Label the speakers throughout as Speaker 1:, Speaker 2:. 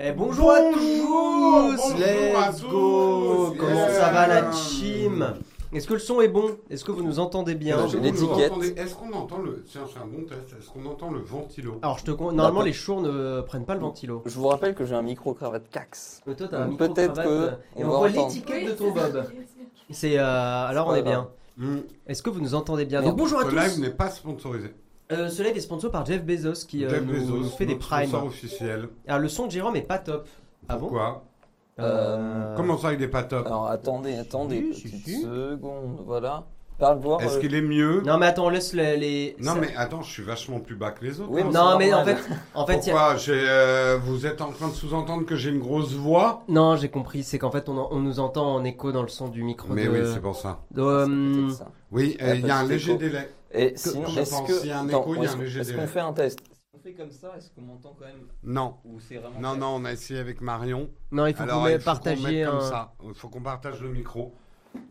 Speaker 1: Eh, bonjour, à
Speaker 2: Bonjour,
Speaker 1: tous
Speaker 2: bonjour
Speaker 1: Let's
Speaker 2: à
Speaker 1: go
Speaker 2: tous.
Speaker 1: Comment
Speaker 2: Yeah.
Speaker 1: ça va la team Est-ce que le son est bon Est-ce que vous nous entendez bien
Speaker 2: Est-ce
Speaker 3: j'ai
Speaker 2: qu'on
Speaker 3: l'étiquette.
Speaker 2: entendait- Est-ce qu'on entend le. Tiens, c'est un bon test. Est-ce qu'on entend le ventilo
Speaker 1: Alors je te con... Normalement
Speaker 3: Bah,
Speaker 1: les chours ne prennent pas le ventilo.
Speaker 3: Je vous rappelle que j'ai un micro-cravate Cax.
Speaker 1: Mais toi t'as un
Speaker 3: Donc,
Speaker 1: micro
Speaker 3: Bah,
Speaker 1: euh,
Speaker 3: peut-être que
Speaker 1: Et
Speaker 3: on
Speaker 1: on
Speaker 3: va
Speaker 1: voit
Speaker 3: entendre.
Speaker 1: l'étiquette de ton bob. C'est euh, alors on
Speaker 3: pas
Speaker 1: est bien.
Speaker 2: Hum,
Speaker 1: Est-ce que vous nous entendez bien
Speaker 3: Merde.
Speaker 1: Donc bonjour à
Speaker 2: Ce live
Speaker 1: Hmm. tous.
Speaker 2: n'est pas sponsorisé.
Speaker 1: Euh, ce live est sponsor par Jeff Bezos qui euh,
Speaker 2: Jeff
Speaker 1: nous
Speaker 2: Bezos,
Speaker 1: fait des
Speaker 2: notre sponsor
Speaker 1: primes.
Speaker 2: officiel.
Speaker 1: Alors le son de Jérôme est pas top. Ah bon
Speaker 2: Pourquoi
Speaker 3: Euh,
Speaker 2: Comment ça, il est pas top
Speaker 3: Alors attendez, attendez,
Speaker 1: si,
Speaker 3: petite
Speaker 1: si.
Speaker 3: seconde, voilà. Parle voir.
Speaker 2: Est-ce
Speaker 3: euh,
Speaker 2: qu'il est mieux
Speaker 1: Non mais attends laisse les. les-
Speaker 2: Non,
Speaker 1: ça-
Speaker 2: mais attends, je suis vachement plus bas que les autres.
Speaker 3: Oui,
Speaker 2: hein.
Speaker 3: mais
Speaker 1: non
Speaker 3: c'est
Speaker 1: mais en fait
Speaker 3: normal.
Speaker 1: en fait il y a-
Speaker 2: Pourquoi J'ai, euh, Vous êtes en train de sous-entendre que j'ai une grosse voix
Speaker 1: non j'ai compris c'est qu'en fait on, en- on nous entend en écho dans le son du micro
Speaker 2: Mais
Speaker 1: de-
Speaker 2: oui, c'est pour ça.
Speaker 1: de,
Speaker 3: c'est
Speaker 1: euh,
Speaker 3: peut-être ça.
Speaker 2: Oui, euh, il y a un
Speaker 3: parce que
Speaker 2: léger
Speaker 3: c'est
Speaker 2: délai.
Speaker 3: Et sinon,
Speaker 2: je
Speaker 3: est-ce
Speaker 2: pense,
Speaker 3: que.
Speaker 2: s'il y a un
Speaker 3: attends,
Speaker 2: écho, il y a
Speaker 3: est-ce-
Speaker 2: un léger
Speaker 3: Est-ce
Speaker 2: délai.
Speaker 3: qu'on fait un test
Speaker 4: On fait comme ça, est-ce qu'on m'entend quand même
Speaker 2: Non,
Speaker 4: Ou c'est vraiment.
Speaker 2: non, non, on a essayé avec Marion.
Speaker 1: Non, il faut
Speaker 2: Alors,
Speaker 1: qu'on
Speaker 2: il
Speaker 1: mette-
Speaker 2: faut qu'on
Speaker 1: partager euh,
Speaker 2: mette comme
Speaker 1: un-
Speaker 2: ça. Il faut qu'on partage le micro.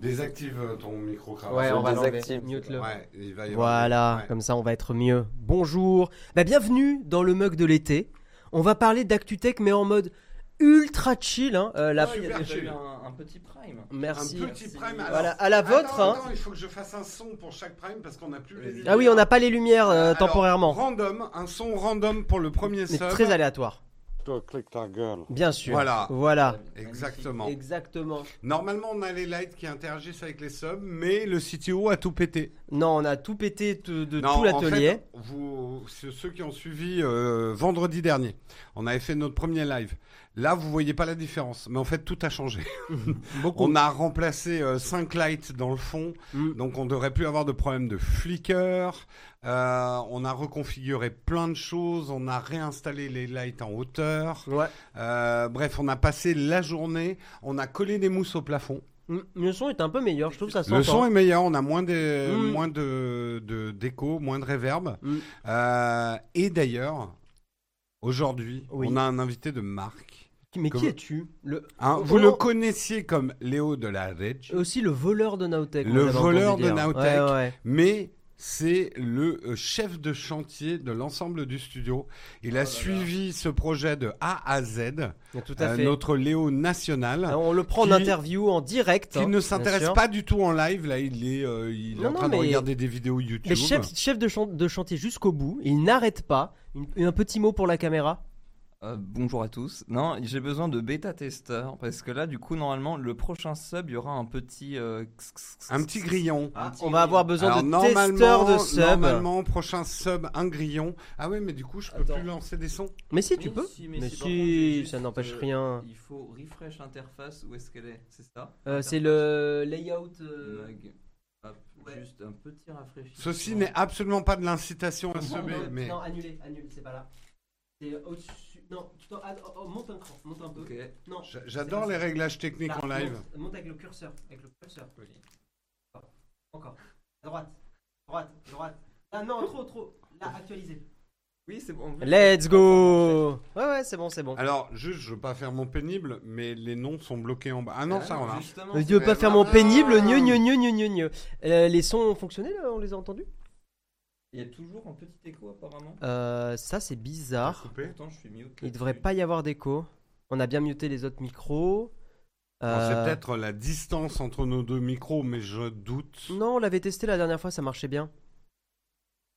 Speaker 2: Désactive euh, ton micro cravate.
Speaker 1: Ouais, on va l'enlever.
Speaker 3: désactive.
Speaker 1: Mute-le.
Speaker 2: Ouais, il va y avoir-
Speaker 1: Voilà,
Speaker 2: Ouais.
Speaker 1: comme ça on va être mieux. Bonjour, bah, bienvenue dans le mug de l'été. On va parler d'ActuTech mais en mode ultra chill. hein. Euh, la...
Speaker 2: Ah,
Speaker 4: Il y a
Speaker 2: Super
Speaker 4: déjà eu
Speaker 2: chill.
Speaker 4: un, un petit prime.
Speaker 1: Merci.
Speaker 2: Un petit prime. alors-
Speaker 1: Voilà, à la
Speaker 2: Attends,
Speaker 1: vôtre. hein.
Speaker 2: attends, il faut que je fasse un son pour chaque prime parce qu'on n'a plus les
Speaker 1: Ah oui, on
Speaker 2: lumières.
Speaker 1: n'a pas les lumières euh,
Speaker 2: Alors,
Speaker 1: temporairement.
Speaker 2: Random, un son random pour le premier
Speaker 1: Mais
Speaker 2: sub.
Speaker 1: très aléatoire,
Speaker 2: Toi, click ta gueule.
Speaker 1: bien sûr.
Speaker 2: Voilà.
Speaker 1: Voilà.
Speaker 2: Ah, Exactement.
Speaker 1: Exactement.
Speaker 2: Normalement, on a les lights qui interagissent avec les subs, mais le CTO a tout pété.
Speaker 1: Non, on a tout pété de, de
Speaker 2: Non,
Speaker 1: tout l'atelier.
Speaker 2: En fait, vous, c'est ceux qui ont suivi euh, vendredi dernier, on avait fait notre premier live. Là, vous voyez pas la différence, mais en fait, tout a changé.
Speaker 1: Beaucoup.
Speaker 2: On a remplacé 5 lights dans le fond,
Speaker 1: Mm.
Speaker 2: donc on devrait plus avoir de problème de flicker. Euh, on a reconfiguré plein de choses, on a réinstallé les lights en hauteur.
Speaker 1: Ouais.
Speaker 2: Euh, bref, on a passé la journée, on a collé des mousses au plafond.
Speaker 1: Mm, Le son est un peu meilleur, je trouve que ça s'entend.
Speaker 2: Le son est meilleur, on a moins de
Speaker 1: Mm.
Speaker 2: moins de de- d'écho, moins de réverb.
Speaker 1: Mm.
Speaker 2: Euh, et d'ailleurs, aujourd'hui,
Speaker 1: Oui.
Speaker 2: on a un invité de marque.
Speaker 1: Mais qui
Speaker 2: Comment-
Speaker 1: es-tu Le-
Speaker 2: Hein,
Speaker 1: Oh,
Speaker 2: vous le
Speaker 1: oh.
Speaker 2: connaissiez comme Léo de la Rage,
Speaker 1: Aussi le voleur de Nautech. on
Speaker 2: Le
Speaker 1: l'avait entendu
Speaker 2: voleur de
Speaker 1: dire.
Speaker 2: Nautech.
Speaker 1: Ouais, ouais.
Speaker 2: mais c'est le euh, chef de chantier de l'ensemble du studio. Il a suivi ce projet de A à Z,
Speaker 1: Oh Tout à
Speaker 2: euh,
Speaker 1: fait.
Speaker 2: notre Léo national.
Speaker 1: Alors, on le prend
Speaker 2: qui-
Speaker 1: en interview en direct.
Speaker 2: qui
Speaker 1: hein,
Speaker 2: ne
Speaker 1: bien
Speaker 2: s'intéresse
Speaker 1: sûr.
Speaker 2: pas du tout en live. Là, il est, euh, il est
Speaker 1: Non,
Speaker 2: en
Speaker 1: non,
Speaker 2: train
Speaker 1: mais-
Speaker 2: de regarder des vidéos YouTube.
Speaker 1: Mais chef, chef de, chan- de chantier jusqu'au bout, il n'arrête pas. Une- un petit mot pour la caméra.
Speaker 4: Euh, bonjour à tous. Non, j'ai besoin de bêta-testeurs parce que là, du coup, normalement, le prochain sub, il y aura un petit. euh, x- x- x-
Speaker 2: Un petit grillon.
Speaker 4: Ah,
Speaker 1: On va avoir besoin
Speaker 2: Alors,
Speaker 1: de
Speaker 2: normalement,
Speaker 1: testeurs de sub.
Speaker 2: Normalement, prochain sub, un grillon. Ah ouais, mais du coup, je peux
Speaker 4: Attends.
Speaker 2: plus lancer des sons.
Speaker 1: Mais si, tu
Speaker 4: Oui,
Speaker 1: peux.
Speaker 4: si,
Speaker 1: mais
Speaker 4: mais si, par contre,
Speaker 1: si,
Speaker 4: j'ai
Speaker 1: ça
Speaker 4: juste,
Speaker 1: n'empêche
Speaker 4: euh,
Speaker 1: rien.
Speaker 4: Il faut refresh l'interface, où est-ce qu'elle est C'est ça
Speaker 1: Euh, c'est le layout. euh,
Speaker 4: Mag. Hop, juste un petit rafraîchissement.
Speaker 2: Ceci n'est absolument pas de l'incitation
Speaker 1: Non,
Speaker 2: à subir,
Speaker 1: non,
Speaker 2: mais
Speaker 1: Non, annulé, annulé, c'est pas là. C'est au-dessus. Non, tu t'en- ah, oh, oh, monte un cran, monte un peu.
Speaker 4: Ok.
Speaker 1: Non,
Speaker 2: j'a- j'adore les réglages techniques
Speaker 1: là,
Speaker 2: en live.
Speaker 1: Monte, monte avec le curseur, avec le curseur. Encore. À droite, droite, droite. Ah non, trop, trop. Là, actualisé.
Speaker 4: Oui, c'est bon.
Speaker 1: Let's go Ouais, ouais, c'est bon, c'est bon.
Speaker 2: Alors, juste, je veux pas faire mon pénible, mais les noms sont bloqués en bas. Ah non, ça, on a.
Speaker 4: Justement,
Speaker 1: Je veux pas faire mon
Speaker 2: Ah.
Speaker 1: pénible, gneu, gneu, gneu, gneu, gneu, gneu. Euh, les sons ont fonctionné, là on les a entendus
Speaker 4: il y a toujours un petit écho apparemment.
Speaker 1: euh, Ça, c'est bizarre.
Speaker 2: Ah, Coupé.
Speaker 4: Pourtant, je suis mute.
Speaker 1: Il devrait pas y avoir d'écho. On a bien muté les autres micros.
Speaker 2: Alors,
Speaker 1: Euh,
Speaker 2: C'est peut-être la distance entre nos deux micros, mais je doute.
Speaker 1: Non, on l'avait testé la dernière fois, ça marchait bien.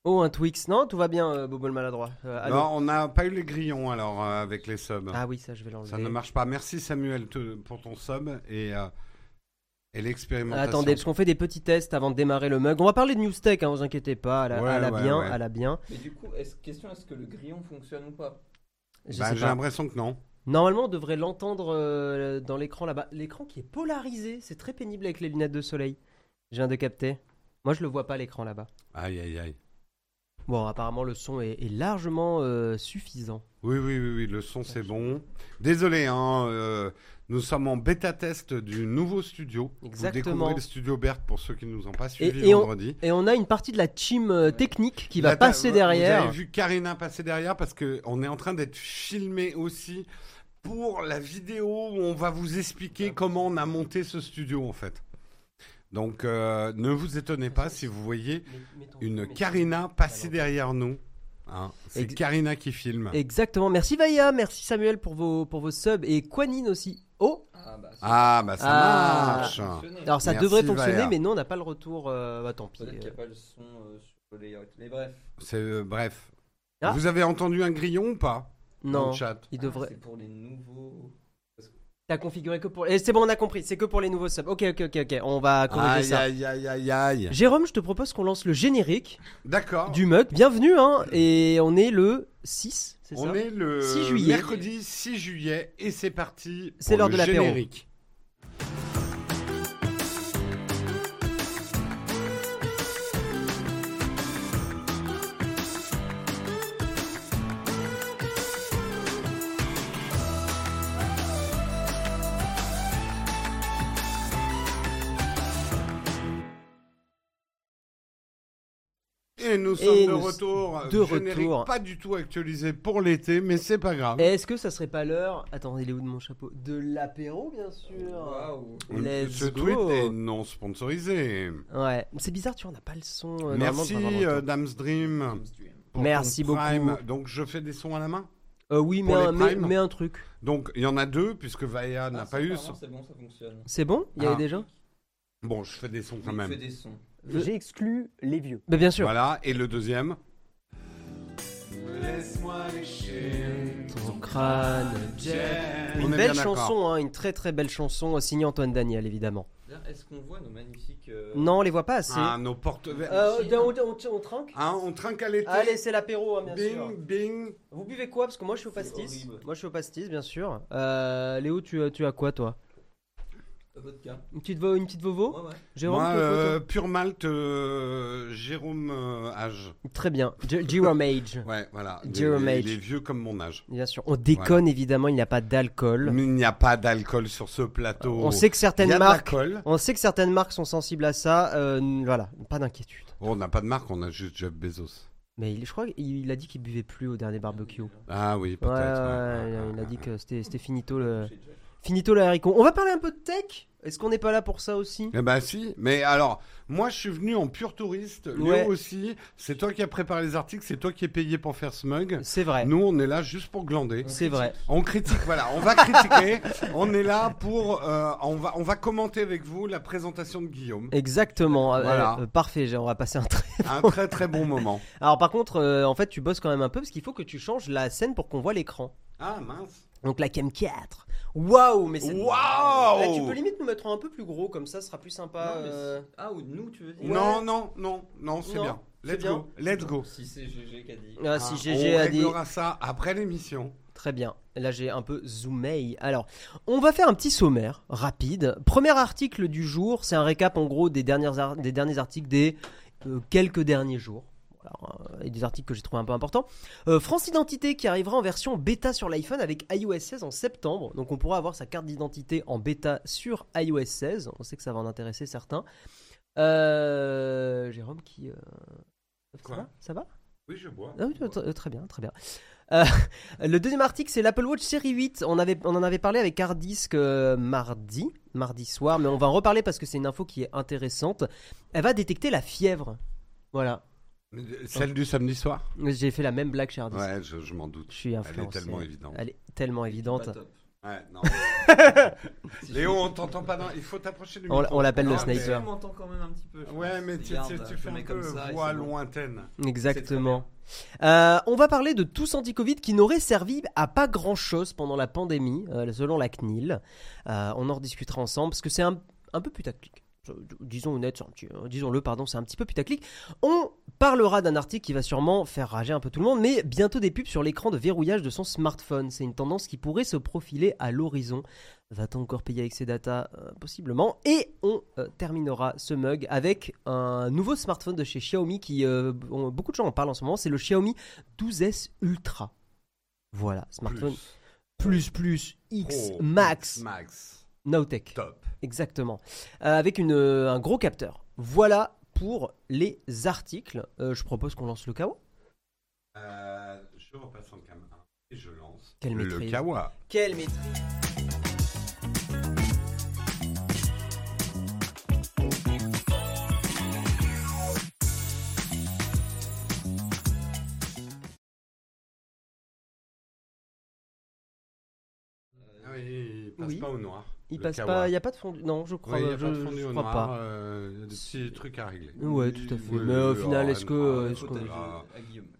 Speaker 1: Oh, un Twix. Non, tout va bien, euh, Bobo le maladroit. Euh, allô
Speaker 2: Non, on n'a pas eu les grillons alors euh, avec les subs.
Speaker 1: Ah oui, ça, je vais l'enlever.
Speaker 2: Ça ne marche pas. Merci Samuel te- pour ton sub et, euh, et l'expérimentation.
Speaker 1: Attendez, parce qu'on fait des petits tests avant de démarrer le mug. On va parler de news tech, hein, vous inquiétez pas, à la,
Speaker 2: Ouais,
Speaker 1: à la
Speaker 2: ouais,
Speaker 1: bien,
Speaker 2: ouais.
Speaker 1: à la bien.
Speaker 4: Mais du coup, est-ce, question est-ce que le grillon fonctionne ou pas
Speaker 1: Je
Speaker 2: Bah,
Speaker 1: sais
Speaker 2: J'ai
Speaker 1: pas.
Speaker 2: l'impression que non.
Speaker 1: Normalement, on devrait l'entendre euh, dans l'écran là-bas. L'écran qui est polarisé, c'est très pénible avec les lunettes de soleil. Je viens de capter. Moi, je le vois pas l'écran là-bas.
Speaker 2: Aïe, aïe, aïe.
Speaker 1: Bon, apparemment, le son est, est largement euh, suffisant.
Speaker 2: Oui, oui, oui, oui, le son c'est bon. Désolé, hein, euh, nous sommes en bêta-test du nouveau studio.
Speaker 1: Exactement.
Speaker 2: Vous découvrez le studio Berthe pour ceux qui ne nous ont pas suivis
Speaker 1: et on-
Speaker 2: vendredi.
Speaker 1: Et on a une partie de la team euh, technique qui
Speaker 2: La
Speaker 1: va
Speaker 2: ta-
Speaker 1: passer
Speaker 2: Vous
Speaker 1: derrière.
Speaker 2: avez vu Karina passer derrière parce qu'on est en train d'être filmé aussi pour la vidéo où on va vous expliquer comment on a monté ce studio en fait. Donc euh, ne vous étonnez pas si vous voyez une Karina passer derrière nous. hein. C'est
Speaker 1: Ex-
Speaker 2: Karina qui filme.
Speaker 1: Exactement. Merci Vaya, merci Samuel pour vos, pour vos subs et Quanin aussi. Oh
Speaker 4: Ah, bah, ça
Speaker 2: Ah, bah ça
Speaker 1: Ah.
Speaker 2: marche.
Speaker 4: a fonctionné.
Speaker 1: Alors ça
Speaker 2: Merci,
Speaker 1: devrait fonctionner,
Speaker 2: Vaya.
Speaker 1: mais non, on n'a pas le retour. euh, bah tant pis.
Speaker 4: Peut-être qu'il n'y a
Speaker 1: euh.
Speaker 4: pas le son euh, sur le layout. Mais bref,
Speaker 2: C'est euh, bref.
Speaker 1: Ah.
Speaker 2: Vous avez entendu un grillon ou pas Dans
Speaker 1: Non,
Speaker 2: le chat.
Speaker 1: il
Speaker 4: Ah,
Speaker 1: devrait.
Speaker 4: c'est pour les nouveaux.
Speaker 1: T'as configuré que pour. Eh, C'est bon, on a compris. C'est que pour les nouveaux subs. Ok, ok, ok, ok. On va corriger
Speaker 2: Aïe,
Speaker 1: ça.
Speaker 2: aïe, aïe, aïe, aïe. Oh.
Speaker 1: Jérôme, je te propose qu'on lance le générique
Speaker 2: D'accord.
Speaker 1: du mug. Bienvenue, hein. Et on est le 6, c'est ça
Speaker 2: On est le
Speaker 1: 6 juillet.
Speaker 2: mercredi 6 juillet et c'est parti.
Speaker 1: C'est l'heure de
Speaker 2: la
Speaker 1: l'apéro.
Speaker 2: générique. Et nous sommes
Speaker 1: Et
Speaker 2: de
Speaker 1: nous-
Speaker 2: retour.
Speaker 1: de
Speaker 2: Générique
Speaker 1: retour.
Speaker 2: Pas du tout actualisé pour l'été, mais c'est pas grave.
Speaker 1: Est-ce que ça serait pas l'heure Attends, il est où de mon chapeau De l'apéro, bien sûr.
Speaker 4: Waouh!
Speaker 1: Let's
Speaker 2: Ce
Speaker 1: go.
Speaker 2: tweet est non sponsorisé.
Speaker 1: Ouais, c'est bizarre, tu vois, on n'a pas le son. euh, normalement, on
Speaker 2: Merci
Speaker 1: devrait avoir le
Speaker 2: euh,
Speaker 1: temps.
Speaker 2: Dame's Dream. pour
Speaker 1: Merci
Speaker 2: ton prime.
Speaker 1: beaucoup.
Speaker 2: Donc je fais des sons à la main.
Speaker 1: Euh, oui, mais
Speaker 2: pour les
Speaker 1: un, mais,
Speaker 2: primes.
Speaker 1: mais un truc.
Speaker 2: Donc il y en a deux puisque Vaya
Speaker 4: Ah,
Speaker 2: n'a pas
Speaker 4: ça,
Speaker 2: eu.
Speaker 4: apparemment,
Speaker 2: son-
Speaker 4: C'est bon, ça fonctionne.
Speaker 1: C'est bon Il y
Speaker 2: Ah.
Speaker 1: avait des gens
Speaker 2: Bon, je fais des sons quand
Speaker 4: Il
Speaker 2: même.
Speaker 4: fait des sons.
Speaker 1: Je-
Speaker 5: J'ai exclu les vieux.
Speaker 1: Bah, Bien sûr.
Speaker 2: Voilà. Et le deuxième.
Speaker 1: Ton crâne,
Speaker 2: On
Speaker 1: Une
Speaker 2: est
Speaker 1: belle
Speaker 2: bien d'accord.
Speaker 1: chanson, hein, une très très belle chanson, euh, signée Antoine Daniel, évidemment.
Speaker 4: Là, Est-ce qu'on voit nos magnifiques. euh,
Speaker 1: Non, on les voit pas assez.
Speaker 2: Ah, nos portes vertes.
Speaker 1: Euh, on, on- on- on trinque
Speaker 2: Hein, on trinque à l'été.
Speaker 1: Allez, c'est l'apéro, hein, bien sûr.
Speaker 2: bing, bing.
Speaker 1: Vous buvez quoi Parce que moi je suis au pastis.
Speaker 4: horrible.
Speaker 1: Moi je suis au pastis, bien sûr. Euh, Léo, tu, as- tu as quoi toi
Speaker 4: Vodka.
Speaker 1: Une petite, vo- une petite vovo
Speaker 4: Ouais, ouais.
Speaker 1: Jérôme,
Speaker 2: Moi,
Speaker 1: toi, toi, toi
Speaker 2: euh, pure malt, euh, Jérôme euh, âge.
Speaker 1: Très bien. J- Jérôme Age.
Speaker 2: Ouais, voilà.
Speaker 1: Jérôme
Speaker 2: il,
Speaker 1: H.
Speaker 2: est- il est vieux comme mon âge.
Speaker 1: Bien sûr. On déconne évidemment, il n'y a pas d'alcool.
Speaker 2: Mais il n'y a pas d'alcool sur ce plateau.
Speaker 1: On sait que
Speaker 2: Il y a
Speaker 1: certaines
Speaker 2: de
Speaker 1: marques.
Speaker 2: l'alcool.
Speaker 1: On sait que certaines marques sont sensibles à ça. euh, n- voilà, pas d'inquiétude.
Speaker 2: Oh, on n'a pas de marque, on a juste Jeff Bezos.
Speaker 1: Mais il, je crois qu'il a dit qu'il buvait plus au dernier barbecue. Ouais,
Speaker 2: Ah oui,
Speaker 1: ouais,
Speaker 2: peut-être. ouais.
Speaker 1: ouais, il a dit que c'était c'était finito le
Speaker 4: Chez Jack.
Speaker 1: finito le haricot. On va parler un peu de tech. Est-ce qu'on n'est pas là pour ça aussi
Speaker 2: Eh ben si, mais alors, moi je suis venu en pur touriste, Léo
Speaker 1: Ouais.
Speaker 2: aussi, c'est toi qui as préparé les articles, c'est toi qui es payé pour faire ce mug.
Speaker 1: C'est vrai.
Speaker 2: Nous on est là juste pour glander.
Speaker 1: C'est vrai.
Speaker 2: On critique, voilà, on va critiquer, on est là pour, euh, on, va, on va commenter avec vous la présentation de Guillaume.
Speaker 1: Exactement. Euh,
Speaker 2: Voilà.
Speaker 1: euh, parfait. j'ai- On va passer un trait.
Speaker 2: Un très très bon moment.
Speaker 1: Alors par contre, euh, en fait, tu bosses quand même un peu parce qu'il faut que tu changes la scène pour qu'on voit l'écran.
Speaker 2: Ah mince.
Speaker 1: Donc la cam 4. Waouh, mais c'est.
Speaker 2: Waouh
Speaker 1: Là, tu peux limite nous mettre un peu plus gros comme ça, ce sera plus sympa.
Speaker 4: Non, mais si-
Speaker 1: euh.
Speaker 4: Ah, ou nous, tu veux dire?
Speaker 2: Non, non, non, non, c'est
Speaker 1: Non,
Speaker 2: bien.
Speaker 1: c'est
Speaker 2: Let's
Speaker 1: bien.
Speaker 2: go, let's go.
Speaker 4: Si c'est GG qui a dit.
Speaker 1: Ah, si
Speaker 2: Ah,
Speaker 1: GG
Speaker 2: on
Speaker 1: a dit.
Speaker 2: réglera ça après l'émission.
Speaker 1: Très bien. Là, j'ai un peu zoomé. Alors, on va faire un petit sommaire rapide. Premier article du jour, c'est un récap en gros des, dernières ar- des derniers articles des euh, quelques derniers jours. Voilà, euh, et des articles que j'ai trouvé un peu importants. Euh, France Identité qui arrivera en version bêta sur l'iPhone avec iOS 16 en septembre. Donc on pourra avoir sa carte d'identité en bêta sur iOS 16. On sait que ça va en intéresser certains. Euh, Jérôme qui... euh,
Speaker 2: Quoi
Speaker 1: ça va, ça va
Speaker 2: Oui, je bois.
Speaker 1: ah oui, tr- euh, très bien, très bien. Euh, le deuxième article, c'est l'Apple Watch Série 8. On, avait, on en avait parlé avec Hardisk euh, mardi, mardi soir, mais on va en reparler parce que c'est une info qui est intéressante. Elle va détecter la fièvre. Voilà,
Speaker 2: euh, Celle du samedi soir
Speaker 1: j'ai fait la même blague chez Hardisk.
Speaker 2: Ouais, je, je m'en doute.
Speaker 1: Je suis
Speaker 2: Elle est
Speaker 1: influencé.
Speaker 2: tellement évidente.
Speaker 1: Elle est tellement évidente.
Speaker 4: Pas top.
Speaker 2: Ouais, non.
Speaker 4: Si
Speaker 2: Léo,
Speaker 4: je- Ah,
Speaker 2: on t'entend pas dans... Il faut t'approcher du
Speaker 1: On-
Speaker 2: micro.
Speaker 1: on l'appelle le
Speaker 2: Non, mais-
Speaker 1: sniper.
Speaker 4: On m'entend quand même un petit peu. je
Speaker 2: Ouais,
Speaker 4: pense.
Speaker 2: mais tu,
Speaker 4: Regarde,
Speaker 2: tu-
Speaker 4: je
Speaker 2: tu fais
Speaker 4: mets
Speaker 2: un
Speaker 4: comme
Speaker 2: peu
Speaker 4: ça et
Speaker 2: voix
Speaker 4: c'est bon.
Speaker 2: lointaine.
Speaker 1: Exactement. Euh, on va parler de tous anti-Covid qui n'aurait servi à pas grand-chose pendant la pandémie, euh, selon la CNIL. Euh, on en rediscutera ensemble parce que c'est un, un peu putaclic. Je- d- Disons honnête, c'est un petit- euh, disons-le, pardon, c'est un petit peu putaclic. On parlera d'un article qui va sûrement faire rager un peu tout le monde, mais bientôt des pubs sur l'écran de verrouillage de son smartphone. C'est une tendance qui pourrait se profiler à l'horizon. Va-t-on encore payer avec ces datas Euh, Possiblement. Et on euh, terminera ce mug avec un nouveau smartphone de chez Xiaomi qui euh, on- beaucoup de gens en parlent en ce moment. C'est le Xiaomi 12S Ultra. Voilà, smartphone
Speaker 2: Plus. Oh,
Speaker 1: plus plus, X
Speaker 2: Pro,
Speaker 1: Max
Speaker 2: Max.
Speaker 1: Nowtech.
Speaker 2: Top.
Speaker 1: Exactement. Euh, avec une, euh, un gros capteur. Voilà pour les articles. Euh, je propose qu'on lance le KO.
Speaker 2: Euh, je repasse en cam 1 et je lance
Speaker 1: Quelle
Speaker 2: le
Speaker 1: maîtrise.
Speaker 2: kawa.
Speaker 1: Quelle maîtrise
Speaker 2: Ah Oui, il passe
Speaker 1: Oui.
Speaker 2: pas au noir.
Speaker 1: Il
Speaker 2: le
Speaker 1: passe
Speaker 2: kawa.
Speaker 1: pas, il n'y a pas de fondu. Non, je crois,
Speaker 2: Oui, il n'y a
Speaker 1: je,
Speaker 2: pas de fondu
Speaker 1: je
Speaker 2: au
Speaker 1: crois
Speaker 2: noir.
Speaker 1: pas.
Speaker 2: euh, des petits trucs à régler.
Speaker 1: Ouais, tout à fait.
Speaker 2: Oui,
Speaker 1: Mais euh, au
Speaker 2: oui,
Speaker 1: final,
Speaker 2: oh,
Speaker 1: est-ce que-
Speaker 2: non,
Speaker 1: est-ce que-
Speaker 2: là,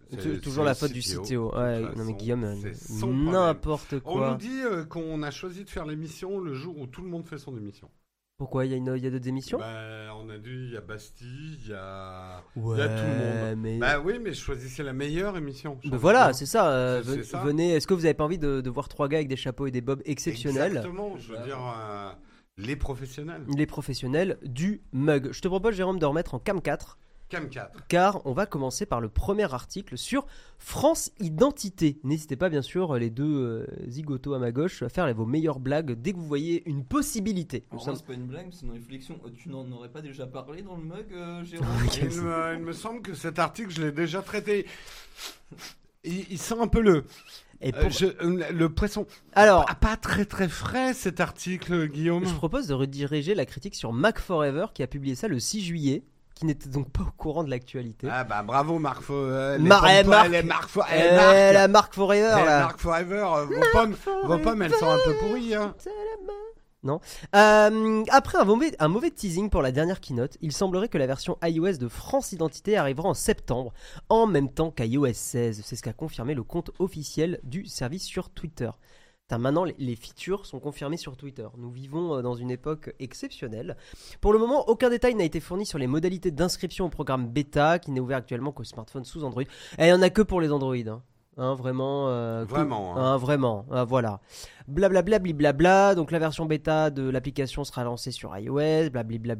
Speaker 1: C'est
Speaker 2: c'est-
Speaker 1: toujours
Speaker 2: c'est
Speaker 1: la
Speaker 2: le
Speaker 1: faute du
Speaker 2: CTO,
Speaker 1: CTO.
Speaker 2: de
Speaker 1: Ouais,
Speaker 2: toute
Speaker 1: non mais
Speaker 2: façon,
Speaker 1: Guillaume,
Speaker 2: c'est son problème.
Speaker 1: n'importe quoi.
Speaker 2: On nous dit euh, qu'on a choisi de faire l'émission le jour où tout le monde fait son émission.
Speaker 1: Pourquoi il y a, une- il y a d'autres émissions
Speaker 2: Bah, on a dit, il y a Bastille, il y a.
Speaker 1: Ouais,
Speaker 2: il y a tout le monde.
Speaker 1: mais-
Speaker 2: Bah oui, mais choisissez la meilleure émission.
Speaker 1: Bah voilà,
Speaker 2: c'est
Speaker 1: c'est ça, euh,
Speaker 2: C'est-
Speaker 1: ven-
Speaker 2: c'est ça.
Speaker 1: Venez, est-ce que vous avez pas envie de, de voir trois gars avec des chapeaux et des bobs exceptionnels
Speaker 2: Exactement, je veux dire, euh, les professionnels.
Speaker 1: Les professionnels du mug. Je te propose, Jérôme, de remettre en cam 4,
Speaker 2: Cam 4.
Speaker 1: car on va commencer par le premier article sur France Identité. N'hésitez pas, bien sûr, les deux euh, zigotos à ma gauche, à faire vos meilleures blagues dès que vous voyez une possibilité. Nous
Speaker 5: Alors,
Speaker 1: sommes-
Speaker 2: Euh,
Speaker 5: c'est pas une blague, c'est une réflexion.
Speaker 4: Oh,
Speaker 5: Euh, Tu n'en aurais pas déjà parlé dans le mug, euh, Jérôme
Speaker 2: Il me, il me semble que cet article, je l'ai déjà traité. Il, il sent un peu le,
Speaker 1: Et
Speaker 2: euh,
Speaker 1: pour-
Speaker 2: je- Ah, euh, le poisson.
Speaker 1: Alors,
Speaker 2: Pas, pas très très frais cet article, Guillaume.
Speaker 1: Je propose de rediriger la critique sur Mac Forever qui a publié ça le 6 juillet, qui n'était donc pas au courant de l'actualité.
Speaker 2: Ah bah bravo Marc Fo- euh, les
Speaker 1: Mar-
Speaker 2: pommes-
Speaker 1: eh, Marc.
Speaker 2: les Marc Fo- eh,
Speaker 1: Eh,
Speaker 2: Marc.
Speaker 1: la marque Forever
Speaker 2: Eh,
Speaker 1: là.
Speaker 2: Marc Forever, euh, vos pommes, vos pommes, elles sont un peu pourries. hein.
Speaker 1: Euh, après un mauvais, un mauvais teasing pour la dernière keynote, il semblerait que la version iOS de France Identité arrivera en septembre, en même temps qu'iOS 16. C'est ce qu'a confirmé le compte officiel du service sur Twitter. Putain, maintenant, les- les features sont confirmées sur Twitter. Nous vivons euh, dans une époque exceptionnelle. Pour le moment, aucun détail n'a été fourni sur les modalités d'inscription au programme bêta, qui n'est ouvert actuellement qu'aux smartphones sous Android. Et il n'y en a que pour les Android. Hein. Hein, vraiment. euh, que-
Speaker 2: Vraiment. hein.
Speaker 1: Hein, vraiment, Ah, voilà. Blablabla, blablabla. Donc la version bêta de l'application sera lancée sur iOS, blablabla.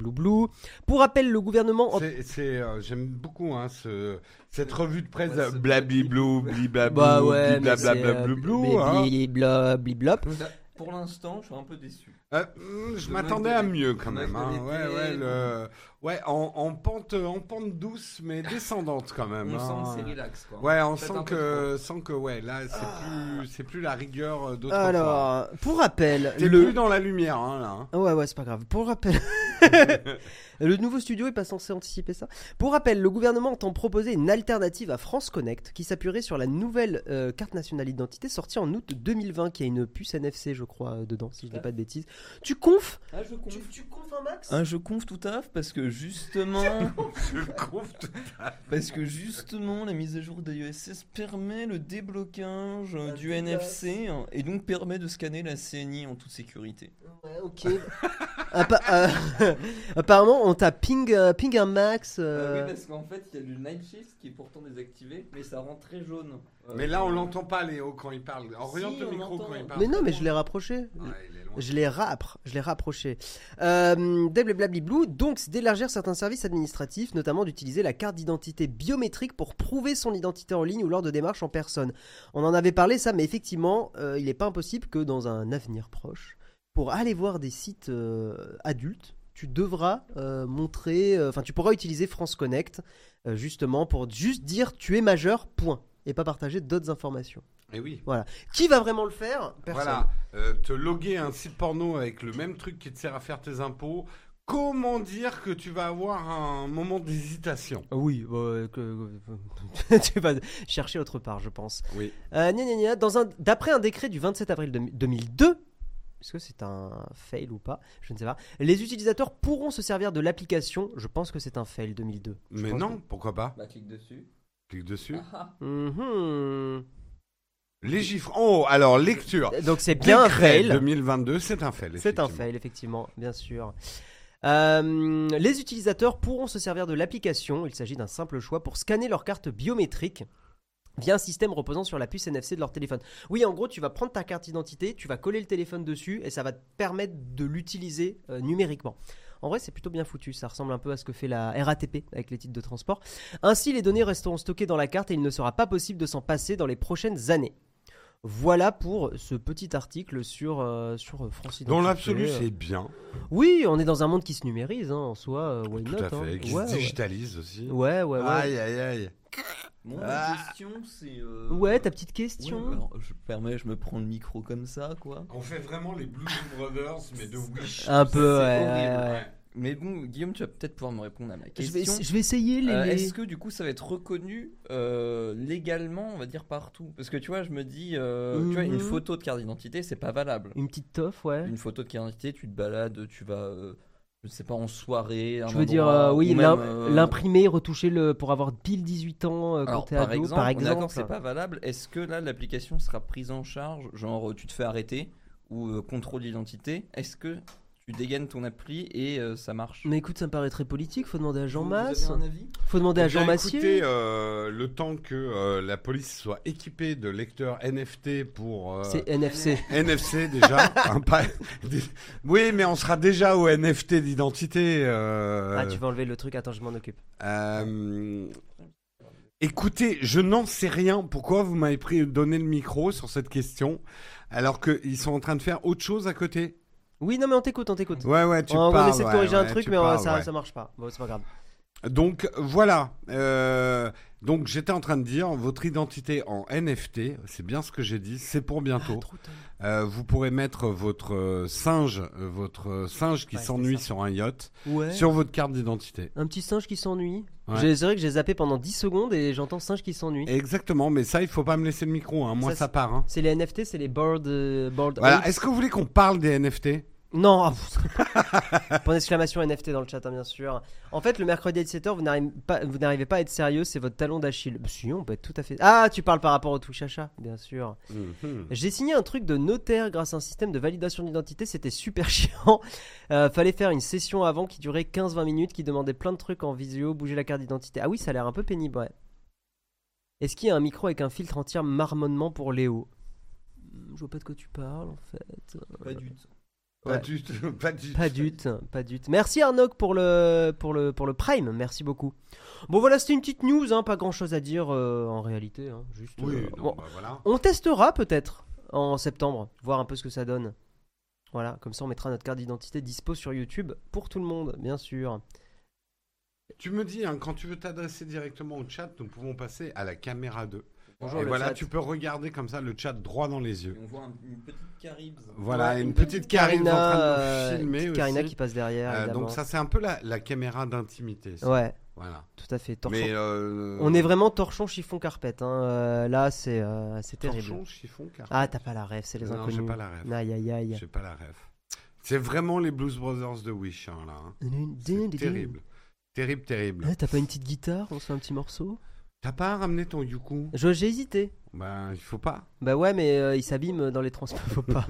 Speaker 1: Pour rappel, le gouvernement.
Speaker 2: C'est, c'est, euh, j'aime beaucoup hein, ce, cette revue de presse
Speaker 5: Ouais, ce-
Speaker 2: blabli-blou, bliblablou,
Speaker 1: Bah ouais, mais c'est, euh,
Speaker 2: bliblablablablou, hein.
Speaker 1: blibla, blibla.
Speaker 5: Pour l'instant, je suis un peu déçu.
Speaker 2: Euh, mm, Je
Speaker 5: Le
Speaker 2: m'attendais
Speaker 5: manque de-
Speaker 2: à mieux quand
Speaker 5: le
Speaker 2: même.
Speaker 5: manque de
Speaker 2: hein. Ouais,
Speaker 5: l'été,
Speaker 2: ouais,
Speaker 5: euh,
Speaker 2: le- ouais, en, en pente, en pente douce mais descendante quand même.
Speaker 5: On
Speaker 2: hein.
Speaker 5: sent que c'est relax, quoi.
Speaker 2: Ouais, on
Speaker 5: Peut-être
Speaker 2: sent
Speaker 5: un peu Ah.
Speaker 2: que, sent que ouais, là c'est plus, c'est plus la rigueur d'autrefois.
Speaker 1: Ah, Alors, pour rappel,
Speaker 2: T'es
Speaker 1: le.
Speaker 2: plus dans la lumière hein, là. hein.
Speaker 1: Ah Ouais, ouais, c'est pas grave. Pour rappel, le nouveau studio est pas censé anticiper ça. Pour rappel, le gouvernement entend proposer une alternative à France Connect qui s'appuierait sur la nouvelle euh, carte nationale d'identité sortie en août 2020 qui a une puce NFC, je crois, euh, dedans, si je dis
Speaker 2: Ah.
Speaker 1: pas de bêtises. Tu confes
Speaker 5: Ah, je confie.
Speaker 1: confes un max
Speaker 4: Ah, je conf tout taf parce que justement,
Speaker 2: Je trouve tout-
Speaker 4: parce que justement, la mise à jour d'iOS 16 permet le déblocage euh, du NFC hein, et donc permet de scanner la CNI en toute sécurité.
Speaker 1: Ouais, ok. Appa- euh, Apparemment, on t'a ping, euh, ping un max.
Speaker 5: Euh,
Speaker 1: euh,
Speaker 5: oui, parce qu'en fait, il y a le night shift qui est pourtant désactivé, mais ça rend très jaune. Euh,
Speaker 2: Mais là on l'entend pas Léo quand il parle. Oriente
Speaker 5: Si,
Speaker 2: le
Speaker 5: on
Speaker 2: micro
Speaker 5: l'entend.
Speaker 2: quand il parle.
Speaker 1: Mais non, mais je l'ai rapproché.
Speaker 5: Ah,
Speaker 2: Ouais, il est loin.
Speaker 1: Je les rapre, je les rapprochais. Euh, blablabliblou, donc c'est d'élargir certains services administratifs, notamment d'utiliser la carte d'identité biométrique pour prouver son identité en ligne ou lors de démarches en personne. On en avait parlé ça, mais effectivement, euh, il n'est pas impossible que dans un avenir proche, pour aller voir des sites euh, adultes, tu devras euh, montrer, euh, enfin tu pourras utiliser France Connect euh, justement pour juste dire tu es majeur, point, et pas partager d'autres informations.
Speaker 2: Eh oui.
Speaker 1: Qui va vraiment le faire Personne.
Speaker 2: Voilà, Euh, te loguer à un site porno avec le même truc qui te sert à faire tes impôts, comment dire que tu vas avoir un moment d'hésitation
Speaker 1: Ah Oui, bah, euh, que- que- tu vas chercher autre part, je pense.
Speaker 2: Oui.
Speaker 1: Euh, gna, gna, gna, dans un, d'après un décret du 27 avril 2000- 2002, est-ce que c'est un fail ou pas Je ne sais pas. Les utilisateurs pourront se servir de l'application. Je pense que c'est un fail 2002. Je
Speaker 2: Mais
Speaker 1: pense
Speaker 2: non, pourquoi pas
Speaker 5: Bah, clique dessus.
Speaker 2: Clique dessus.
Speaker 5: Ah,
Speaker 1: que- Mhm.
Speaker 2: Les chiffres. Oh, alors lecture.
Speaker 1: Donc c'est bien un
Speaker 2: Décret
Speaker 1: fail.
Speaker 2: 2022, c'est un fail.
Speaker 1: C'est un
Speaker 2: effectivement.
Speaker 1: fail, effectivement, bien sûr. Euh, les utilisateurs pourront se servir de l'application, il s'agit d'un simple choix, pour scanner leur carte biométrique via un système reposant sur la puce NFC de leur téléphone. Oui, en gros, tu vas prendre ta carte d'identité, tu vas coller le téléphone dessus et ça va te permettre de l'utiliser euh, numériquement. En vrai, c'est plutôt bien foutu, ça ressemble un peu à ce que fait la RATP avec les titres de transport. Ainsi, les données resteront stockées dans la carte et il ne sera pas possible de s'en passer dans les prochaines années. Voilà pour ce petit article sur, euh, sur euh, France Identité.
Speaker 2: Dans l'absolu,
Speaker 1: Euh,
Speaker 2: c'est bien.
Speaker 1: oui, on est dans un monde qui se numérise, hein, en soi, euh, why
Speaker 2: Tout
Speaker 1: not,
Speaker 2: à
Speaker 1: hein.
Speaker 2: fait. Qui
Speaker 1: ouais,
Speaker 2: se
Speaker 1: ouais.
Speaker 2: digitalise aussi.
Speaker 1: Ouais, ouais, ouais.
Speaker 2: Aïe, aïe, aïe.
Speaker 4: Bon,
Speaker 2: Ah.
Speaker 4: la question c'est. euh,
Speaker 1: Ouais, ta petite
Speaker 4: ouais,
Speaker 1: question.
Speaker 4: alors, je permets, je me prends le micro comme ça, quoi.
Speaker 2: On fait vraiment les Blues Brothers, mais de Wish.
Speaker 1: un
Speaker 4: c'est
Speaker 1: peu, ouais,
Speaker 4: horrible,
Speaker 1: ouais, ouais.
Speaker 4: Mais bon, Guillaume, tu vas peut-être pouvoir me répondre à ma
Speaker 1: Je vais,
Speaker 4: question.
Speaker 1: je vais essayer les.
Speaker 4: Euh,
Speaker 1: les-
Speaker 4: Est-ce que du coup ça va être reconnu euh, légalement, on va dire partout Parce que tu vois, je me dis, euh, tu vois, une
Speaker 1: Mhm.
Speaker 4: photo de carte d'identité, c'est pas valable.
Speaker 1: Une petite toffe, ouais.
Speaker 4: Une photo de carte d'identité, tu te balades, tu vas, euh, je sais pas, en soirée. à un
Speaker 1: Je veux dire,
Speaker 4: endroit,
Speaker 1: euh, oui,
Speaker 4: ou même,
Speaker 1: l'im-
Speaker 4: euh,
Speaker 1: l'imprimer, retoucher le pour avoir pile 18 ans euh, quand
Speaker 4: alors,
Speaker 1: t'es
Speaker 4: par,
Speaker 1: ado,
Speaker 4: exemple,
Speaker 1: par
Speaker 4: on est
Speaker 1: exemple.
Speaker 4: d'accord, c'est pas valable. Est-ce que là, l'application sera prise en charge Genre, tu te fais arrêter ou euh, contrôle d'identité Est-ce que tu dégaines ton appli et euh, ça marche
Speaker 1: Mais écoute, ça me paraît très politique. Faut demander à Jean
Speaker 5: Vous avez
Speaker 1: Masse.
Speaker 5: un avis
Speaker 1: Faut demander à
Speaker 2: Eh bien,
Speaker 1: Jean
Speaker 2: écoutez,
Speaker 1: Massier.
Speaker 2: euh, le temps que euh, la police soit équipée de lecteurs NFT pour euh,
Speaker 1: C'est NFC.
Speaker 2: NFC déjà. hein, pas- Oui, mais on sera déjà au NFT d'identité. euh,
Speaker 1: Ah, tu vas enlever le truc. Attends, je m'en occupe.
Speaker 2: euh, Écoutez, je n'en sais rien. Pourquoi vous m'avez pris donné le micro sur cette question alors qu'ils sont en train de faire autre chose à côté
Speaker 1: Oui, non, mais on t'écoute, on t'écoute.
Speaker 2: Ouais, ouais, tu
Speaker 1: on, on
Speaker 2: parles,
Speaker 1: essaie de
Speaker 2: ouais,
Speaker 1: corriger un
Speaker 2: ouais,
Speaker 1: truc,
Speaker 2: tu
Speaker 1: mais on-
Speaker 2: parles,
Speaker 1: ça,
Speaker 2: ouais.
Speaker 1: ça marche pas. Bon, c'est pas grave.
Speaker 2: Donc voilà. Euh, donc j'étais en train de dire votre identité en NFT, c'est bien ce que j'ai dit, c'est pour bientôt.
Speaker 1: Ah,
Speaker 2: Euh, vous pourrez mettre votre euh, singe, euh, votre euh, singe qui
Speaker 1: Ouais,
Speaker 2: s'ennuie
Speaker 1: c'était ça.
Speaker 2: sur un yacht,
Speaker 1: Ouais.
Speaker 2: sur votre carte d'identité.
Speaker 1: Un petit singe qui s'ennuie.
Speaker 2: Ouais.
Speaker 1: J'ai- C'est vrai que j'ai zappé pendant 10 secondes et j'entends singe qui s'ennuie.
Speaker 2: Exactement, mais ça il faut pas me laisser le micro, hein. moi
Speaker 1: Ça,
Speaker 2: ça,
Speaker 1: c'est-
Speaker 2: part. hein.
Speaker 1: C'est les NFT, c'est les board. euh, board
Speaker 2: Voilà.
Speaker 1: apes.
Speaker 2: Est-ce que vous voulez qu'on parle des NFT
Speaker 1: Non, ah, pff. point d'exclamation NFT dans le chat, hein, bien sûr. En fait, le mercredi à 17h, vous n'arrivez pas, vous n'arrivez pas à être sérieux, c'est votre talon d'Achille. Bah, Si, on peut être tout à fait. Ah, tu parles par rapport au touche à chat, bien sûr. J'ai signé un truc de notaire grâce à un système de validation d'identité, c'était super chiant. Euh, fallait faire une session avant qui durait 15-20 minutes, qui demandait plein de trucs en visio, bouger la carte d'identité. Ah oui, ça a l'air un peu pénible, ouais. Est-ce qu'il y a un micro avec un filtre entier marmonnement pour Léo Hmm, Je vois pas de quoi tu parles en fait.
Speaker 5: Pas du tout.
Speaker 2: Pas du tout, pas du
Speaker 1: Pas
Speaker 2: tout.
Speaker 1: dut, pas dut. Merci Arnoc pour le, pour le, pour le Prime, merci beaucoup. Bon voilà, c'était une petite news, hein, pas grand chose à dire euh, en réalité. hein, juste,
Speaker 2: Oui,
Speaker 1: euh,
Speaker 2: non,
Speaker 1: bon.
Speaker 2: bah, voilà.
Speaker 1: On testera peut-être en septembre, voir un peu ce que ça donne. Voilà, comme ça on mettra notre carte d'identité dispo sur YouTube pour tout le monde, bien sûr.
Speaker 2: Tu me dis hein, quand tu veux t'adresser directement au chat, nous pouvons passer à la caméra 2.
Speaker 1: Bonjour,
Speaker 2: Et
Speaker 1: le
Speaker 2: voilà,
Speaker 1: chat.
Speaker 2: tu peux regarder comme ça le chat droit dans les yeux.
Speaker 5: Et on voit un- une petite caribs.
Speaker 2: Voilà,
Speaker 1: Ouais,
Speaker 2: une, petite Karine en train de nous
Speaker 1: euh,
Speaker 2: filmer
Speaker 1: petite
Speaker 2: aussi.
Speaker 1: Karina qui passe derrière,
Speaker 2: Euh,
Speaker 1: évidemment.
Speaker 2: donc ça c'est un peu la, la caméra d'intimité. ça.
Speaker 1: Ouais,
Speaker 2: Voilà.
Speaker 1: tout à fait, torchon.
Speaker 2: Mais euh,
Speaker 1: On est vraiment torchon chiffon carpette, hein, euh, là c'est euh, c'est terrible.
Speaker 2: torchon, chiffon, car.
Speaker 1: Ah, t'as pas la rêve, c'est les
Speaker 2: Non,
Speaker 1: inconnus.
Speaker 2: j'ai pas la rêve.
Speaker 1: Aïe aïe aïe.
Speaker 2: J'ai pas la rêve. C'est vraiment les Blues Brothers de Wish hein, là. hein. C'est terrible. Terrible, terrible.
Speaker 1: Ouais, Ah, T'as pas une petite guitare On se fait un petit morceau
Speaker 2: T'as pas ramené ton Yuku
Speaker 1: Je- J'ai hésité.
Speaker 2: Ben, il faut pas.
Speaker 1: Bah ouais, mais euh, il s'abîme dans les transports, faut pas.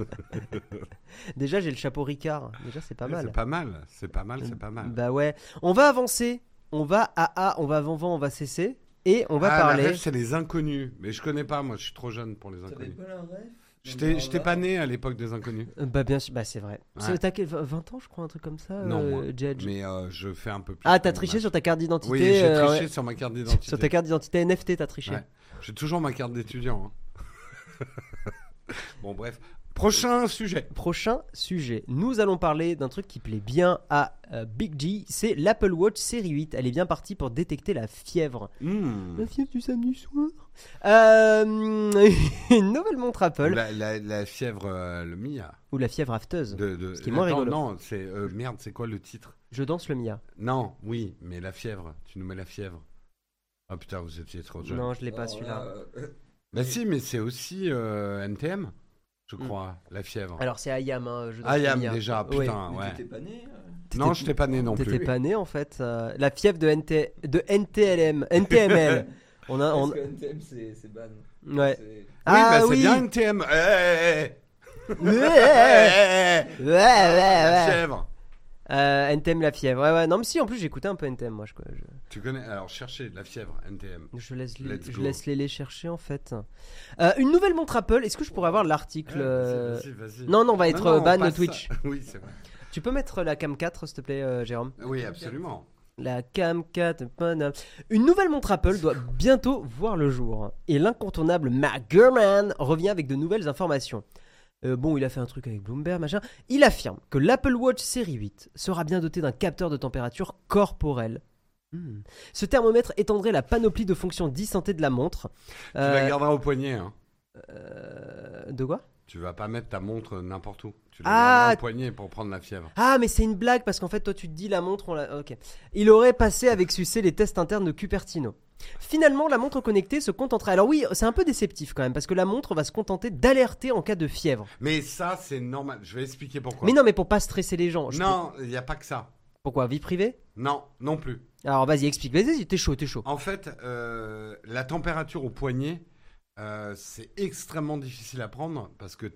Speaker 1: Déjà, j'ai le chapeau Ricard. Déjà, c'est pas
Speaker 2: Ouais,
Speaker 1: mal.
Speaker 2: C'est pas mal. C'est pas mal, c'est pas mal.
Speaker 1: Bah ouais. On va avancer. On va à A, on va avant vent, on va cesser. Et on va
Speaker 2: ah,
Speaker 1: parler.
Speaker 2: La rêve, c'est les inconnus. Mais je connais pas, moi, je suis trop jeune pour les
Speaker 5: T'avais
Speaker 2: inconnus.
Speaker 5: pas la ref
Speaker 2: J'étais j'étais pas né à l'époque des inconnus.
Speaker 1: Euh, Bah bien sûr, bah c'est vrai.
Speaker 2: Ouais.
Speaker 1: C'est- T'as quel- 20 ans, je crois, un truc comme ça,
Speaker 2: Non,
Speaker 1: euh,
Speaker 2: moi.
Speaker 1: Judge
Speaker 2: Mais euh, je fais un peu plus.
Speaker 1: Ah, t'as
Speaker 2: comme
Speaker 1: triché
Speaker 2: ma-
Speaker 1: sur ta carte d'identité
Speaker 2: Oui, j'ai
Speaker 1: euh,
Speaker 2: triché
Speaker 1: ouais.
Speaker 2: sur ma carte
Speaker 1: Sur ta
Speaker 2: d'identité.
Speaker 1: carte d'identité NFT, t'as triché.
Speaker 2: Ouais. J'ai toujours ma carte d'étudiant. hein. bon, bref. Prochain sujet.
Speaker 1: Prochain sujet, nous allons parler d'un truc qui plaît bien à euh, Big G, c'est l'Apple Watch série 8. Elle est bien partie pour détecter la fièvre.
Speaker 2: Hmm.
Speaker 1: La fièvre du samedi soir Euh, Une nouvelle montre Apple,
Speaker 2: La, la- la fièvre, euh, le Mia.
Speaker 1: ou la fièvre afteuse.
Speaker 2: De, de-
Speaker 1: Ce qui est moins
Speaker 2: Attends,
Speaker 1: rigolo.
Speaker 2: Non, c'est. euh, merde, c'est quoi le titre
Speaker 1: Je danse le Mia.
Speaker 2: Non, oui, mais la fièvre. Tu nous mets la fièvre. Ah putain, vous étiez trop jeune.
Speaker 1: Non, je
Speaker 5: Oh,
Speaker 1: l'ai pas celui-là.
Speaker 5: euh,
Speaker 2: Bah si, mais c'est aussi euh, NTM, je crois, la fièvre.
Speaker 1: Hmm. Alors c'est Ayam, hein, je danse
Speaker 2: ah,
Speaker 1: le
Speaker 2: Yam,
Speaker 1: Mia.
Speaker 2: déjà,
Speaker 1: Ouais.
Speaker 2: putain, Ah ouais.
Speaker 5: T'étais pas né euh,
Speaker 1: T'étais-
Speaker 2: Non, je t'ai pas né non
Speaker 1: T'étais
Speaker 2: plus.
Speaker 1: pas né en fait. euh, la fièvre de, NT... de NTLM, NTML. on a,
Speaker 5: Parce
Speaker 1: Ah, on...
Speaker 5: que NTM c'est c'est ban.
Speaker 1: Ouais.
Speaker 5: C'est-
Speaker 2: Oui, bah,
Speaker 1: ah
Speaker 2: c'est
Speaker 1: oui
Speaker 2: bien NTM. Eh, eh, eh.
Speaker 1: Ouais,
Speaker 2: Eh,
Speaker 1: ouais,
Speaker 2: eh,
Speaker 1: ouais, Ah
Speaker 2: eh.
Speaker 1: ouais.
Speaker 2: La fièvre.
Speaker 1: Euh, NTM la fièvre. Ouais, ouais. Non, mais si, en plus, j'écoutais un peu NTM, moi. Je, je,
Speaker 2: Tu connais Alors, cherchez la fièvre, NTM.
Speaker 1: je laisse, les,
Speaker 2: Let's
Speaker 1: je
Speaker 2: go.
Speaker 1: laisse les les chercher, en fait. Euh, une nouvelle montre Apple. Est-ce que je pourrais avoir l'article euh,
Speaker 2: Vas-y, vas-y, vas-y.
Speaker 1: Non, non, on va être
Speaker 2: Non, non,
Speaker 1: euh,
Speaker 2: on
Speaker 1: ban de
Speaker 2: passe
Speaker 1: Twitch.
Speaker 2: ça. Oui, c'est vrai.
Speaker 1: Tu peux mettre euh, la Cam 4, s'il te plaît, euh, Jérôme
Speaker 2: Oui, absolument.
Speaker 1: La Cam 4. panam. Une nouvelle montre Apple doit bientôt voir le jour. Et l'incontournable Matt Gurman revient avec de nouvelles informations. Euh, bon, il a fait un truc avec Bloomberg, machin. Il affirme que l'Apple Watch série 8 sera bien doté d'un capteur de température corporelle. Hmm. Ce thermomètre étendrait la panoplie de fonctions d'e-santé de la montre.
Speaker 2: Tu la
Speaker 1: Euh,
Speaker 2: garderas au poignet. Hein.
Speaker 1: euh, de quoi
Speaker 2: Tu Tu vas pas mettre ta montre n'importe où. Tu la
Speaker 1: Ah.
Speaker 2: gardes dans le poignet pour prendre la fièvre.
Speaker 1: Ah, mais c'est une blague parce qu'en fait, toi, tu te dis la montre, on l'a. Ok. Il aurait passé avec succès les tests internes de Cupertino. Finalement, la montre connectée se contentera. Alors, oui, c'est un peu déceptif quand même parce que la montre va se contenter d'alerter en cas de fièvre.
Speaker 2: Mais ça, c'est normal. Je vais expliquer pourquoi.
Speaker 1: Mais non, mais pour pas stresser les gens. Je
Speaker 2: non, il n'y a pas que ça.
Speaker 1: peux- Pourquoi Vie privée
Speaker 2: Non, non plus.
Speaker 1: Alors, vas-y, explique. Vas-y, t'es chaud, t'es chaud.
Speaker 2: En fait, euh, la température au poignet, euh, c'est extrêmement difficile à prendre parce que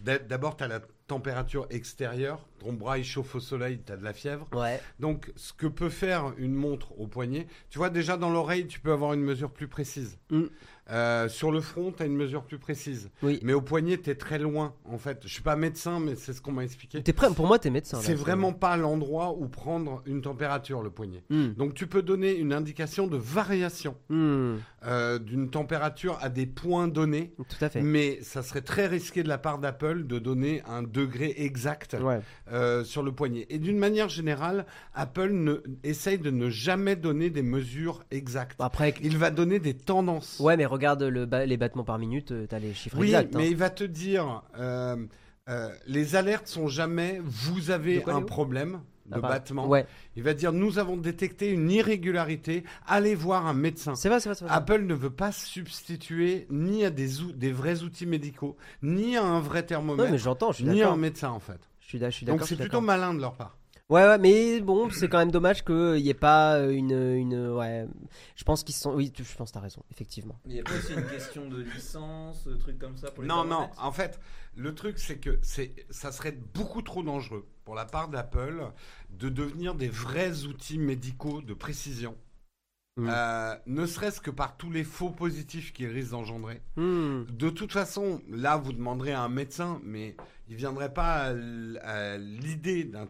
Speaker 2: d'a- d'abord, tu as la température extérieure. Ton bras, il chauffe au soleil, tu as de la fièvre.
Speaker 1: Ouais.
Speaker 2: Donc, ce que peut faire une montre au poignet, tu vois, déjà dans l'oreille, tu peux avoir une mesure plus précise.
Speaker 1: Mm.
Speaker 2: Euh, sur le front, tu as une mesure plus précise.
Speaker 1: Oui.
Speaker 2: Mais au poignet, tu es très loin, en fait. Je suis pas médecin, mais c'est ce qu'on m'a expliqué.
Speaker 1: T'es prêt Pour moi, t'es médecin. là.
Speaker 2: C'est vraiment pas l'endroit où prendre une température, le poignet.
Speaker 1: Hmm,
Speaker 2: Donc, tu peux donner une indication de variation
Speaker 1: hmm,
Speaker 2: euh, d'une température à des points donnés.
Speaker 1: Tout à fait.
Speaker 2: Mais ça serait très risqué de la part d'Apple de donner un degré exact
Speaker 1: Ouais.
Speaker 2: euh, sur le poignet. Et d'une manière générale, Apple ne, essaye de ne jamais donner des mesures exactes.
Speaker 1: Après, avec-
Speaker 2: Il va donner des tendances.
Speaker 1: ouais, mais regarde le ba- les battements par minute, euh, t'as les chiffres
Speaker 2: oui,
Speaker 1: exacts. hein.
Speaker 2: mais il va te dire, euh, euh, les alertes sont jamais, vous
Speaker 1: De
Speaker 2: avez
Speaker 1: quoi,
Speaker 2: un
Speaker 1: Léo
Speaker 2: problème de
Speaker 1: Ah, pardon.
Speaker 2: battement.
Speaker 1: Ouais.
Speaker 2: Il va dire, nous avons détecté une irrégularité, allez voir un médecin.
Speaker 1: C'est vrai, c'est vrai, c'est vrai.
Speaker 2: Apple ne veut pas se substituer ni à des, ou- des vrais outils médicaux, ni à un vrai
Speaker 1: non, mais
Speaker 2: thermomètre,
Speaker 1: j'entends. Je suis
Speaker 2: ni à un
Speaker 1: d'accord.
Speaker 2: médecin en fait.
Speaker 1: Je suis d'ac- je suis d'accord.
Speaker 2: Donc
Speaker 1: je suis
Speaker 2: c'est plutôt
Speaker 1: d'accord.
Speaker 2: malin de leur part.
Speaker 1: Ouais, ouais, mais bon, c'est quand même dommage qu'il n'y ait pas euh, une, une. Ouais. Je pense qu'ils se sont. Oui, tu- je pense que t'as raison, effectivement.
Speaker 5: Il y a pas aussi une question de licence, de trucs comme ça pour les
Speaker 2: Non, non.
Speaker 5: thermomètres
Speaker 2: En fait, le truc, c'est que c'est, ça serait beaucoup trop dangereux pour la part d'Apple de devenir des vrais outils médicaux de précision.
Speaker 1: Mm.
Speaker 2: Euh, ne serait-ce que par tous les faux positifs qu'ils risquent d'engendrer.
Speaker 1: Hmm.
Speaker 2: De toute façon, là, vous demanderez à un médecin, mais il viendrait pas à l- à l'idée d'un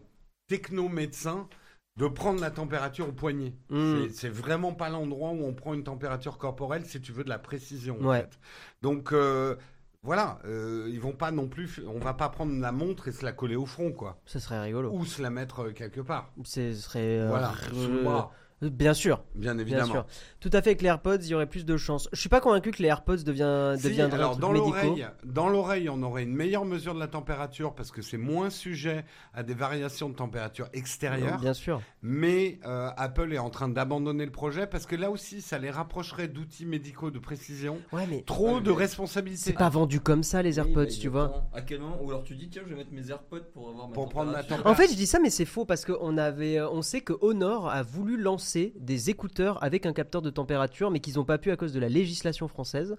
Speaker 2: techno-médecin de prendre la température au poignet.
Speaker 1: Mm.
Speaker 2: C'est- C'est vraiment pas l'endroit où on prend une température corporelle si tu veux de la précision. en
Speaker 1: Ouais.
Speaker 2: fait. Donc euh, voilà, euh, ils vont pas non plus, f- on va pas prendre la montre et se la coller au front quoi,
Speaker 1: Ce serait rigolo.
Speaker 2: ou se la mettre euh, quelque part.
Speaker 1: Ce serait. euh,
Speaker 2: voilà,
Speaker 1: re-
Speaker 2: sous le bras,
Speaker 1: Bien sûr,
Speaker 2: bien
Speaker 1: bien
Speaker 2: évidemment.
Speaker 1: sûr. Tout à fait, avec les AirPods, il y aurait plus de chances. Je suis pas convaincu que les AirPods devient,
Speaker 2: Si,
Speaker 1: deviendraient
Speaker 2: alors
Speaker 1: un
Speaker 2: dans
Speaker 1: truc médicaux.
Speaker 2: l'oreille, dans l'oreille, on aurait une meilleure mesure de la température parce que c'est moins sujet à des variations de température extérieure.
Speaker 1: Bien sûr.
Speaker 2: Mais euh, Apple est en train d'abandonner le projet parce que là aussi, ça les rapprocherait d'outils médicaux de précision.
Speaker 1: Ouais, mais
Speaker 2: Trop
Speaker 5: Ouais,
Speaker 2: de
Speaker 5: mais-
Speaker 2: responsabilités.
Speaker 1: c'est pas vendu comme ça, les
Speaker 5: Oui,
Speaker 1: AirPods,
Speaker 5: bah,
Speaker 1: tu vois.
Speaker 5: exactement. À quel moment Ou alors tu dis, tiens, je vais mettre mes AirPods pour avoir ma
Speaker 2: Pour prendre ma
Speaker 1: En fait, je dis ça, mais c'est faux parce qu'on avait, euh, on sait que Honor a voulu lancer des écouteurs avec un capteur de température, mais qu'ils n'ont pas pu à cause de la législation française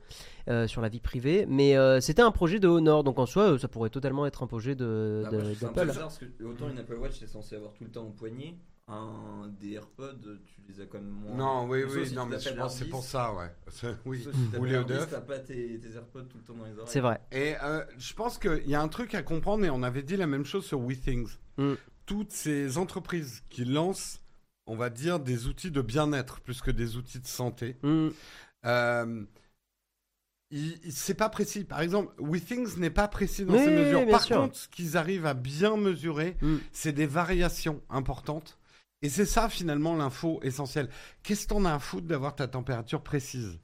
Speaker 1: euh, sur la vie privée. Mais euh, c'était un projet de Honor, donc en soi, euh, ça pourrait totalement être un projet de,
Speaker 2: Ah bah,
Speaker 1: de-
Speaker 5: Ah, bah, C'est un peu
Speaker 1: d'Apple.
Speaker 5: bizarre parce que autant une Apple Watch, c'est censé avoir tout le temps au poignet. Un des AirPods, tu les as quand même moins.
Speaker 2: Non, oui,
Speaker 5: Sauf
Speaker 2: oui,
Speaker 5: si
Speaker 2: non,
Speaker 5: tu
Speaker 2: mais je
Speaker 5: t'appelles
Speaker 2: pense que c'est
Speaker 5: Arbis.
Speaker 2: pour ça, ouais. C'est- Oui.
Speaker 5: Sauf si
Speaker 2: Ou
Speaker 5: t'appelles
Speaker 2: Léo
Speaker 5: Arbis,
Speaker 2: Duff.
Speaker 5: t'as pas tes, tes AirPods tout le temps dans les oreilles.
Speaker 1: C'est vrai.
Speaker 2: Et euh, je pense qu'il y a un truc à comprendre, et on avait dit la même chose sur WeThings.
Speaker 1: Mm.
Speaker 2: Toutes ces entreprises qui lancent, on va dire, des outils de bien-être plus que des outils de santé,
Speaker 1: Hmm.
Speaker 2: euh, il- il- c'est pas précis. Par exemple, WeThings n'est pas précis dans
Speaker 1: Oui,
Speaker 2: ses
Speaker 1: oui,
Speaker 2: mesures.
Speaker 1: bien
Speaker 2: Par
Speaker 1: sûr.
Speaker 2: contre, ce qu'ils arrivent à bien mesurer,
Speaker 1: Mm.
Speaker 2: c'est des variations importantes. Et c'est ça, finalement, l'info essentielle. Qu'est-ce qu'on a à foutre d'avoir ta température précise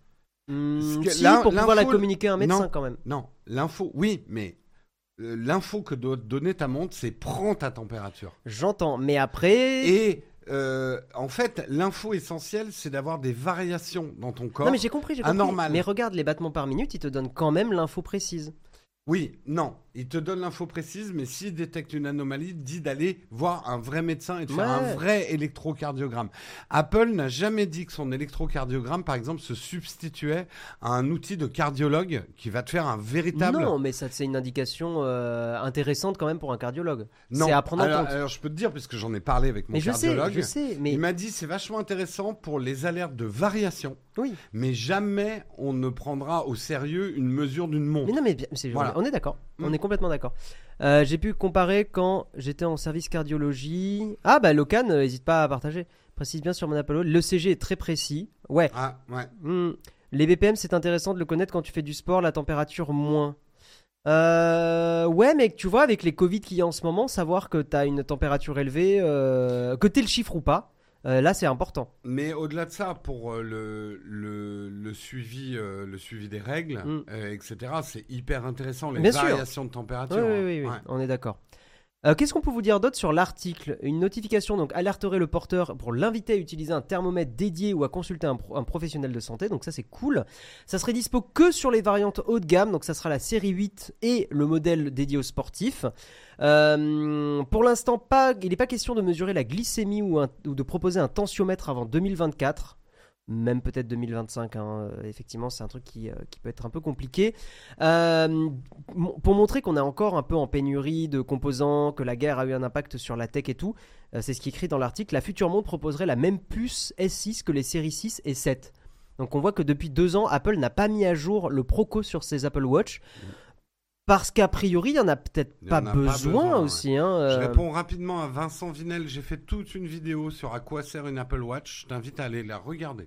Speaker 1: Hmm,
Speaker 2: Parce que
Speaker 1: si,
Speaker 2: là-
Speaker 1: pour pouvoir la
Speaker 2: l'info-
Speaker 1: communiquer à un médecin
Speaker 2: Non.
Speaker 1: quand même.
Speaker 2: Non, l'info, oui, mais euh, l'info que doit te donner ta montre, c'est prends ta température.
Speaker 1: J'entends, mais après.
Speaker 2: Et euh, en fait, l'info essentielle, c'est d'avoir des variations dans ton corps.
Speaker 1: Non mais j'ai compris, j'ai compris.
Speaker 2: Anormal.
Speaker 1: Mais regarde les battements par minute, ils te donnent quand même l'info précise.
Speaker 2: Oui, non, il te donne l'info précise, mais s'il détecte une anomalie, dit d'aller voir un vrai médecin et de faire
Speaker 1: Ouais.
Speaker 2: un vrai électrocardiogramme. Apple n'a jamais dit que son électrocardiogramme, par exemple, se substituait à un outil de cardiologue qui va te faire un véritable.
Speaker 1: Non, mais ça c'est une indication euh, intéressante quand même pour un cardiologue.
Speaker 2: Non.
Speaker 1: C'est à prendre en
Speaker 2: alors,
Speaker 1: compte.
Speaker 2: alors, je peux te dire, puisque j'en ai parlé avec mon
Speaker 1: mais je sais,
Speaker 2: cardiologue.
Speaker 1: je sais, mais
Speaker 2: Il m'a dit c'est vachement intéressant pour les alertes de variation,
Speaker 1: oui.
Speaker 2: mais jamais on ne prendra au sérieux une mesure d'une montre.
Speaker 1: Mais non, mais bien- c'est-
Speaker 2: Voilà.
Speaker 1: on est d'accord. On
Speaker 2: Mm.
Speaker 1: est complètement d'accord. Euh, J'ai pu comparer quand j'étais en service cardiologie. Ah, bah, Locan, n'hésite pas à partager. Précise bien sur mon Apollo. Le CG est très précis. Ouais.
Speaker 2: Ah ouais.
Speaker 1: Mm. Les BPM, c'est intéressant de le connaître quand tu fais du sport, la température moins. Euh, ouais, mais tu vois, avec les Covid qu'il y a en ce moment, savoir que t'as une température élevée, euh, que t'es le chiffre ou pas, Euh, là, c'est important.
Speaker 2: Mais au-delà de ça, pour euh, le, le, le suivi, euh, le suivi des règles,
Speaker 1: Mm.
Speaker 2: euh, etc., c'est hyper intéressant. Les
Speaker 1: Bien sûr.
Speaker 2: variations de température.
Speaker 1: Oui,
Speaker 2: hein.
Speaker 1: oui, oui, oui,
Speaker 2: Ouais.
Speaker 1: on est d'accord. Euh, Qu'est-ce qu'on peut vous dire d'autre sur l'article Une notification donc alerterait le porteur pour l'inviter à utiliser un thermomètre dédié ou à consulter un, pro- un professionnel de santé, donc ça c'est cool. Ça serait dispo que sur les variantes haut de gamme, donc ça sera la série 8 et le modèle dédié aux sportifs. Euh, pour l'instant, pas, il n'est pas question de mesurer la glycémie ou, un- ou de proposer un tensiomètre avant 2024. Même peut-être 2025, hein. Euh, effectivement, c'est un truc qui, euh, qui peut être un peu compliqué. Euh, mon- pour montrer qu'on est encore un peu en pénurie de composants, que la guerre a eu un impact sur la tech et tout, euh, c'est ce qui est écrit dans l'article, la Future Monde proposerait la même puce S6 que les séries 6 et 7. Donc on voit que depuis deux ans, Apple n'a pas mis à jour le Proco sur ses Apple Watch. Parce qu'a priori, il n'y en a peut-être
Speaker 2: Il y
Speaker 1: pas,
Speaker 2: en a pas
Speaker 1: besoin
Speaker 2: besoin, ouais.
Speaker 1: aussi. hein,
Speaker 2: Je
Speaker 1: euh,
Speaker 2: réponds rapidement à Vincent Vinel. J'ai fait toute une vidéo sur à quoi sert une Apple Watch. Je t'invite à aller la regarder.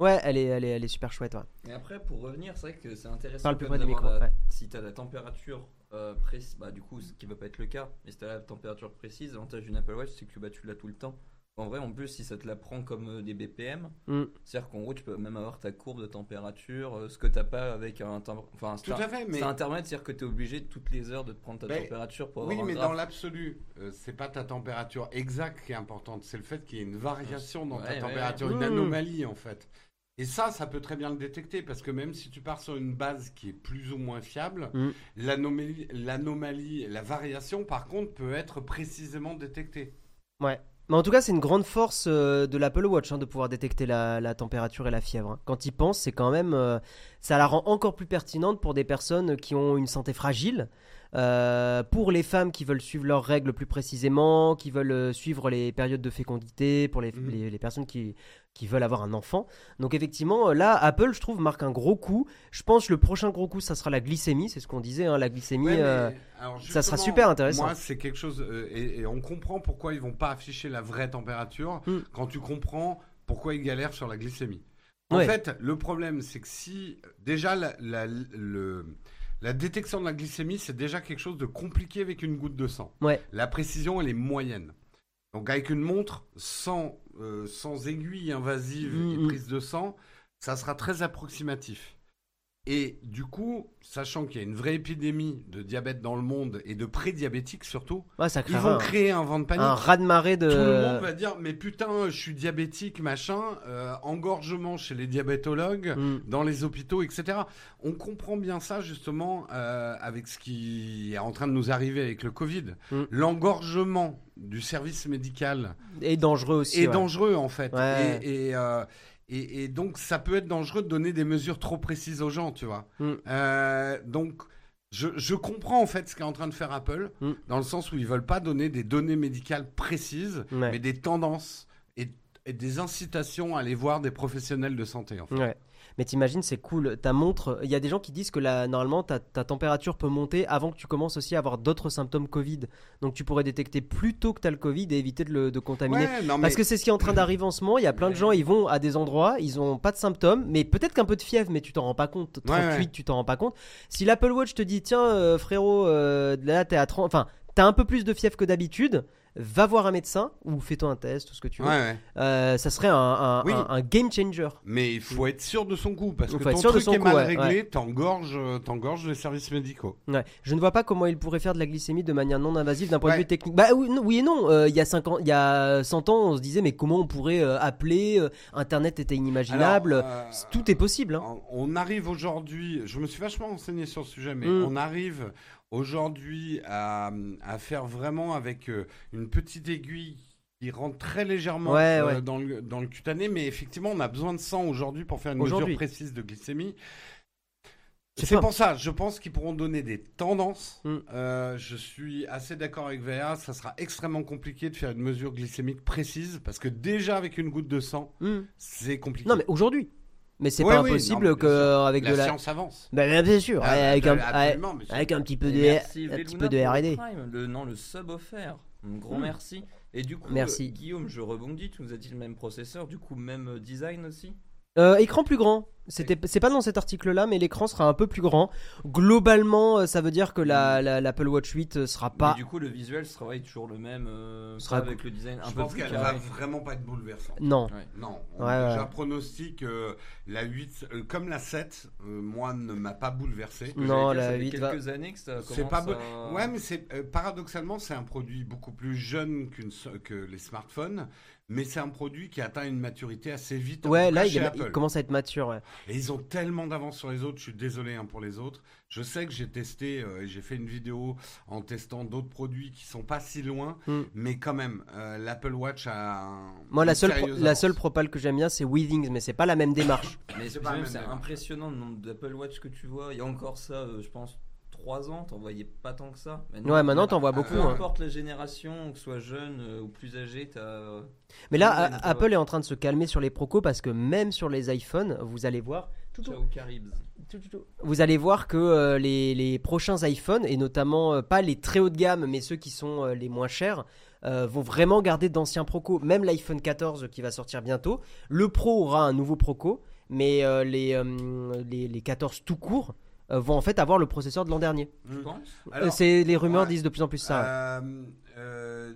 Speaker 1: Ouais, elle est, elle, est, elle est super chouette. ouais.
Speaker 5: Et après, pour revenir, c'est vrai que c'est intéressant.
Speaker 1: Parle plus
Speaker 5: quand même
Speaker 1: près du
Speaker 5: d'avoir
Speaker 1: micro,
Speaker 5: la-
Speaker 1: ouais.
Speaker 5: Si t'as la température euh, précise, bah du coup, ce qui va pas être le cas, mais si t'as la température précise, l'avantage d'une Apple Watch, c'est que bah, tu l'as tout le temps. En vrai, en plus, si ça te la prend comme euh, des BPM,
Speaker 1: Mm.
Speaker 5: c'est-à-dire qu'en gros, tu peux même avoir ta courbe de température, euh, ce que t'as pas avec un timbre. Enfin,
Speaker 2: Tout
Speaker 5: c'est un,
Speaker 2: à fait, mais
Speaker 5: c'est un thermomètre, c'est-à-dire que t'es obligé toutes les heures de te prendre ta
Speaker 2: Mais-
Speaker 5: température pour avoir
Speaker 2: oui,
Speaker 5: un
Speaker 2: mais
Speaker 5: graphe.
Speaker 2: dans l'absolu, euh, c'est pas ta température exacte qui est importante. C'est le fait qu'il y ait une variation dans ta
Speaker 5: Ouais, ouais,
Speaker 2: température,
Speaker 1: ouais.
Speaker 2: une
Speaker 1: Mm.
Speaker 2: anomalie en fait. Et ça, ça peut très bien le détecter parce que même si tu pars sur une base qui est plus ou moins fiable,
Speaker 1: Mm.
Speaker 2: l'anomalie, l'anomalie, la variation par contre peut être précisément détectée.
Speaker 1: Mais en tout cas, c'est une grande force euh, de l'Apple Watch hein, de pouvoir détecter la, la température et la fièvre. hein. Quand il pense, c'est quand même. euh, ça la rend encore plus pertinente pour des personnes qui ont une santé fragile, euh, pour les femmes qui veulent suivre leurs règles plus précisément, qui veulent euh, suivre les périodes de fécondité, pour les,
Speaker 2: Mhm.
Speaker 1: les- les personnes qui, qui veulent avoir un enfant. Donc effectivement, euh, là, Apple, je trouve, marque un gros coup. Je pense que le prochain gros coup, ça sera la glycémie, c'est ce qu'on disait, hein, la glycémie.
Speaker 2: Ouais, mais,
Speaker 1: euh,
Speaker 2: alors,
Speaker 1: ça sera
Speaker 2: justement,
Speaker 1: super intéressant.
Speaker 2: Moi, c'est quelque chose euh, et, et on comprend pourquoi ils vont pas afficher la vraie température
Speaker 1: Mm.
Speaker 2: quand tu comprends pourquoi ils galèrent sur la glycémie. En
Speaker 1: Ouais.
Speaker 2: fait, le problème, c'est que si déjà la, la- le- la détection de la glycémie, c'est déjà quelque chose de compliqué avec une goutte de sang.
Speaker 1: Ouais.
Speaker 2: La précision, elle est moyenne. Donc avec une montre sans, euh, sans aiguille invasive
Speaker 1: Mm,
Speaker 2: et
Speaker 1: mm.
Speaker 2: prise de sang, ça sera très approximatif. Et du coup, sachant qu'il y a une vraie épidémie de diabète dans le monde et de prédiabétiques surtout,
Speaker 1: ouais, ça
Speaker 2: ils
Speaker 1: créera
Speaker 2: vont
Speaker 1: un,
Speaker 2: créer un vent de panique.
Speaker 1: un raz-de-marée de.
Speaker 2: Tout le monde va dire mais putain, je suis diabétique, machin, euh, engorgement chez les diabétologues,
Speaker 1: Mm.
Speaker 2: dans les hôpitaux, etc. On comprend bien ça justement euh, avec ce qui est en train de nous arriver avec le Covid.
Speaker 1: Mm.
Speaker 2: L'engorgement du service médical
Speaker 1: Et dangereux aussi.
Speaker 2: est
Speaker 1: ouais.
Speaker 2: dangereux en fait.
Speaker 1: Ouais.
Speaker 2: Et, et, euh, et- et donc ça peut être dangereux de donner des mesures trop précises aux gens, tu vois.
Speaker 1: Mm.
Speaker 2: Euh, donc je, je comprends en fait ce qu'est en train de faire Apple,
Speaker 1: Mm.
Speaker 2: dans le sens où ils veulent pas donner des données médicales précises,
Speaker 1: Ouais.
Speaker 2: mais des tendances et, et des incitations à aller voir des professionnels de santé. En fait.
Speaker 1: Ouais. Mais t'imagines, c'est cool. Ta montre, il y a des gens qui disent que la, normalement, ta, ta température peut monter avant que tu commences aussi à avoir d'autres symptômes Covid. Donc tu pourrais détecter plus tôt que t'as le Covid et éviter de le de contaminer.
Speaker 2: Ouais, non, mais-
Speaker 1: Parce que c'est ce qui est en train d'arriver en ce moment. Il y a plein de gens, ils vont à des endroits, ils ont pas de symptômes, mais peut-être qu'un peu de fièvre, mais tu t'en rends pas compte.
Speaker 2: Ouais,
Speaker 1: 38,
Speaker 2: ouais.
Speaker 1: tu t'en rends pas compte. Si l'Apple Watch te dit, tiens, euh, frérot, euh, là, t'es à 30, enfin, t'as un peu plus de fièvre que d'habitude, va voir un médecin ou fais-toi un test, tout ce que tu veux.
Speaker 2: Ouais, ouais.
Speaker 1: Euh, ça serait un, un-
Speaker 2: Oui.
Speaker 1: un- un game changer.
Speaker 2: Mais il faut être sûr de son coup parce
Speaker 1: Faut
Speaker 2: que
Speaker 1: être
Speaker 2: ton
Speaker 1: sûr de
Speaker 2: truc
Speaker 1: son
Speaker 2: est
Speaker 1: coup,
Speaker 2: mal
Speaker 1: ouais,
Speaker 2: réglé, t'engorges, euh, t'engorges les services médicaux.
Speaker 1: Ouais. Je ne vois pas comment il pourrait faire de la glycémie de manière non invasive d'un point
Speaker 2: Ouais.
Speaker 1: de vue technique. Bah oui, non- oui et non. Euh, il y a 5 ans, il y a 100 ans, on se disait mais comment on pourrait euh, appeler euh, Internet était inimaginable.
Speaker 2: Alors, euh,
Speaker 1: C'est- Tout est possible. hein.
Speaker 2: On- On arrive aujourd'hui, je me suis vachement renseigné sur le sujet, mais
Speaker 1: Mm.
Speaker 2: on arrive aujourd'hui à, à faire vraiment avec euh, une petite aiguille qui rentre très légèrement
Speaker 1: Ouais,
Speaker 2: euh,
Speaker 1: ouais.
Speaker 2: Dans, le, dans le cutané, mais effectivement, on a besoin de sang aujourd'hui pour faire une mesure
Speaker 1: Aujourd'hui.
Speaker 2: précise de glycémie.
Speaker 1: Je sais
Speaker 2: C'est
Speaker 1: pas.
Speaker 2: pour ça, je pense qu'ils pourront donner des tendances.
Speaker 1: Mm.
Speaker 2: Euh, je suis assez d'accord avec VA, ça sera extrêmement compliqué de faire une mesure glycémique précise, parce que déjà avec une goutte de sang,
Speaker 1: Hmm.
Speaker 2: c'est compliqué.
Speaker 1: Non mais aujourd'hui. Mais c'est
Speaker 2: Ouais,
Speaker 1: pas
Speaker 2: euh, oui,
Speaker 1: impossible
Speaker 2: non, mais bien sûr.
Speaker 1: que euh, avec
Speaker 2: la,
Speaker 1: de la.
Speaker 2: science avance.
Speaker 1: Bah, bien, bien sûr.
Speaker 2: Ah,
Speaker 1: ouais, avec, un, ouais,
Speaker 2: absolument, monsieur.
Speaker 1: avec un petit peu
Speaker 4: Et
Speaker 1: de,
Speaker 4: merci,
Speaker 1: un petit
Speaker 4: Velluna,
Speaker 1: peu de
Speaker 4: pour le
Speaker 1: R&D.
Speaker 4: Prime, le, non, le sub offert. Un gros
Speaker 1: Mm.
Speaker 4: merci. Et du coup,
Speaker 1: Merci.
Speaker 4: euh, Guillaume, je rebondis. Tu nous as dit le même processeur, du coup, même euh, design aussi
Speaker 1: Euh, écran plus grand. C'était, c'est pas dans cet article-là, mais l'écran sera un peu plus grand. Globalement, euh, ça veut dire que
Speaker 2: Hmm.
Speaker 1: la, la- l'Apple Watch 8 sera
Speaker 5: Mais
Speaker 1: pas.
Speaker 5: du coup, le visuel se travaille toujours le même. euh,
Speaker 1: Sera
Speaker 5: avec le design un
Speaker 2: Je
Speaker 5: peu
Speaker 2: pense
Speaker 5: plus
Speaker 2: qu'elle va
Speaker 5: carré.
Speaker 2: vraiment pas être bouleversante.
Speaker 1: Non.
Speaker 2: Non, on
Speaker 1: Ouais,
Speaker 2: déjà
Speaker 1: ouais.
Speaker 2: pronostic euh, la 8, euh, comme la 7, euh, moi, ne m'a pas bouleversé.
Speaker 5: Parce que
Speaker 1: Non,
Speaker 5: j'allais dire,
Speaker 1: la
Speaker 5: ça fait
Speaker 1: 8 va-
Speaker 5: quelques années que ça
Speaker 2: C'est
Speaker 5: commence
Speaker 2: pas beau-
Speaker 5: à-
Speaker 2: Ouais, mais c'est euh, paradoxalement, c'est un produit beaucoup plus jeune qu'une so- que les smartphones, mais c'est un produit qui atteint une maturité assez vite. en
Speaker 1: Ouais,
Speaker 2: tout cas
Speaker 1: là, il,
Speaker 2: chez
Speaker 1: est ma- il
Speaker 2: Apple.
Speaker 1: commence à être mature. ouais.
Speaker 2: Et ils ont tellement d'avance sur les autres, je suis désolé hein, pour les autres. Je sais que j'ai testé, euh, et j'ai fait une vidéo en testant d'autres produits qui sont pas si loin,
Speaker 1: Mm.
Speaker 2: mais quand même, euh, l'Apple Watch a un-
Speaker 1: Moi, la
Speaker 2: une
Speaker 1: seule, pro-
Speaker 2: sérieuse
Speaker 1: la
Speaker 2: avance.
Speaker 1: seule propale que j'aime bien, c'est Withings, mais c'est pas la même démarche.
Speaker 5: Mais c'est
Speaker 2: pas la
Speaker 5: même,
Speaker 2: même
Speaker 5: c'est
Speaker 2: démarche.
Speaker 5: impressionnant le nombre d'Apple Watch que tu vois. Il y a encore ça, euh, je pense, 3 ans, t'en voyais pas tant que ça.
Speaker 1: ouais, maintenant, t'en vois
Speaker 2: euh,
Speaker 1: beaucoup.
Speaker 5: Peu
Speaker 1: hein.
Speaker 5: importe la génération, que ce soit jeune euh, ou plus âgé, t'as. euh,
Speaker 1: Mais là,
Speaker 5: Ouais,
Speaker 1: a-
Speaker 5: mais ça
Speaker 1: Apple est en train de se calmer sur les procos parce que même sur les iPhones, vous allez voir.
Speaker 5: Ciao Caribs.
Speaker 1: Vous allez voir que euh, les, les prochains iPhones, et notamment euh, pas les très haut de gamme, mais ceux qui sont euh, les moins chers, euh, vont vraiment garder d'anciens procos. Même l'iPhone 14 qui va sortir bientôt, le Pro aura un nouveau proco, mais euh, les, euh, les, les 14 tout court euh, vont en fait avoir le processeur de l'an dernier.
Speaker 5: Tu
Speaker 2: Mm.
Speaker 5: penses
Speaker 1: Euh,
Speaker 2: Alors,
Speaker 1: c'est les rumeurs
Speaker 2: ouais.
Speaker 1: disent de plus en plus ça. ouais.
Speaker 2: euh, euh,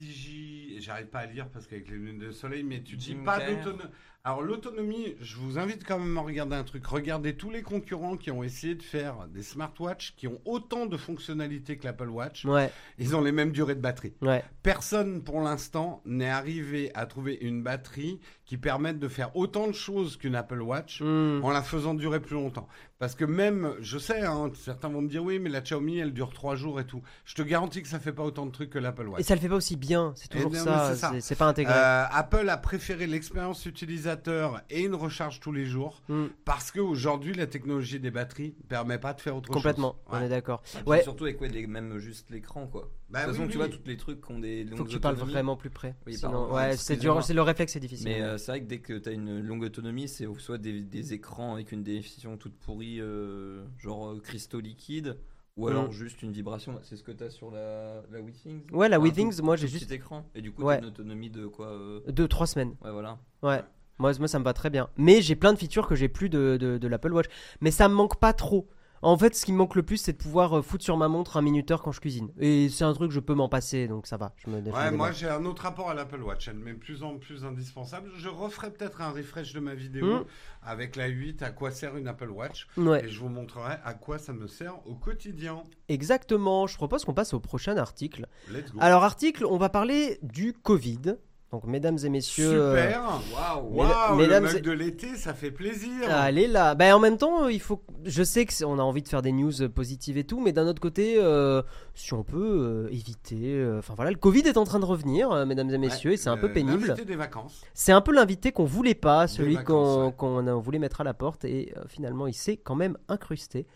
Speaker 2: Digi- j'arrive pas à lire parce qu'avec les lunettes de soleil, mais tu dis
Speaker 5: Jim
Speaker 2: pas
Speaker 5: Clare.
Speaker 2: d'autonomie. Alors l'autonomie, je vous invite quand même à regarder un truc. Regardez tous les concurrents qui ont essayé de faire des smartwatches qui ont autant de fonctionnalités que l'Apple Watch.
Speaker 1: Ouais,
Speaker 2: Ils ont les mêmes durées de batterie.
Speaker 1: ouais.
Speaker 2: Personne pour l'instant n'est arrivé à trouver une batterie qui permette de faire autant de choses qu'une Apple Watch
Speaker 1: Hmm.
Speaker 5: Mm.
Speaker 2: en la faisant durer plus longtemps. Parce que même, je sais, hein, certains vont me dire oui, mais la Xiaomi, elle dure trois jours et tout. Je te garantis que ça fait pas autant de trucs que l'Apple
Speaker 1: Et
Speaker 2: Watch.
Speaker 1: ça le fait pas aussi bien, c'est
Speaker 2: Eh
Speaker 1: toujours
Speaker 2: non, mais
Speaker 1: ça,
Speaker 2: c'est ça.
Speaker 1: c'est- c'est pas intégré.
Speaker 2: Euh, Apple a préféré l'expérience utilisateur et une recharge tous les jours
Speaker 1: Hmm.
Speaker 2: parce qu'aujourd'hui, la technologie des batteries permet pas de faire autre
Speaker 1: Complètement,
Speaker 2: chose.
Speaker 1: on est d'accord.
Speaker 5: Puis
Speaker 1: Ouais,
Speaker 5: Surtout avec ouais, les- même juste l'écran, quoi.
Speaker 2: Bah
Speaker 5: de toute
Speaker 2: oui,
Speaker 5: façon,
Speaker 2: oui.
Speaker 5: tu vois, toutes les trucs qui ont des longues
Speaker 1: faut que tu parles
Speaker 5: autonomies.
Speaker 1: vraiment plus près.
Speaker 5: Oui,
Speaker 1: sinon-
Speaker 5: pardon,
Speaker 1: ouais, c'est
Speaker 5: excusez-moi.
Speaker 1: dur, c'est le réflexe, c'est difficile.
Speaker 5: Mais euh, c'est vrai que dès que t'as une longue autonomie, c'est soit des, des écrans avec une définition toute pourrie, euh, genre euh, cristaux liquides, ou alors
Speaker 1: Mm.
Speaker 5: juste une vibration. C'est ce que t'as sur la, la WeThings
Speaker 1: Ouais, la
Speaker 5: Enfin,
Speaker 1: Withings, moi j'ai
Speaker 5: Tout
Speaker 1: juste
Speaker 5: petit écran. Et du coup,
Speaker 1: Ouais.
Speaker 5: t'as une autonomie de quoi euh,
Speaker 1: deux, trois semaines.
Speaker 5: Ouais, voilà.
Speaker 1: Ouais. Moi, moi, ça me va très bien. Mais j'ai plein de features que j'ai plus de, de, de l'Apple Watch. Mais ça me manque pas trop. En fait, ce qui me manque le plus, c'est de pouvoir euh, foutre sur ma montre un minuteur quand je cuisine. Et c'est un truc, je peux m'en passer, donc ça va. Je me, je me
Speaker 2: Ouais, moi
Speaker 1: démerde.
Speaker 2: j'ai un autre rapport à l'Apple Watch, elle m'est de plus en plus indispensable. Je referai peut-être un refresh de ma vidéo
Speaker 1: Mm.
Speaker 2: avec la 8, à quoi sert une Apple Watch,
Speaker 1: Ouais.
Speaker 2: et je vous montrerai à quoi ça me sert au quotidien.
Speaker 1: Exactement. Je propose qu'on passe au prochain article.
Speaker 2: Let's go.
Speaker 1: Alors, article, on va parler du Covid. Donc, mesdames et messieurs. euh,
Speaker 2: Super
Speaker 5: Waouh
Speaker 1: Mais-
Speaker 2: Waouh, le
Speaker 1: mesdames
Speaker 2: mug
Speaker 1: et-
Speaker 2: de l'été, ça fait plaisir
Speaker 1: Elle est là. Ben, en même temps, il faut. Je sais que c'est- on a envie de faire des news euh, positives et tout, mais d'un autre côté, euh, si on peut euh, éviter. euh, Enfin voilà, le Covid est en train de revenir, euh, mesdames et messieurs, et c'est un
Speaker 2: Euh,
Speaker 1: peu pénible.
Speaker 2: l'invité des vacances.
Speaker 1: C'est un peu l'invité qu'on voulait pas, celui
Speaker 2: vacances,
Speaker 1: qu'on
Speaker 2: ouais.
Speaker 1: qu'on, euh, voulait mettre à la porte, et euh, finalement, il s'est quand même incrusté.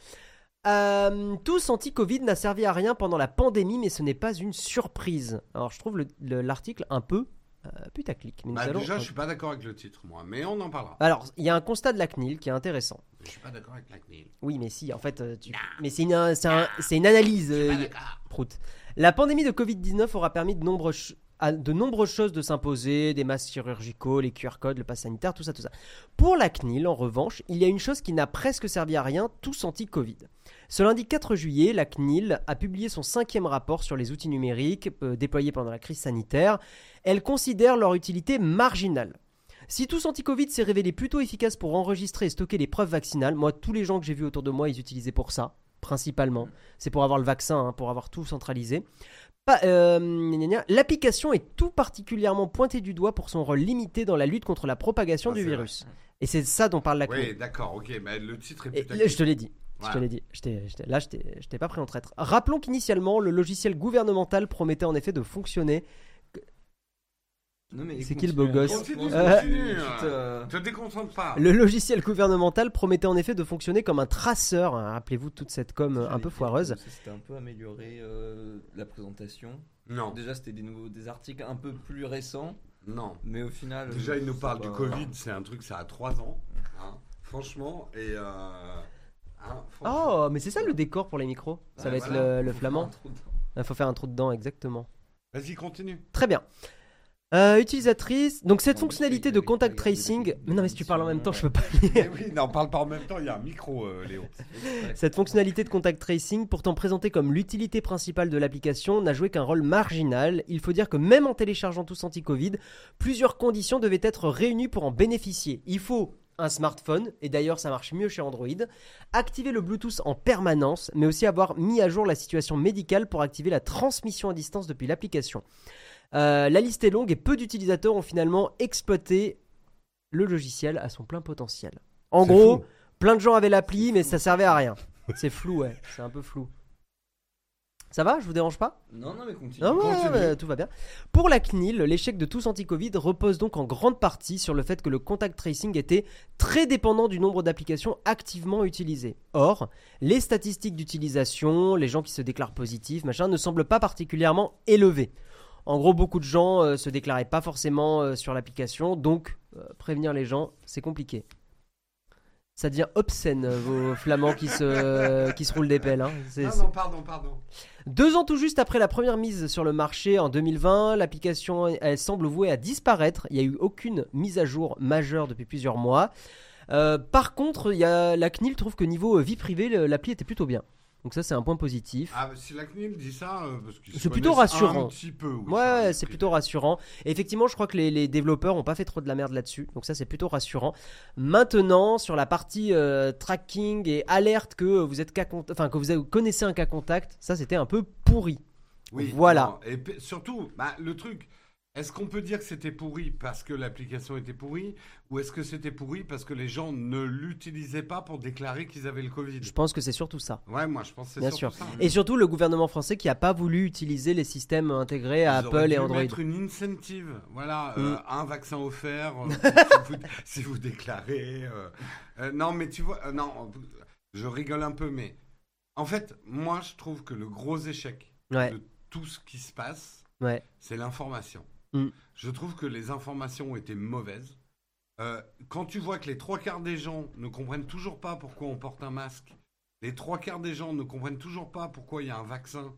Speaker 1: Euh, tous anti-Covid n'a servi à rien pendant la pandémie, mais ce n'est pas une surprise. Alors, je trouve le- le- l'article un peu euh, putaclic. mais nous
Speaker 2: Bah,
Speaker 1: allons-
Speaker 2: déjà, je suis pas d'accord avec le titre, moi, mais on en parlera.
Speaker 1: Alors, il y a un constat de la CNIL qui est intéressant.
Speaker 2: Je suis pas d'accord avec la CNIL.
Speaker 1: Oui, mais si, en fait, euh, tu... mais c'est une, un- c'est un- c'est une analyse, euh, y- Prout. La pandémie de Covid-19 aura permis de nombreuses, ch- à de nombreuses choses de s'imposer, des masques chirurgicaux, les QR codes, le pass sanitaire, tout ça, tout ça. Pour la CNIL, en revanche, il y a une chose qui n'a presque servi à rien, tous anti-Covid. Ce lundi 4 juillet, la CNIL a publié son cinquième rapport sur les outils numériques euh, déployés pendant la crise sanitaire. Elle considère leur utilité marginale. Si tous anti-Covid s'est révélé plutôt efficace pour enregistrer et stocker les preuves vaccinales, moi, tous les gens que j'ai vus autour de moi, ils utilisaient pour ça, principalement. C'est pour avoir le vaccin, hein, pour avoir tout centralisé. Pas- euh, gna gna gna. L'application est tout particulièrement pointée du doigt pour son rôle limité dans la lutte contre la propagation
Speaker 2: Ah,
Speaker 1: du
Speaker 2: c'est vrai.
Speaker 1: virus. Et c'est ça dont parle la CNIL.
Speaker 2: Oui, d'accord, ok, mais le titre est
Speaker 1: Et
Speaker 2: plus
Speaker 1: là, je te l'ai dit. Je te
Speaker 2: Voilà.
Speaker 1: l'ai dit. Je t'ai- je t'ai- là, je t'ai je t'ai pas pris en traître. Rappelons qu'initialement, le logiciel gouvernemental promettait en effet de fonctionner.
Speaker 5: Non, mais
Speaker 1: C'est qui le
Speaker 5: continue,
Speaker 1: beau gosse Euh,
Speaker 5: continue,
Speaker 2: Continue,
Speaker 5: continue, euh,
Speaker 2: continue.
Speaker 5: tu te-
Speaker 2: Te déconcentre pas
Speaker 1: Le logiciel gouvernemental promettait en effet de fonctionner comme un traceur. hein. Rappelez-vous toute cette com euh, un peu foireuse.
Speaker 5: C'était un peu amélioré euh, la présentation.
Speaker 2: Non,
Speaker 5: Déjà, c'était des nouveaux, des articles un peu plus récents,
Speaker 2: non.
Speaker 5: mais au final.
Speaker 2: Euh,
Speaker 5: euh,
Speaker 2: Déjà, il nous
Speaker 5: ça
Speaker 2: parle
Speaker 5: va.
Speaker 2: du Covid, c'est un truc, ça a 3 ans. hein. franchement, et. euh, hein, franchement.
Speaker 1: Oh, mais c'est ça le décor pour les micros. Ça
Speaker 2: Ouais,
Speaker 1: va être
Speaker 2: voilà.
Speaker 1: le, le flamand. Ah,
Speaker 5: Un trou de-
Speaker 1: Il faut faire un trou dedans, exactement.
Speaker 2: Vas-y, continue.
Speaker 1: Très bien. Euh, utilisatrice. Donc cette
Speaker 5: Bon, bah,
Speaker 1: fonctionnalité
Speaker 5: oui,
Speaker 1: de
Speaker 5: oui,
Speaker 1: contact
Speaker 5: oui, oui, oui,
Speaker 1: tracing.
Speaker 5: oui,
Speaker 1: Mais non mais si tu parles en même temps, je peux pas lire.
Speaker 2: Mais oui, non, on parle pas en même temps, il y a un micro, euh, Léo.
Speaker 1: Cette fonctionnalité de contact tracing, pourtant présentée comme l'utilité principale de l'application, n'a joué qu'un rôle marginal. Il faut dire que même en téléchargeant tous anti-Covid, plusieurs conditions devaient être réunies pour en bénéficier. Il faut un smartphone, et d'ailleurs ça marche mieux chez Android, activer le Bluetooth en permanence, mais aussi avoir mis à jour la situation médicale pour activer la transmission à distance depuis l'application. Euh, la liste est longue et peu d'utilisateurs ont finalement exploité le logiciel à son plein potentiel. En
Speaker 2: C'est
Speaker 1: gros,
Speaker 2: fou.
Speaker 1: Plein de gens avaient l'appli, mais ça servait à rien. C'est flou, ouais. C'est un peu flou. Ça va Je vous dérange pas
Speaker 5: Non, non, mais continue.
Speaker 1: Non, ouais,
Speaker 2: Continue.
Speaker 1: ouais, tout va bien. Pour la CNIL, l'échec de tous anti-Covid repose donc en grande partie sur le fait que le contact tracing était très dépendant du nombre d'applications activement utilisées. Or, les statistiques d'utilisation, les gens qui se déclarent positifs, machin, ne semblent pas particulièrement élevées. En gros, beaucoup de gens euh, se déclaraient pas forcément euh, sur l'application, donc euh, prévenir les gens, c'est compliqué. Ça devient obscène, euh, vos flamands qui se, qui se roulent des pelles. hein. C'est-
Speaker 2: Ah
Speaker 1: c'est-
Speaker 2: non, pardon, pardon.
Speaker 1: deux ans tout juste après la première mise sur le marché en 2020, l'application elle semble vouée à disparaître. Il n'y a eu aucune mise à jour majeure depuis plusieurs mois. Euh, par contre, il y a, la CNIL trouve que niveau euh, vie privée, le- l'appli était plutôt bien. Donc ça, c'est un point positif.
Speaker 2: Ah, si la CNIL dit ça, euh, parce qu'ils se
Speaker 1: C'est plutôt
Speaker 2: connaissent
Speaker 1: rassurant.
Speaker 2: Un petit peu. oui, sur
Speaker 1: Ouais,
Speaker 2: la vie
Speaker 1: ouais, c'est
Speaker 2: privée.
Speaker 1: plutôt rassurant. Et effectivement, je crois que les, les développeurs n'ont pas fait trop de la merde là-dessus. Donc ça, c'est plutôt rassurant. Maintenant, sur la partie euh, tracking et alerte que vous êtes cas con- enfin que vous avez- connaissez un cas contact, ça c'était un peu pourri.
Speaker 2: Oui,
Speaker 1: Voilà.
Speaker 2: non, Et puis, surtout, bah, le truc, est-ce qu'on peut dire que c'était pourri parce que l'application était pourrie ou est-ce que c'était pourri parce que les gens ne l'utilisaient pas pour déclarer qu'ils avaient le Covid
Speaker 1: Je pense que c'est surtout ça.
Speaker 2: Ouais, moi je pense que
Speaker 1: Bien
Speaker 2: c'est surtout ça.
Speaker 1: Et surtout le gouvernement français qui n'a pas voulu utiliser les systèmes intégrés à
Speaker 2: Ils auraient
Speaker 1: Apple et
Speaker 2: dû
Speaker 1: Android. Mm.
Speaker 2: mettre une incentive, voilà, euh, un vaccin offert euh, si, vous, si vous déclarez. euh. Euh, non, mais tu vois, euh, non, je rigole un peu, mais en fait, moi je trouve que le gros échec
Speaker 1: Ouais.
Speaker 2: de tout ce qui se passe,
Speaker 1: Ouais.
Speaker 2: c'est l'information.
Speaker 1: Mm.
Speaker 2: Je trouve que les informations ont été mauvaises. Euh, quand tu vois que les trois quarts des gens ne comprennent toujours pas pourquoi on porte un masque, les trois quarts des gens ne comprennent toujours pas pourquoi il y a un vaccin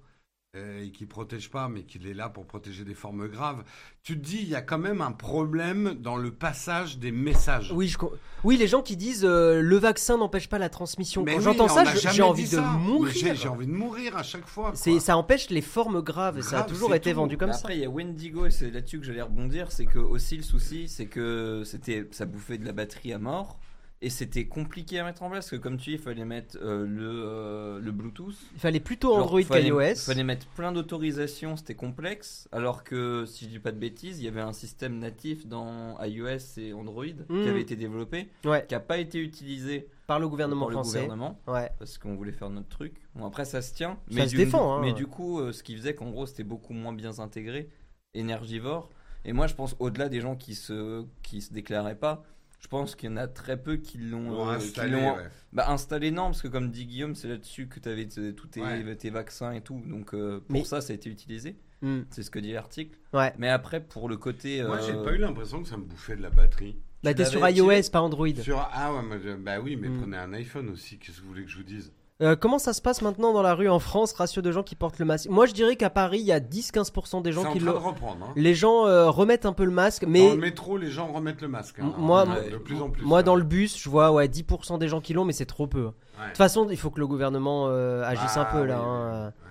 Speaker 2: euh, et qui protège pas, mais qu'il est là pour protéger des formes graves, tu te dis il y a quand même un problème dans le passage des messages.
Speaker 1: Oui, je co- oui, les gens qui disent euh, le vaccin n'empêche pas la transmission.
Speaker 2: Mais
Speaker 1: Quand
Speaker 2: oui,
Speaker 1: j'entends
Speaker 2: on
Speaker 1: ça,
Speaker 2: n'a
Speaker 1: je-
Speaker 2: jamais
Speaker 1: j'ai envie
Speaker 2: dit
Speaker 1: de
Speaker 2: ça.
Speaker 1: mourir.
Speaker 2: J'ai j'ai envie de mourir à chaque fois.
Speaker 1: C'est-
Speaker 2: quoi.
Speaker 1: ça empêche les formes graves. et ça a
Speaker 2: Grave,
Speaker 1: toujours
Speaker 2: c'est
Speaker 1: été
Speaker 2: tout.
Speaker 1: vendu comme
Speaker 5: Mais
Speaker 1: ça.
Speaker 5: Après, il y a Wendigo, et c'est là-dessus que j'allais rebondir. C'est que aussi le souci, c'est que c'était, ça bouffait de la batterie à mort. Et c'était compliqué à mettre en place, parce que comme tu dis, il fallait mettre euh, le, euh, le Bluetooth.
Speaker 1: Il fallait plutôt
Speaker 5: Genre,
Speaker 1: Android
Speaker 5: fallait-
Speaker 1: qu'iOS.
Speaker 5: Fallait mettre plein d'autorisations, c'était complexe. Alors que, si je dis pas de bêtises, il y avait un système natif dans iOS et Android
Speaker 1: Mm.
Speaker 5: qui avait été développé,
Speaker 1: Ouais.
Speaker 5: qui n'a pas été utilisé
Speaker 1: Par le gouvernement
Speaker 5: par le
Speaker 1: français.
Speaker 5: gouvernement
Speaker 1: Ouais.
Speaker 5: parce qu'on voulait faire notre truc. Bon, après, ça se tient.
Speaker 1: Ça se défend, hein.
Speaker 5: Mais du coup, euh, ce qui faisait qu'en gros, c'était beaucoup moins bien intégré, énergivore. Et moi, je pense, au-delà des gens qui se, qui se déclaraient pas, je pense qu'il y en a très peu qui l'ont
Speaker 2: Ouais,
Speaker 5: euh, qui
Speaker 2: installé,
Speaker 5: l'ont-
Speaker 2: ouais.
Speaker 5: bah, installé. Non, parce que comme dit Guillaume, c'est là-dessus que tu avais tous tes,
Speaker 2: Ouais.
Speaker 5: tes vaccins et tout. Donc, euh, pour
Speaker 1: Mais-
Speaker 5: ça, ça a été utilisé.
Speaker 1: Mm.
Speaker 5: C'est ce que dit l'article.
Speaker 1: Ouais.
Speaker 5: Mais après, pour le côté.
Speaker 2: Moi,
Speaker 5: euh,
Speaker 2: j'ai pas eu l'impression que ça me bouffait de la batterie.
Speaker 1: Bah, t'es sur
Speaker 5: l'avais activé
Speaker 1: iOS, pas Android.
Speaker 2: Sur- ah ouais, moi, je- bah oui, mais
Speaker 1: Mm.
Speaker 2: prenez un iPhone aussi, qu'est-ce que vous voulez que je vous dise
Speaker 1: Euh, comment ça se passe maintenant dans la rue en France, ratio de gens qui portent le masque Moi, je dirais qu'à Paris, il y a 10-15% des
Speaker 2: C'est en
Speaker 1: gens
Speaker 2: train
Speaker 1: qui
Speaker 2: de
Speaker 1: le.
Speaker 2: reprendre. hein.
Speaker 1: Les gens euh, remettent un peu le masque, mais.
Speaker 2: Dans le métro, les gens remettent le masque. hein,
Speaker 1: M- moi,
Speaker 2: hein,
Speaker 5: moi-
Speaker 2: de plus en plus.
Speaker 1: Moi, dans le bus, je vois ouais, 10% des gens qui l'ont, mais c'est trop peu. De
Speaker 2: Ouais.
Speaker 1: toute façon, il faut que le gouvernement euh, agisse un
Speaker 2: Ah,
Speaker 1: peu là.
Speaker 2: oui,
Speaker 1: hein.
Speaker 2: oui,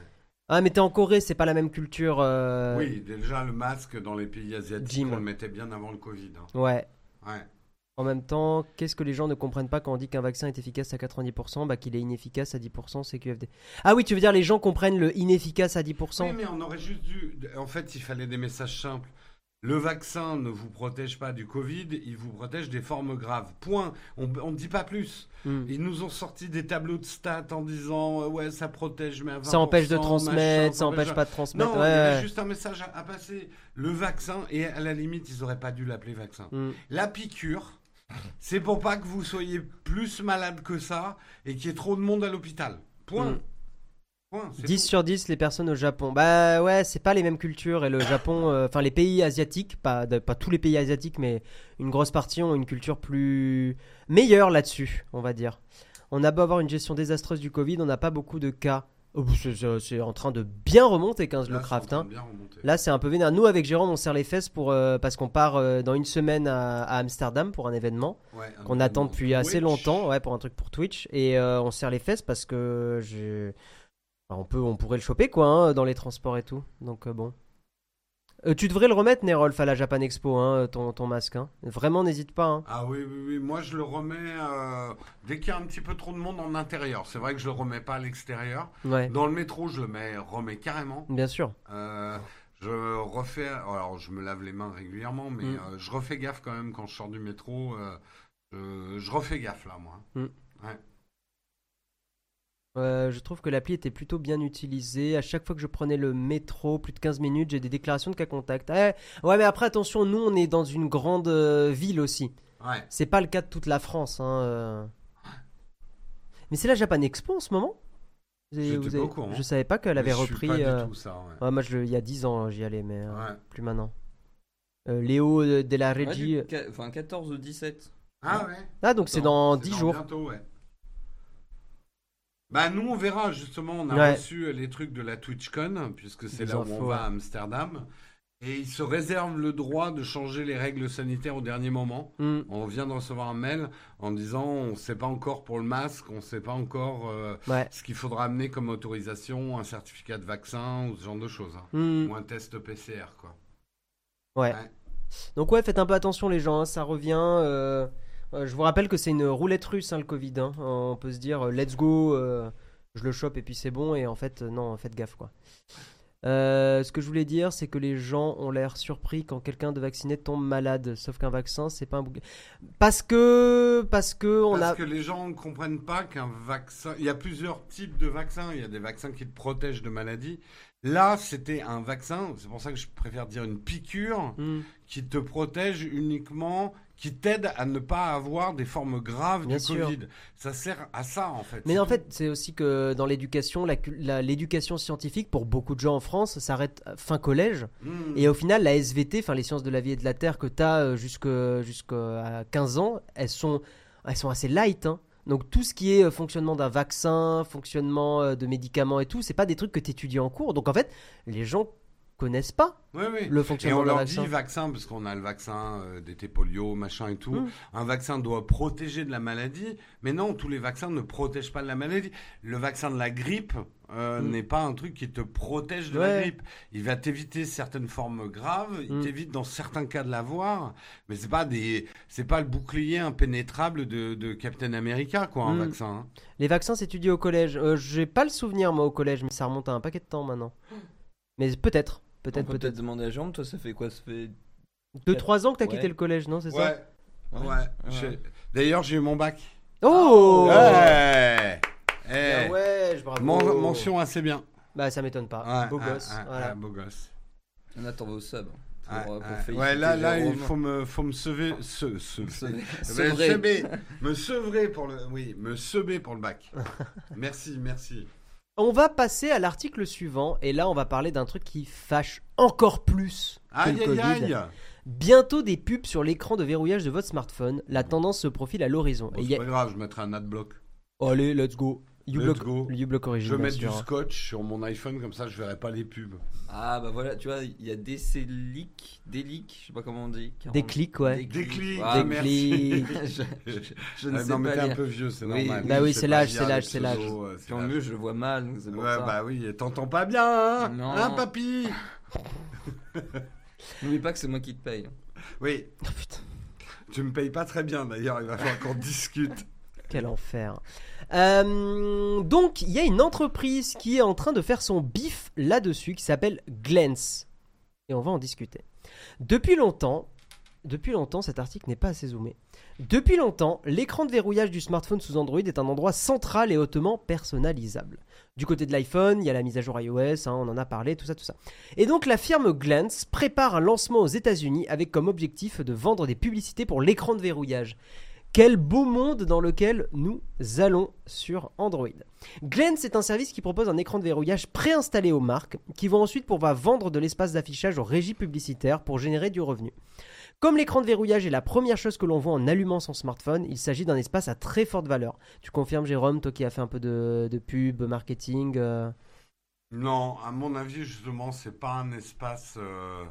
Speaker 1: Ah, mais t'es en Corée, c'est pas la même culture. euh,
Speaker 2: oui. Oui, déjà, le masque dans les pays asiatiques,
Speaker 1: Jim.
Speaker 2: on le mettait bien avant le Covid. hein.
Speaker 1: Ouais.
Speaker 2: Ouais.
Speaker 1: En même temps, qu'est-ce que les gens ne comprennent pas quand on dit qu'un vaccin est efficace à 90% Bah, qu'il est inefficace à 10%, c'est QFD. Ah oui, tu veux dire les gens comprennent le inefficace à 10%
Speaker 2: Oui, mais on aurait juste dû. En fait, il fallait des messages simples. Le vaccin ne vous protège pas du Covid, il vous protège des formes graves. Point. On on ne dit pas plus.
Speaker 1: Hmm.
Speaker 2: Ils nous ont sorti des tableaux de stats en disant euh, ouais ça protège mais à 20%,
Speaker 1: Ça empêche de
Speaker 2: machin,
Speaker 1: transmettre, ça empêche
Speaker 2: de-
Speaker 1: pas de transmettre.
Speaker 2: Non,
Speaker 1: ouais,
Speaker 2: il y avait
Speaker 1: ouais.
Speaker 2: juste un message à, à passer. Le vaccin, et à la limite, ils auraient pas dû l'appeler vaccin.
Speaker 1: Hmm.
Speaker 2: La piqûre, c'est pour pas que vous soyez plus malade que ça et qu'il y ait trop de monde à l'hôpital. Point.
Speaker 1: Mm.
Speaker 2: Point. c'est
Speaker 1: 10
Speaker 2: tout.
Speaker 1: sur 10 les personnes au Japon. Bah ouais, c'est pas les mêmes cultures et le Japon, euh, enfin les pays asiatiques, pas, de- pas tous les pays asiatiques, mais une grosse partie ont une culture plus meilleure là-dessus, on va dire. On a beau avoir une gestion désastreuse du Covid, on n'a pas beaucoup de cas. Oh, c'est- C'est c'est en train de bien remonter 15 le
Speaker 2: Là,
Speaker 1: craft.
Speaker 2: c'est
Speaker 1: hein.
Speaker 2: en train de bien remonter.
Speaker 1: Là, c'est un peu vénère. Nous, avec Jérôme, on serre les fesses pour, euh, parce qu'on part euh, dans une semaine à, à Amsterdam pour un événement
Speaker 2: Ouais, un
Speaker 1: qu'on
Speaker 2: peu
Speaker 1: attend
Speaker 2: de-
Speaker 1: depuis assez
Speaker 2: Twitch.
Speaker 1: longtemps, ouais, pour un truc pour Twitch. Et euh, on serre les fesses parce que je... enfin, on, peut, on pourrait le choper, quoi, hein, dans les transports et tout. Donc, euh, bon. Euh, tu devrais le remettre, Nerolf, à la Japan Expo, hein, ton, ton masque. hein. Vraiment, n'hésite pas. hein.
Speaker 2: Ah oui, oui, oui, moi je le remets euh, dès qu'il y a un petit peu trop de monde en intérieur. C'est vrai que je le remets pas à l'extérieur.
Speaker 1: Ouais,
Speaker 2: Dans le métro, je le mets, remets carrément.
Speaker 1: bien sûr.
Speaker 2: Euh, je refais, alors je me lave les mains régulièrement, mais
Speaker 1: Mm.
Speaker 2: euh, je refais gaffe quand même quand je sors du métro. euh, euh, je refais gaffe là, moi.
Speaker 1: Euh, je trouve que l'appli était plutôt bien utilisée. À chaque fois que je prenais le métro, plus de 15 minutes, j'ai des déclarations de cas contact. Eh, ouais, mais après, attention, nous, on est dans une grande euh, ville aussi.
Speaker 2: Ouais.
Speaker 1: C'est pas le cas de toute la France. hein, euh. Mais c'est la Japan Expo en ce moment Vous avez-
Speaker 2: J'étais
Speaker 1: vous
Speaker 2: pas
Speaker 1: avez-
Speaker 2: au courant.
Speaker 1: Je savais pas qu'elle
Speaker 2: Mais
Speaker 1: avait
Speaker 2: je suis
Speaker 1: repris.
Speaker 2: pas du
Speaker 1: euh,
Speaker 2: tout ça, ouais.
Speaker 1: ouais, moi, je le- il y a 10 ans, j'y allais, mais euh,
Speaker 2: Ouais.
Speaker 1: plus maintenant. Euh, Léo euh, de la
Speaker 4: Ouais, du-
Speaker 1: Régie.
Speaker 4: qua- Enfin, 14 au 17.
Speaker 2: Ah ouais
Speaker 1: Ah, donc c'est dans 10 jours.
Speaker 2: Bientôt, ouais. Bah nous on verra justement, on a
Speaker 1: Ouais.
Speaker 2: reçu euh, les trucs de la TwitchCon, puisque c'est
Speaker 1: Des
Speaker 2: là où
Speaker 1: infos,
Speaker 2: on va
Speaker 1: ouais.
Speaker 2: à Amsterdam. Et ils se réservent le droit de changer les règles sanitaires au dernier moment.
Speaker 1: Hmm.
Speaker 2: On vient de recevoir un mail en disant on ne sait pas encore pour le masque, on ne sait pas encore euh,
Speaker 1: Ouais.
Speaker 2: ce qu'il faudra amener comme autorisation, un certificat de vaccin ou ce genre de choses. hein.
Speaker 1: Hmm.
Speaker 2: Ou un test PCR quoi.
Speaker 1: Ouais.
Speaker 2: Ouais.
Speaker 1: Donc ouais, faites un peu attention les gens, hein, ça revient. euh, euh, je vous rappelle que c'est une roulette russe hein, le Covid. hein. On peut se dire euh, let's go, euh, je le chope et puis c'est bon. Et en fait, euh, non, faites gaffe quoi. Euh, ce que je voulais dire, c'est que les gens ont l'air surpris quand quelqu'un de vacciné tombe malade. Sauf qu'un vaccin, c'est pas un bouc- Parce que, parce que on
Speaker 2: Parce
Speaker 1: a.
Speaker 2: que les gens ne comprennent pas qu'un vaccin. Il y a plusieurs types de vaccins. Il y a des vaccins qui te protègent de maladies. Là, c'était un vaccin. C'est pour ça que je préfère dire une piqûre
Speaker 1: Hmm,
Speaker 2: qui te protège uniquement, qui t'aide à ne pas avoir des formes graves
Speaker 1: Bien
Speaker 2: du
Speaker 1: sûr.
Speaker 2: Covid. Ça sert à ça, en fait.
Speaker 1: Mais
Speaker 2: C'est
Speaker 1: en
Speaker 2: tout.
Speaker 1: fait, c'est aussi que dans l'éducation, la cul- la- l'éducation scientifique pour beaucoup de gens en France s'arrête fin collège.
Speaker 2: Mm.
Speaker 1: Et au final, la SVT, enfin les sciences de la vie et de la terre que euh, tu as jusqu'à 15 euh, ans, elles sont, elles sont assez light. hein. Donc tout ce qui est euh, fonctionnement d'un vaccin, fonctionnement euh, de médicaments et tout, c'est pas des trucs que tu étudies en cours. Donc en fait, les gens connaissent pas
Speaker 2: Oui, oui.
Speaker 1: le
Speaker 2: Et
Speaker 1: fonctionnement
Speaker 2: on
Speaker 1: d'un
Speaker 2: leur
Speaker 1: vaccin.
Speaker 2: dit vaccin, parce qu'on a le vaccin euh, d'été polio, machin et tout.
Speaker 1: Mm.
Speaker 2: Un vaccin doit protéger de la maladie, mais non, tous les vaccins ne protègent pas de la maladie. Le vaccin de la grippe euh,
Speaker 1: Mm.
Speaker 2: n'est pas un truc qui te protège de
Speaker 1: Ouais.
Speaker 2: la grippe. Il va t'éviter certaines formes graves, il
Speaker 1: Mm.
Speaker 2: t'évite dans certains cas de l'avoir, mais c'est pas des, c'est pas le bouclier impénétrable de, de Captain America, quoi, un
Speaker 1: Mm.
Speaker 2: vaccin. hein.
Speaker 1: Les vaccins s'étudient au collège. Euh, J'ai pas le souvenir moi au collège, mais ça remonte à un paquet de temps maintenant. Mais peut-être,
Speaker 4: On
Speaker 1: peut-être,
Speaker 4: peut peut-être
Speaker 1: peut-être.
Speaker 4: demander à Jérôme, toi, ça fait quoi Ça fait.
Speaker 1: Deux trois ans que t'as
Speaker 4: Ouais.
Speaker 1: quitté le collège, non C'est ça
Speaker 2: Ouais.
Speaker 4: Ouais.
Speaker 2: J'ai- D'ailleurs, j'ai eu mon bac.
Speaker 1: Oh.
Speaker 2: Ah Ouais. Eh.
Speaker 1: Ah ouais, je bravo.
Speaker 2: Men- mention assez bien.
Speaker 1: Bah ça m'étonne pas.
Speaker 2: Ouais,
Speaker 1: Beau
Speaker 2: ouais,
Speaker 1: gosse.
Speaker 2: ouais,
Speaker 1: voilà.
Speaker 2: ouais, beau gosse.
Speaker 4: On attend vos subs. Pour,
Speaker 2: Ouais,
Speaker 4: euh, pour
Speaker 2: ouais.
Speaker 4: féliciter
Speaker 2: Ouais, là, là, il
Speaker 4: Jérôme.
Speaker 2: faut me, faut me sauver, se, se,
Speaker 4: Sauver.
Speaker 2: Ben,
Speaker 4: Sauver.
Speaker 2: semer. me sevrer pour le, oui, me semer pour le bac. merci, merci.
Speaker 1: On va passer à l'article suivant, et là on va parler d'un truc qui fâche encore plus que
Speaker 2: Aïe,
Speaker 1: le
Speaker 2: aïe,
Speaker 1: Covid.
Speaker 2: aïe.
Speaker 1: Bientôt des pubs sur l'écran de verrouillage de votre smartphone, la tendance se profile à l'horizon.
Speaker 2: Bon,
Speaker 1: Et
Speaker 2: c'est
Speaker 1: y a-
Speaker 2: pas grave, je mettrai un adblock.
Speaker 1: Allez, let's go.
Speaker 2: Let's
Speaker 1: uBlock
Speaker 2: go.
Speaker 1: uBlock
Speaker 2: Je
Speaker 1: Origin,
Speaker 2: vais
Speaker 1: bien
Speaker 2: mettre du
Speaker 1: sûr. hein.
Speaker 2: scotch sur mon iPhone, comme ça je verrai pas les pubs.
Speaker 4: Ah, bah voilà, tu vois, il y a des leaks, des leaks, je sais pas comment on dit.
Speaker 1: Des clics, ouais.
Speaker 2: Des clics,
Speaker 4: Ah,
Speaker 1: Des
Speaker 2: merci.
Speaker 1: clics.
Speaker 4: je, je- je ne
Speaker 2: Ah,
Speaker 4: sais
Speaker 2: non, mais
Speaker 4: pas
Speaker 2: t'es un
Speaker 4: lire.
Speaker 2: peu vieux, c'est
Speaker 4: Oui.
Speaker 2: normal.
Speaker 1: Bah
Speaker 2: Je
Speaker 1: oui,
Speaker 2: sais
Speaker 1: c'est
Speaker 2: pas
Speaker 1: l'âge,
Speaker 2: lire
Speaker 1: c'est
Speaker 2: les
Speaker 1: l'âge, c'est l'âge.
Speaker 2: pseudos, euh, c'est
Speaker 4: Puis en
Speaker 2: l'âge.
Speaker 4: mieux, je le vois mal, donc c'est pour
Speaker 2: Ouais,
Speaker 4: ça.
Speaker 2: bah oui, et t'entends pas bien, hein,
Speaker 4: Non.
Speaker 2: hein, papy
Speaker 4: N'oublie pas que c'est moi qui te paye.
Speaker 5: hein.
Speaker 2: Oui,
Speaker 1: Oh, putain.
Speaker 2: tu me payes pas très bien d'ailleurs, il va falloir qu'on discute.
Speaker 1: Quel enfer. Euh, donc, il y a une entreprise qui est en train de faire son bif là-dessus qui s'appelle Glance. Et on va en discuter. Depuis longtemps, depuis longtemps, cet article n'est pas assez zoomé. Depuis longtemps, l'écran de verrouillage du smartphone sous Android est un endroit central et hautement personnalisable. Du côté de l'iPhone, il y a la mise à jour iOS, hein, on en a parlé, tout ça, tout ça. Et donc la firme Glance prépare un lancement aux États-Unis avec comme objectif de vendre des publicités pour l'écran de verrouillage. Quel beau monde dans lequel nous allons sur Android. Glance est un service qui propose un écran de verrouillage préinstallé aux marques, qui vont ensuite pouvoir vendre de l'espace d'affichage aux régies publicitaires pour générer du revenu. Comme l'écran de verrouillage est la première chose que l'on voit en allumant son smartphone, il s'agit d'un espace à très forte valeur. Tu confirmes, Jérôme, toi qui as fait un peu de, de pub, marketing euh,
Speaker 2: Non, à mon avis, justement, c'est pas un espace. euh,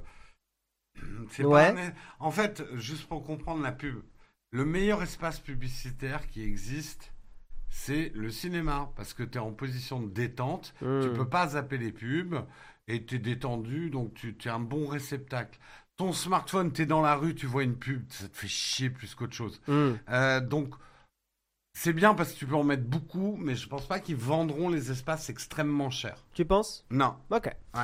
Speaker 2: c'est pas
Speaker 1: Ouais.
Speaker 2: un es- En fait, juste pour comprendre la pub, le meilleur espace publicitaire qui existe, c'est le cinéma, parce que tu es en position de détente, tu
Speaker 1: hmm.
Speaker 2: peux pas zapper les pubs, et tu es détendu, donc tu es un bon réceptacle. Ton smartphone, tu es dans la rue, tu vois une pub, ça te fait chier plus qu'autre chose.
Speaker 1: Hmm.
Speaker 2: Euh, donc, c'est bien parce que tu peux en mettre beaucoup, mais je pense pas qu'ils vendront les espaces extrêmement chers.
Speaker 1: Tu penses
Speaker 2: Non.
Speaker 1: Ok.
Speaker 2: Ouais.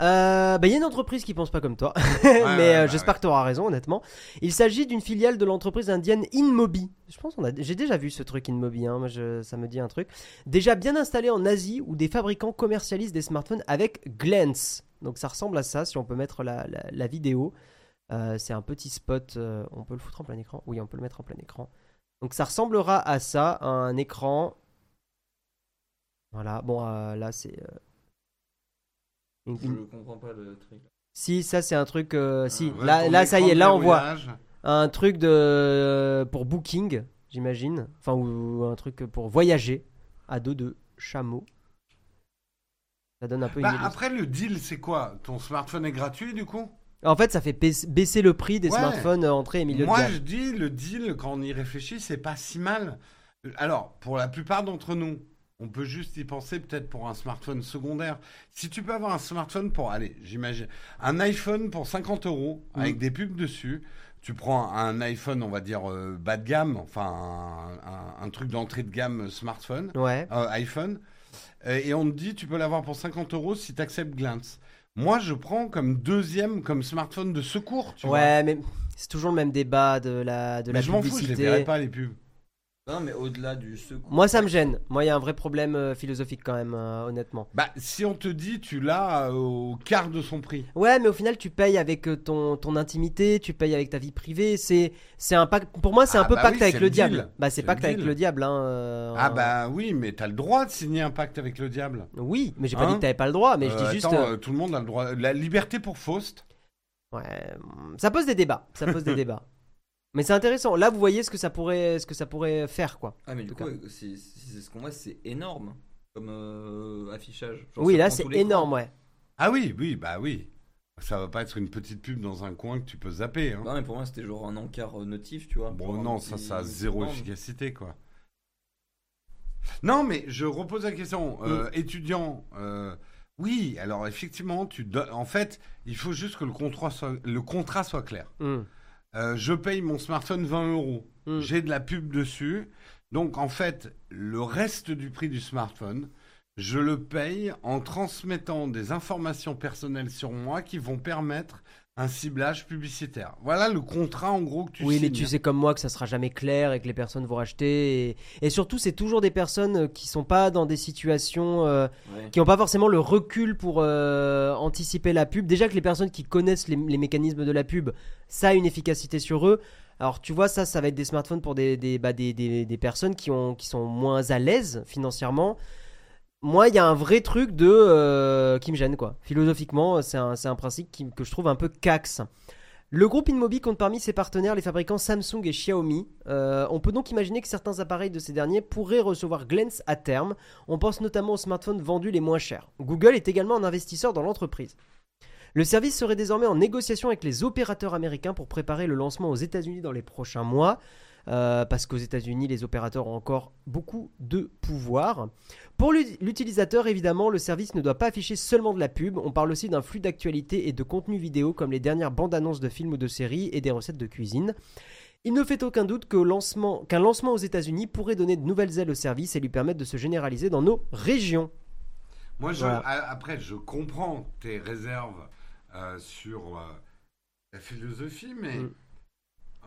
Speaker 1: Euh, bah, il y a une entreprise qui pense pas comme toi, mais
Speaker 2: Ouais, ouais,
Speaker 1: euh,
Speaker 2: ouais,
Speaker 1: j'espère
Speaker 2: ouais.
Speaker 1: que tu auras raison, honnêtement. Il s'agit d'une filiale de l'entreprise indienne Inmobi. Je pense qu'on a, j'ai déjà vu ce truc Inmobi, hein, moi, je- ça me dit un truc. Déjà bien installé en Asie, où des fabricants commercialisent des smartphones avec Glance. Donc ça ressemble à ça, si on peut mettre la, la- la vidéo. Euh, c'est un petit spot, euh, on peut le foutre en plein écran Oui, on peut le mettre en plein écran. Donc ça ressemblera à ça, à un écran. Voilà, bon euh, là c'est... euh, une-
Speaker 2: Mm.
Speaker 5: Je comprends pas le truc.
Speaker 1: si, ça c'est un truc. euh, si,
Speaker 2: Euh, ouais,
Speaker 1: là,
Speaker 2: ton
Speaker 1: là ça y
Speaker 2: écran
Speaker 1: est,
Speaker 2: de
Speaker 1: là on voit
Speaker 2: verrouillage.
Speaker 1: un truc de pour booking, j'imagine. Enfin, ou, ou un truc pour voyager à dos de chameau. Ça donne un peu
Speaker 2: Bah,
Speaker 1: une. illustration.
Speaker 2: après, le deal, c'est quoi Ton smartphone est gratuit, du coup
Speaker 1: En fait, ça fait baiss- baisser le prix des
Speaker 2: Ouais.
Speaker 1: smartphones euh, entrée et milieu de
Speaker 2: Moi,
Speaker 1: gamme.
Speaker 2: je dis, le deal, quand on y réfléchit, c'est pas si mal. Alors, pour la plupart d'entre nous, on peut juste y penser peut-être pour un smartphone secondaire. Si tu peux avoir un smartphone pour, allez, j'imagine, un iPhone pour 50 euros
Speaker 1: Mm.
Speaker 2: avec des pubs dessus, tu prends un iPhone, on va dire, euh, bas de gamme, enfin, un- un- un truc d'entrée de gamme smartphone,
Speaker 1: Ouais.
Speaker 2: euh, iPhone, euh, et on te dit tu peux l'avoir pour 50 euros si tu acceptes Glance. Moi, je prends comme deuxième, comme smartphone de secours, tu vois.
Speaker 1: ouais, mais c'est toujours le même débat de la de
Speaker 2: Mais
Speaker 1: la
Speaker 2: je m'en fous, je les
Speaker 1: publicité.
Speaker 2: verrai pas les pubs.
Speaker 5: Non, mais au-delà du secours.
Speaker 1: Moi, ça me gêne. Moi, il y a un vrai problème euh, philosophique quand même, euh, honnêtement.
Speaker 2: Bah, si on te dit tu l'as euh, au quart de son prix.
Speaker 1: Ouais, mais au final, tu payes avec euh, ton, ton intimité, tu payes avec ta vie privée. C'est c'est un pacte. Pour moi, c'est un
Speaker 2: Ah
Speaker 1: peu
Speaker 2: bah
Speaker 1: pacte
Speaker 2: oui,
Speaker 1: avec
Speaker 2: c'est
Speaker 1: le
Speaker 2: le
Speaker 1: diable.
Speaker 2: deal.
Speaker 1: Bah, c'est
Speaker 2: C'est
Speaker 1: pacte
Speaker 2: le
Speaker 1: avec
Speaker 2: deal.
Speaker 1: le diable. Hein, euh,
Speaker 2: Ah bah oui, mais t'as le droit de signer un pacte avec le diable.
Speaker 1: Oui, mais j'ai pas
Speaker 2: Hein
Speaker 1: dit que t'avais pas le droit, mais je
Speaker 2: Euh,
Speaker 1: dis juste.
Speaker 2: attends,
Speaker 1: euh,
Speaker 2: euh, tout le monde a le droit. La liberté pour Faust. euh.
Speaker 1: Ouais, mm, ça pose des débats. Ça pose des débats. Mais c'est intéressant. Là, vous voyez ce que ça pourrait, ce que ça pourrait faire, quoi.
Speaker 5: Ah, mais du
Speaker 1: tout
Speaker 5: coup,
Speaker 1: cas.
Speaker 5: euh, si, si c'est ce qu'on voit, c'est énorme hein, comme euh, affichage. Genre,
Speaker 1: oui,
Speaker 5: ça
Speaker 1: là,
Speaker 5: prend
Speaker 1: c'est
Speaker 5: tous les
Speaker 1: énorme, ouais.
Speaker 2: Ah oui, oui, bah oui. Ça va pas être une petite pub dans un coin que tu peux zapper. hein.
Speaker 5: coins. Non, mais pour moi, c'était genre un encart euh, notif, tu vois.
Speaker 2: Bon,
Speaker 5: Genre un
Speaker 2: non, ça,
Speaker 5: petit-
Speaker 2: ça a zéro
Speaker 5: Non, mais-
Speaker 2: efficacité, quoi. Non, mais je repose la question. Euh, Étudiant, euh, oui, alors effectivement, tu do- en fait, il faut juste que le contrat soit, le contrat soit clair.
Speaker 1: Mm,
Speaker 2: Euh, je paye mon smartphone 20 euros.
Speaker 1: mm.
Speaker 2: J'ai de la pub dessus. Donc, en fait, le reste du prix du smartphone, je le paye en transmettant des informations personnelles sur moi qui vont permettre un ciblage publicitaire. Voilà le contrat, en gros, que tu
Speaker 1: oui, mais
Speaker 2: signes.
Speaker 1: tu sais comme moi que ça sera jamais clair et que les personnes vont racheter. Et, et surtout, c'est toujours des personnes euh, qui sont pas dans des situations. euh,
Speaker 5: Ouais.
Speaker 1: qui n'ont pas forcément le recul pour euh, anticiper la pub. Déjà que les personnes qui connaissent les, les mécanismes de la pub, ça a une efficacité sur eux. Alors tu vois, ça, ça va être des smartphones pour des, des, bah, des, des- des personnes qui, ont, qui sont moins à l'aise financièrement. Moi, il y a un vrai truc de euh, qui me gêne, quoi. Philosophiquement, c'est un, c'est un principe qui- que je trouve un peu cax. Le groupe Inmobi compte parmi ses partenaires les fabricants Samsung et Xiaomi. Euh, on peut donc imaginer que certains appareils de ces derniers pourraient recevoir Glance à terme. On pense notamment aux smartphones vendus les moins chers. Google est également un investisseur dans l'entreprise. Le service serait désormais en négociation avec les opérateurs américains pour préparer le lancement aux États-Unis dans les prochains mois, euh, parce qu'aux États-Unis, les opérateurs ont encore beaucoup de pouvoir. Pour l'ut- l'utilisateur, évidemment, le service ne doit pas afficher seulement de la pub, on parle aussi d'un flux d'actualité et de contenu vidéo comme les dernières bandes annonces de films ou de séries et des recettes de cuisine. Il ne fait aucun doute que lancement- qu'un lancement aux États-Unis pourrait donner de nouvelles ailes au service et lui permettre de se généraliser dans nos régions.
Speaker 2: Moi, je,
Speaker 1: Voilà.
Speaker 2: a- après, je comprends tes réserves euh, sur euh, la philosophie, mais
Speaker 1: Mm.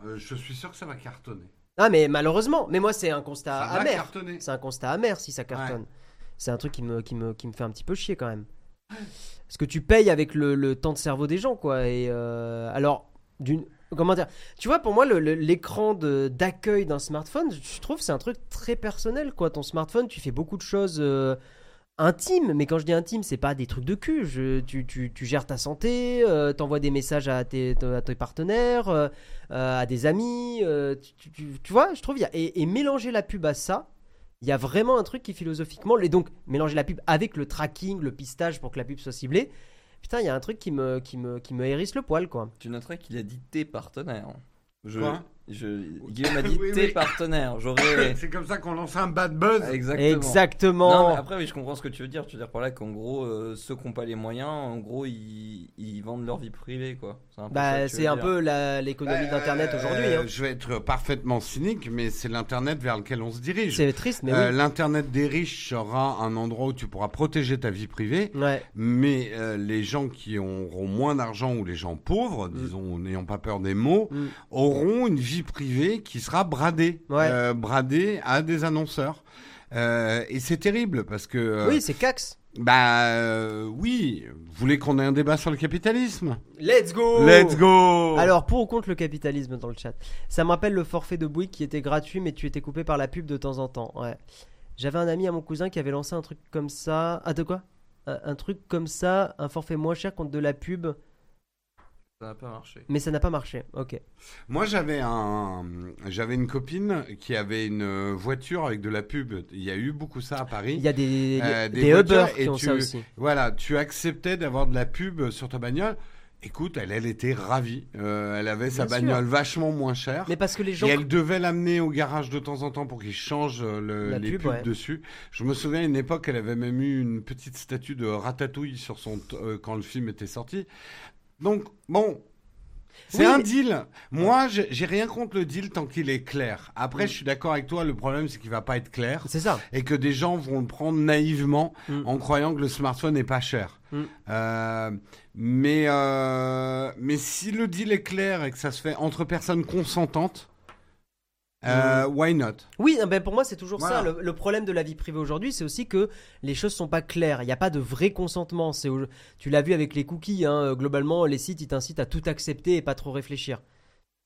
Speaker 2: euh, je suis sûr que ça va cartonner.
Speaker 1: Ah, mais malheureusement, mais moi, c'est un constat
Speaker 2: ça va
Speaker 1: amer.
Speaker 2: cartonner.
Speaker 1: C'est un constat amer si ça cartonne. C'est un truc qui me, qui, me, qui me fait un petit peu chier quand même. Parce que tu payes avec le, le temps de cerveau des gens, quoi. Et euh, alors, d'une. comment dire Tu vois, pour moi, le- le- l'écran de- d'accueil d'un smartphone, je trouve, c'est un truc très personnel, quoi. Ton smartphone, tu fais beaucoup de choses. euh, intimes, mais quand je dis intime, c'est pas des trucs de cul. Je- tu, tu- tu gères ta santé, euh, t'envoies des messages à tes, à tes partenaires, euh, euh, à des amis. euh, tu, tu- tu- tu vois, je trouve, il y a- et, et mélanger la pub à ça, il y a vraiment un truc qui philosophiquement, et donc mélanger la pub avec le tracking, le pistage pour que la pub soit ciblée. Putain, il y a un truc qui me, qui me, qui me hérisse le poil, quoi.
Speaker 4: Tu noterais qu'il a dit tes partenaires. Je,
Speaker 2: Quoi
Speaker 4: je- Guillaume a dit
Speaker 2: Oui,
Speaker 4: tes
Speaker 2: oui.
Speaker 4: partenaires. J'aurais.
Speaker 2: C'est comme ça qu'on lance un bad buzz.
Speaker 4: Exactement. Non,
Speaker 1: Exactement.
Speaker 4: mais après, oui, je comprends ce que tu veux dire. Tu veux dire par là qu'en gros, euh, ceux qui n'ont pas les moyens, en gros, ils, ils vendent leur vie privée, quoi. C'est un peu ça
Speaker 1: bah,
Speaker 4: que tu
Speaker 1: c'est
Speaker 4: veux
Speaker 1: un
Speaker 4: dire.
Speaker 1: peu la- l'économie
Speaker 2: Euh,
Speaker 1: d'Internet aujourd'hui.
Speaker 2: euh,
Speaker 1: hein.
Speaker 2: Je vais être parfaitement cynique, mais c'est l'Internet vers lequel on se dirige.
Speaker 1: C'est triste, mais
Speaker 2: Euh,
Speaker 1: oui.
Speaker 2: L'Internet des riches sera un endroit où tu pourras protéger ta vie privée,
Speaker 1: Ouais.
Speaker 2: mais euh, les gens qui auront moins d'argent ou les gens pauvres, disons, n'ayant pas peur des mots,
Speaker 1: Mm.
Speaker 2: auront une vie privée qui sera bradée,
Speaker 1: Ouais.
Speaker 2: euh, bradée à des annonceurs. Euh, et c'est terrible parce que... euh,
Speaker 1: Oui, c'est Cax.
Speaker 2: Bah euh, oui, vous voulez qu'on ait un débat sur le capitalisme
Speaker 1: Let's go
Speaker 2: Let's go
Speaker 1: Oh. Alors, pour ou contre le capitalisme dans le chat Ça me rappelle le forfait de Bouygues qui était gratuit, mais tu étais coupé par la pub de temps en temps. Ouais. J'avais un ami à mon cousin qui avait lancé un truc comme ça. Ah, de quoi Euh, Un truc comme ça, un forfait moins cher contre de la pub,
Speaker 4: Ça n'a pas marché.
Speaker 1: mais ça n'a pas marché. Ok.
Speaker 2: Moi, j'avais un, j'avais une copine qui avait une euh, voiture avec de la pub. Il y a eu beaucoup ça à
Speaker 1: Il
Speaker 2: Paris.
Speaker 1: y a des,
Speaker 2: Euh, des
Speaker 1: des
Speaker 2: voitures,
Speaker 1: Uber qui
Speaker 2: et
Speaker 1: ont
Speaker 2: tu-
Speaker 1: ça aussi.
Speaker 2: Voilà, tu acceptais d'avoir de la pub sur ta bagnole. Écoute, elle, elle était ravie. Euh, elle avait sa
Speaker 1: Bien
Speaker 2: bagnole vachement moins chère.
Speaker 1: Mais parce que les gens.
Speaker 2: Et elle devait l'amener au garage de temps en temps pour qu'il change euh, le-
Speaker 1: La
Speaker 2: les
Speaker 1: pub,
Speaker 2: pubs
Speaker 1: ouais.
Speaker 2: dessus. Je me souviens à une époque, elle avait même eu une petite statue de ratatouille sur son t- euh, quand le film était sorti. Donc bon, c'est
Speaker 1: Oui,
Speaker 2: un
Speaker 1: mais-
Speaker 2: deal. Moi, j'ai j'ai rien contre le deal tant qu'il est clair. Après,
Speaker 1: Mm.
Speaker 2: je suis d'accord avec toi. Le problème, c'est qu'il va pas être clair
Speaker 1: C'est ça.
Speaker 2: et que des gens vont le prendre naïvement
Speaker 1: Mm.
Speaker 2: en croyant que le smartphone n'est pas cher.
Speaker 1: Mm.
Speaker 2: Euh, mais, euh, mais si le deal est clair et que ça se fait entre personnes consentantes, euh,
Speaker 1: Mm.
Speaker 2: why not
Speaker 1: Oui, non, ben pour moi c'est toujours ça.
Speaker 2: Voilà.
Speaker 1: Le, le problème de la vie privée aujourd'hui, c'est aussi que les choses sont pas claires. Il n'y a pas de vrai consentement. C'est au- tu l'as vu avec les cookies. hein, euh, globalement, les sites ils t'incitent à tout accepter et pas trop réfléchir.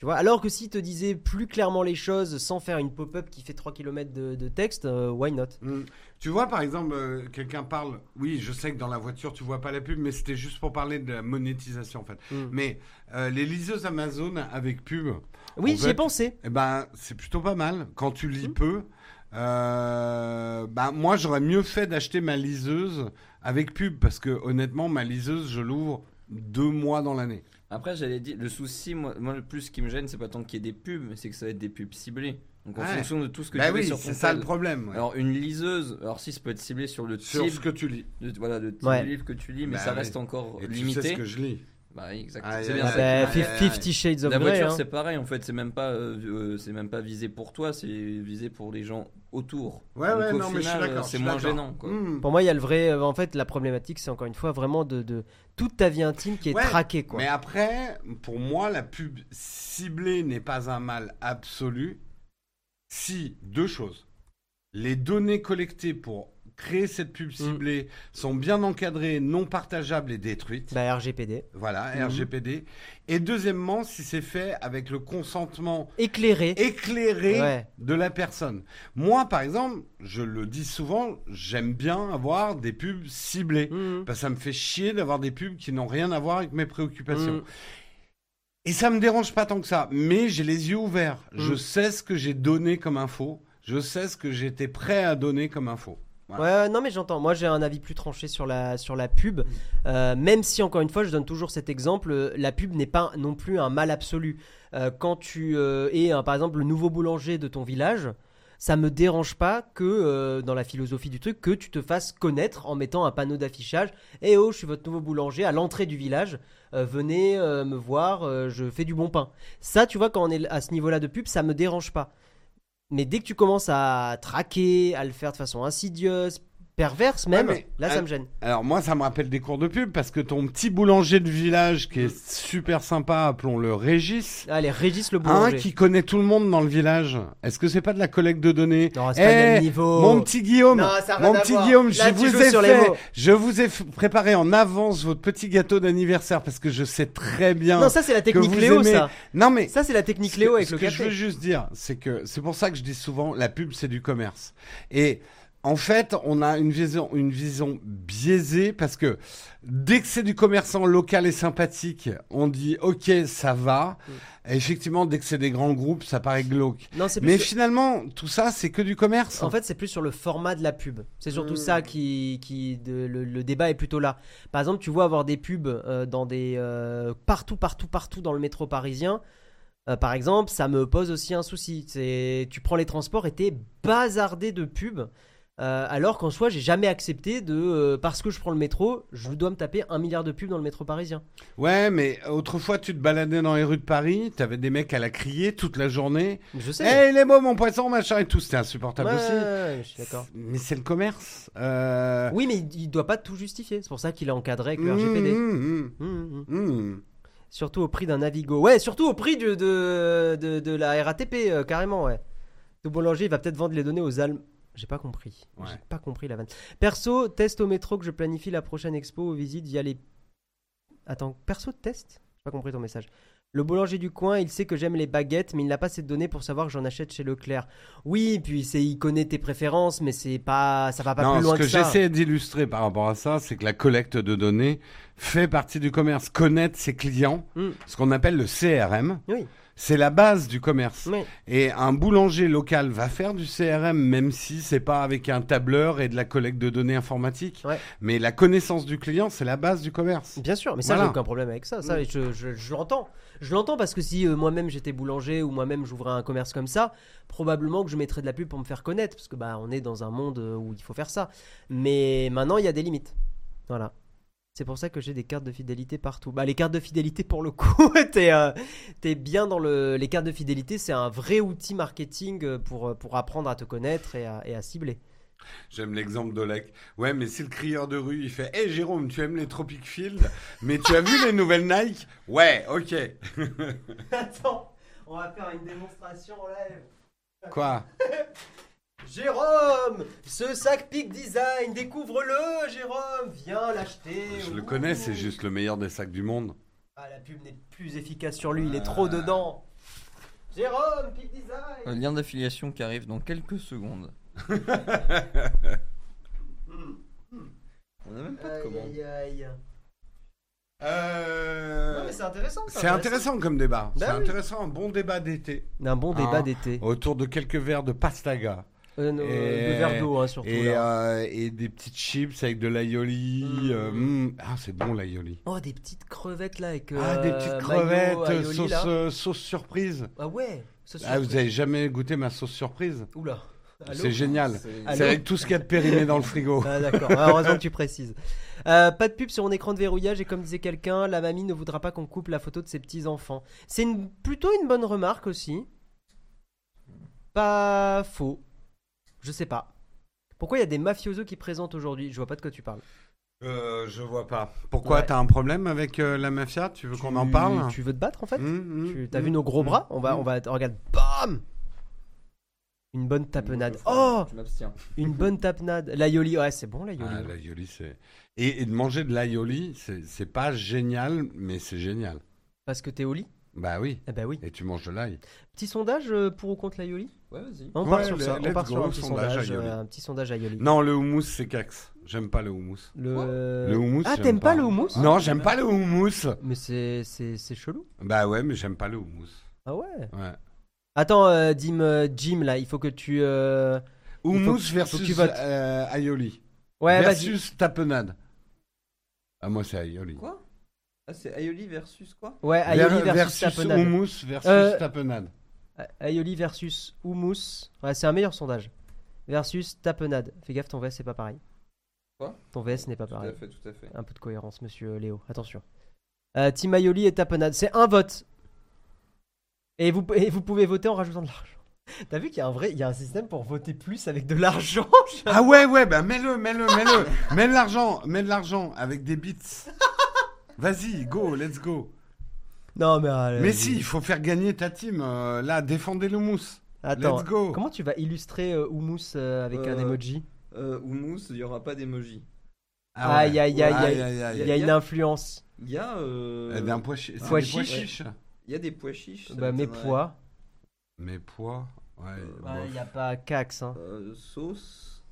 Speaker 1: Tu vois. Alors que s'ils te disaient plus clairement les choses sans faire une pop-up qui fait 3 km de, de texte, euh, why not
Speaker 2: Mm. Tu vois, par exemple, euh, quelqu'un parle. Oui, je sais que dans la voiture, tu vois pas la pub, mais c'était juste pour parler de la monétisation en fait.
Speaker 1: Mm.
Speaker 2: Mais euh, les liseuses Amazon avec pub,
Speaker 1: Oui,
Speaker 2: En
Speaker 1: j'y ai
Speaker 2: fait-
Speaker 1: pensé.
Speaker 2: Eh ben, c'est plutôt pas mal. Quand tu lis peu, euh, ben, moi, j'aurais mieux fait d'acheter ma liseuse avec pub parce que honnêtement, ma liseuse, je l'ouvre deux mois dans l'année.
Speaker 4: Après, j'allais dire, le souci, moi, moi, le plus qui me gêne, c'est pas tant qu'il y ait des pubs, mais c'est que ça va être des pubs ciblées. Donc en
Speaker 2: Ouais.
Speaker 4: fonction de tout ce que
Speaker 2: Bah
Speaker 4: tu mets
Speaker 2: oui,
Speaker 4: sur ton
Speaker 2: c'est ça le
Speaker 4: tel.
Speaker 2: problème. ouais.
Speaker 4: Alors une liseuse, alors si ça peut être ciblé sur le
Speaker 2: Sur
Speaker 4: type,
Speaker 2: ce que tu lis.
Speaker 4: de, voilà, le type
Speaker 1: Ouais.
Speaker 4: de livre que tu lis, mais
Speaker 2: Bah
Speaker 4: ça
Speaker 2: ouais.
Speaker 4: reste encore
Speaker 2: Et
Speaker 4: limité.
Speaker 2: tu sais ce que je Ah, lis.
Speaker 4: Bah oui, exact.
Speaker 2: Aïe,
Speaker 4: C'est
Speaker 2: aïe,
Speaker 4: bien
Speaker 2: aïe.
Speaker 4: ça.
Speaker 1: Ben,
Speaker 2: ouais,
Speaker 1: fif-
Speaker 2: ouais,
Speaker 1: 50 Shades of
Speaker 4: La
Speaker 1: Grey.
Speaker 4: voiture,
Speaker 1: hein.
Speaker 4: c'est pareil. En fait, c'est même pas, euh, euh, c'est même pas visé pour toi, c'est visé pour les gens autour.
Speaker 2: Ouais,
Speaker 4: Donc,
Speaker 2: ouais,
Speaker 4: au
Speaker 2: non, mais je suis
Speaker 4: final, euh,
Speaker 2: d'accord,
Speaker 4: C'est
Speaker 2: je suis
Speaker 4: moins
Speaker 2: d'accord.
Speaker 4: gênant, quoi.
Speaker 2: Hmm.
Speaker 1: Pour moi, il y a le vrai. euh, En fait, la problématique, c'est encore une fois vraiment de, de toute ta vie intime qui est
Speaker 2: Ouais,
Speaker 1: traquée, quoi.
Speaker 2: Mais après, pour moi, la pub ciblée n'est pas un mal absolu si deux choses. Les données collectées pour créer cette
Speaker 4: Mmh.
Speaker 2: pub ciblée sont bien encadrées, non partageables et détruites.
Speaker 1: Bah, RGPD.
Speaker 2: Voilà,
Speaker 1: Mhm.
Speaker 2: RGPD. Et deuxièmement, si c'est fait avec le consentement
Speaker 1: Éclairé.
Speaker 2: éclairé
Speaker 1: Ouais.
Speaker 2: de la personne. Moi, par exemple, je le dis souvent, j'aime bien avoir des pubs ciblées.
Speaker 1: Mhm.
Speaker 2: Parce que ça me fait chier d'avoir des pubs qui n'ont rien à voir avec mes préoccupations.
Speaker 1: Mhm.
Speaker 2: Et ça me dérange pas tant que ça, mais j'ai les yeux ouverts. Je
Speaker 1: Mm.
Speaker 2: sais ce que j'ai donné comme info. Je sais ce que j'étais prêt à donner comme info.
Speaker 1: Ouais, ouais, non, mais j'entends. Moi, j'ai un avis plus tranché sur la, sur la pub. Euh, même si, encore une fois, je donne toujours cet exemple, euh, la pub n'est pas non plus un mal absolu. Euh, quand tu euh, es, un- par exemple, le nouveau boulanger de ton village, ça me dérange pas que, euh, dans la philosophie du truc, que tu te fasses connaître en mettant un panneau d'affichage. Eh oh, je suis votre nouveau boulanger à l'entrée du village. Euh, venez euh, me voir, euh, je fais du bon pain. Ça, tu vois, quand on est à ce niveau-là de pub, ça me dérange pas. Mais dès que tu commences à traquer, à le faire de façon insidieuse, perverse même.
Speaker 2: Ouais, mais-
Speaker 1: Là,
Speaker 2: Ah.
Speaker 1: ça me gêne.
Speaker 2: Alors moi, ça me rappelle des cours de pub parce que ton petit boulanger de village qui est super sympa, appelons-le Régis,
Speaker 1: Allez, Régis le
Speaker 2: un
Speaker 1: boulanger.
Speaker 2: qui connaît tout le monde dans le village. Est-ce que c'est pas de la collecte de données
Speaker 1: Non, c'est pas le
Speaker 2: Eh,
Speaker 1: même niveau.
Speaker 2: Mon petit Guillaume,
Speaker 1: Non, ça a rien
Speaker 2: mon
Speaker 1: à
Speaker 2: petit
Speaker 1: voir.
Speaker 2: Guillaume,
Speaker 1: Là,
Speaker 2: je
Speaker 1: tu
Speaker 2: vous
Speaker 1: joues
Speaker 2: ai
Speaker 1: sur les
Speaker 2: fait,
Speaker 1: mots.
Speaker 2: je vous ai f- préparé en avance votre petit gâteau d'anniversaire parce que je sais très bien.
Speaker 1: Non, ça c'est la technique
Speaker 2: vous
Speaker 1: Léo,
Speaker 2: aimez.
Speaker 1: ça.
Speaker 2: Non, mais
Speaker 1: Ça c'est la technique
Speaker 2: ce
Speaker 1: Léo
Speaker 2: que-
Speaker 1: avec
Speaker 2: ce
Speaker 1: le
Speaker 2: que je veux
Speaker 1: café.
Speaker 2: juste dire, c'est que c'est pour ça que je dis souvent la pub c'est du commerce. Et en fait, on a une vision, une vision biaisée parce que dès que c'est du commerçant local et sympathique, on dit ok ça va. Et effectivement, dès que c'est des grands groupes, ça paraît glauque.
Speaker 1: Non, Mm. c'est
Speaker 2: Mais
Speaker 1: plus.
Speaker 2: finalement, tout ça c'est que du commerce.
Speaker 1: En fait, c'est plus sur le format de la pub. C'est surtout
Speaker 2: Hmm.
Speaker 1: ça qui, qui de- le, le débat est plutôt là. Par exemple, tu vois avoir des pubs euh, dans des euh, partout, partout, partout dans le métro parisien. euh, par exemple, ça me pose aussi un souci. C'est tu prends les transports et t'es bazardé de pubs. euh, alors qu'en soi, j'ai jamais accepté de euh, parce que je prends le métro, je dois me taper un milliard de pubs dans le métro parisien.
Speaker 2: Ouais, mais autrefois tu te baladais dans les rues de Paris, t'avais des mecs à la crier toute la journée.
Speaker 1: Je
Speaker 2: Eh,
Speaker 1: sais. Ouais,
Speaker 2: il est beau mon poisson machin et tout, c'était insupportable
Speaker 1: ouais,
Speaker 2: aussi.
Speaker 1: ouais, je suis d'accord.
Speaker 2: Mais c'est le commerce. Euh...
Speaker 1: Oui, mais il, il doit pas tout justifier. C'est pour ça qu'il est encadré avec le
Speaker 2: Mmh,
Speaker 1: RGPD.
Speaker 2: mmh,
Speaker 1: Mmh, mmh.
Speaker 2: mmh, mmh.
Speaker 1: Surtout au prix d'un Navigo. Ouais, surtout au prix du- de, de, de la RATP, euh, carrément, ouais. Le boulanger, il va peut-être vendre les données aux Allemands. J'ai pas compris.
Speaker 2: Ouais.
Speaker 1: J'ai pas compris la vanne. Perso, test au métro que je planifie la prochaine expo aux visites via les. Attends, perso, test J'ai pas compris ton message. Le boulanger du coin, il sait que j'aime les baguettes, mais il n'a pas assez de données pour savoir que j'en achète chez Leclerc. Oui, puis c'est, il connaît tes préférences, mais c'est pas, ça va Ah, pas
Speaker 2: Non,
Speaker 1: plus
Speaker 2: ce
Speaker 1: loin
Speaker 2: que,
Speaker 1: que, ça.
Speaker 2: j'essaie d'illustrer par rapport à ça, c'est que la collecte de données fait partie du commerce. Connaître ses clients,
Speaker 1: Mm.
Speaker 2: ce qu'on appelle le CRM,
Speaker 1: Oui.
Speaker 2: c'est la base du commerce.
Speaker 1: Mais-
Speaker 2: Et un boulanger local va faire du CRM, même si c'est pas avec un tableur et de la collecte de données informatique.
Speaker 1: Ouais.
Speaker 2: Mais la connaissance du client, c'est la base du commerce.
Speaker 1: Bien sûr, mais ça,
Speaker 2: Voilà.
Speaker 1: j'ai aucun problème avec ça. Ça, je, je- je l'entends. Je l'entends parce que si euh, moi-même j'étais boulanger ou moi-même j'ouvrais un commerce comme ça, probablement que je mettrais de la pub pour me faire connaître parce que bah on est dans un monde euh, où il faut faire ça. Mais maintenant, il y a des limites. Voilà. C'est pour ça que j'ai des cartes de fidélité partout. Bah les cartes de fidélité pour le coup, t'es euh, t'es bien dans le. Les cartes de fidélité, c'est un vrai outil marketing euh, pour euh, pour apprendre à te connaître et à, et à cibler.
Speaker 2: J'aime l'exemple d'Olek. Ouais, mais si le crieur de rue, il fait Hé Jérôme, tu aimes les Tropic Field, mais tu as vu les nouvelles Nike Ouais, ok.
Speaker 1: Attends, on va faire une démonstration en live.
Speaker 2: Quoi
Speaker 1: Jérôme, ce sac Peak Design, découvre-le, Jérôme, viens l'acheter.
Speaker 2: Je le connais, c'est juste le meilleur des sacs du monde.
Speaker 1: Ah, la pub n'est plus efficace sur lui, il est
Speaker 2: Euh.
Speaker 1: trop dedans. Jérôme, Peak Design.
Speaker 4: Un lien d'affiliation qui arrive dans quelques secondes. On n'a même pas de
Speaker 1: Aïe,
Speaker 4: commande.
Speaker 1: aïe, aïe. Non,
Speaker 2: Euh...
Speaker 1: mais c'est intéressant.
Speaker 2: C'est intéressant comme débat.
Speaker 1: Bah
Speaker 2: c'est
Speaker 1: oui.
Speaker 2: intéressant, un bon débat d'été.
Speaker 1: Un bon débat
Speaker 2: Ah.
Speaker 1: d'été.
Speaker 2: Autour de quelques verres de pastaga.
Speaker 1: Euh, non,
Speaker 2: Et-
Speaker 1: euh, De verre d'eau, hein, surtout.
Speaker 2: Et,
Speaker 1: là.
Speaker 2: euh, et des petites chips avec de l'aioli.
Speaker 1: Mm.
Speaker 2: euh, mm. Ah, c'est bon l'aioli.
Speaker 1: Oh, des petites crevettes là avec.
Speaker 2: ah, des
Speaker 1: euh,
Speaker 2: petites
Speaker 1: mayo,
Speaker 2: crevettes,
Speaker 1: aioli,
Speaker 2: sauce,
Speaker 1: là.
Speaker 2: euh, sauce surprise.
Speaker 1: Ah ouais. ça, c'est-
Speaker 2: Ah, vous avez jamais goûté ma sauce surprise
Speaker 1: Oula. Allô
Speaker 2: C'est génial.
Speaker 1: Allô
Speaker 2: C'est avec tout ce qu'il y a de périmé dans le frigo.
Speaker 1: Ah d'accord, Ah, heureusement que tu précises. Euh, pas de pub sur mon écran de verrouillage et comme disait quelqu'un, la mamie ne voudra pas qu'on coupe la photo de ses petits-enfants. C'est une, plutôt une bonne remarque aussi. Pas faux. Je sais pas. Pourquoi il y a des mafiosos qui présentent aujourd'hui Je vois pas de quoi tu parles.
Speaker 2: Euh, je vois pas. Pourquoi
Speaker 1: Ouais.
Speaker 2: T'as un problème avec euh, la mafia Tu veux qu'on en parle
Speaker 1: Tu veux te battre en fait
Speaker 2: Mm, mm,
Speaker 1: Tu- T'as
Speaker 2: mm,
Speaker 1: vu nos gros
Speaker 2: mm,
Speaker 1: bras On va,
Speaker 2: mm.
Speaker 1: on va, regarde, bam Une bonne tapenade.
Speaker 2: Mmh,
Speaker 1: Oh
Speaker 5: Je m'abstiens.
Speaker 1: Une bonne tapenade. La Yoli, ouais c'est bon la Yoli.
Speaker 2: Ah, l'aioli, c'est. Et, et de manger de l'aioli, c'est c'est pas génial, mais c'est génial.
Speaker 1: Parce que t'es au lit
Speaker 2: Bah oui.
Speaker 1: Eh ben oui.
Speaker 2: Et tu manges de l'ail.
Speaker 1: Petit sondage euh, pour ou contre la Yoli
Speaker 5: Ouais, vas-y.
Speaker 1: On
Speaker 2: Ouais,
Speaker 1: part sur
Speaker 2: le-
Speaker 1: ça, on
Speaker 2: let's
Speaker 1: part
Speaker 2: go,
Speaker 1: sur un petit
Speaker 2: sondage
Speaker 1: sondage,
Speaker 2: Aioli.
Speaker 1: euh, un petit sondage à Yoli.
Speaker 2: Non, le houmous, c'est cax. J'aime pas le houmous.
Speaker 1: Le...
Speaker 2: Le houmous,
Speaker 1: Ah,
Speaker 2: j'aime
Speaker 1: t'aimes pas
Speaker 2: pas.
Speaker 1: le houmous
Speaker 2: non, j'aime pas le houmous.
Speaker 1: Mais c'est, c'est, c'est chelou.
Speaker 2: Bah ouais, mais j'aime pas le houmous.
Speaker 1: Ah ouais
Speaker 2: Ouais.
Speaker 1: Attends, euh, Dim, euh, Jim, là, il faut que tu. euh,
Speaker 2: Houmous
Speaker 1: faut que
Speaker 2: versus
Speaker 1: tu votes.
Speaker 2: euh, aioli.
Speaker 1: Ouais, vas-y.
Speaker 2: versus tapenade. Ah, moi, c'est aioli.
Speaker 4: Quoi Ah, c'est Aioli versus quoi
Speaker 1: Ouais, Aioli
Speaker 2: Ver-
Speaker 1: versus tapenade.
Speaker 2: houmous versus
Speaker 1: Euh,
Speaker 2: tapenade.
Speaker 1: A- Aioli versus houmous. Ouais, c'est un meilleur sondage. Versus tapenade. Fais gaffe, ton VS, c'est pas pareil.
Speaker 4: Quoi
Speaker 1: Ton VS n'est pas
Speaker 4: Tout à
Speaker 1: pareil.
Speaker 4: fait, tout à fait.
Speaker 1: Un peu de cohérence, monsieur Léo. Attention. Euh, Team Aioli et tapenade. C'est un vote. Et vous, et vous pouvez voter en rajoutant de l'argent. T'as vu qu'il y a un vrai, il y a un système pour voter plus avec de l'argent.
Speaker 2: Ah ouais, ouais, bah mets-le, mets-le, mets-le. mets de l'argent, mets de l'argent avec des bits. Vas-y, go, let's go.
Speaker 1: Non mais. euh, allez,
Speaker 2: Mais
Speaker 1: vas-y.
Speaker 2: si, il faut faire gagner ta team. euh, là, défendez le mousse.
Speaker 1: Attends.
Speaker 2: let's go.
Speaker 1: Comment tu vas illustrer euh, Hummus euh, avec un
Speaker 4: Euh,
Speaker 1: emoji
Speaker 4: Euh, Hummus, il n'y aura pas d'emoji.
Speaker 2: Ah ouais.
Speaker 1: Aïe, aïe, aïe, aïe. Il y a
Speaker 4: y a-
Speaker 1: une influence.
Speaker 4: Il y a. euh,
Speaker 2: Eh bien, pois chi- c'est
Speaker 1: pois
Speaker 2: des pois
Speaker 1: chiches.
Speaker 2: chiches.
Speaker 4: Il y a des pois chiches. ça
Speaker 1: Bah mes
Speaker 4: m'étonnerait.
Speaker 1: poids.
Speaker 2: Mais pois. Ouais,
Speaker 1: Il
Speaker 2: bof.
Speaker 1: n'y a pas Cax. Hein.
Speaker 4: Euh, sauce.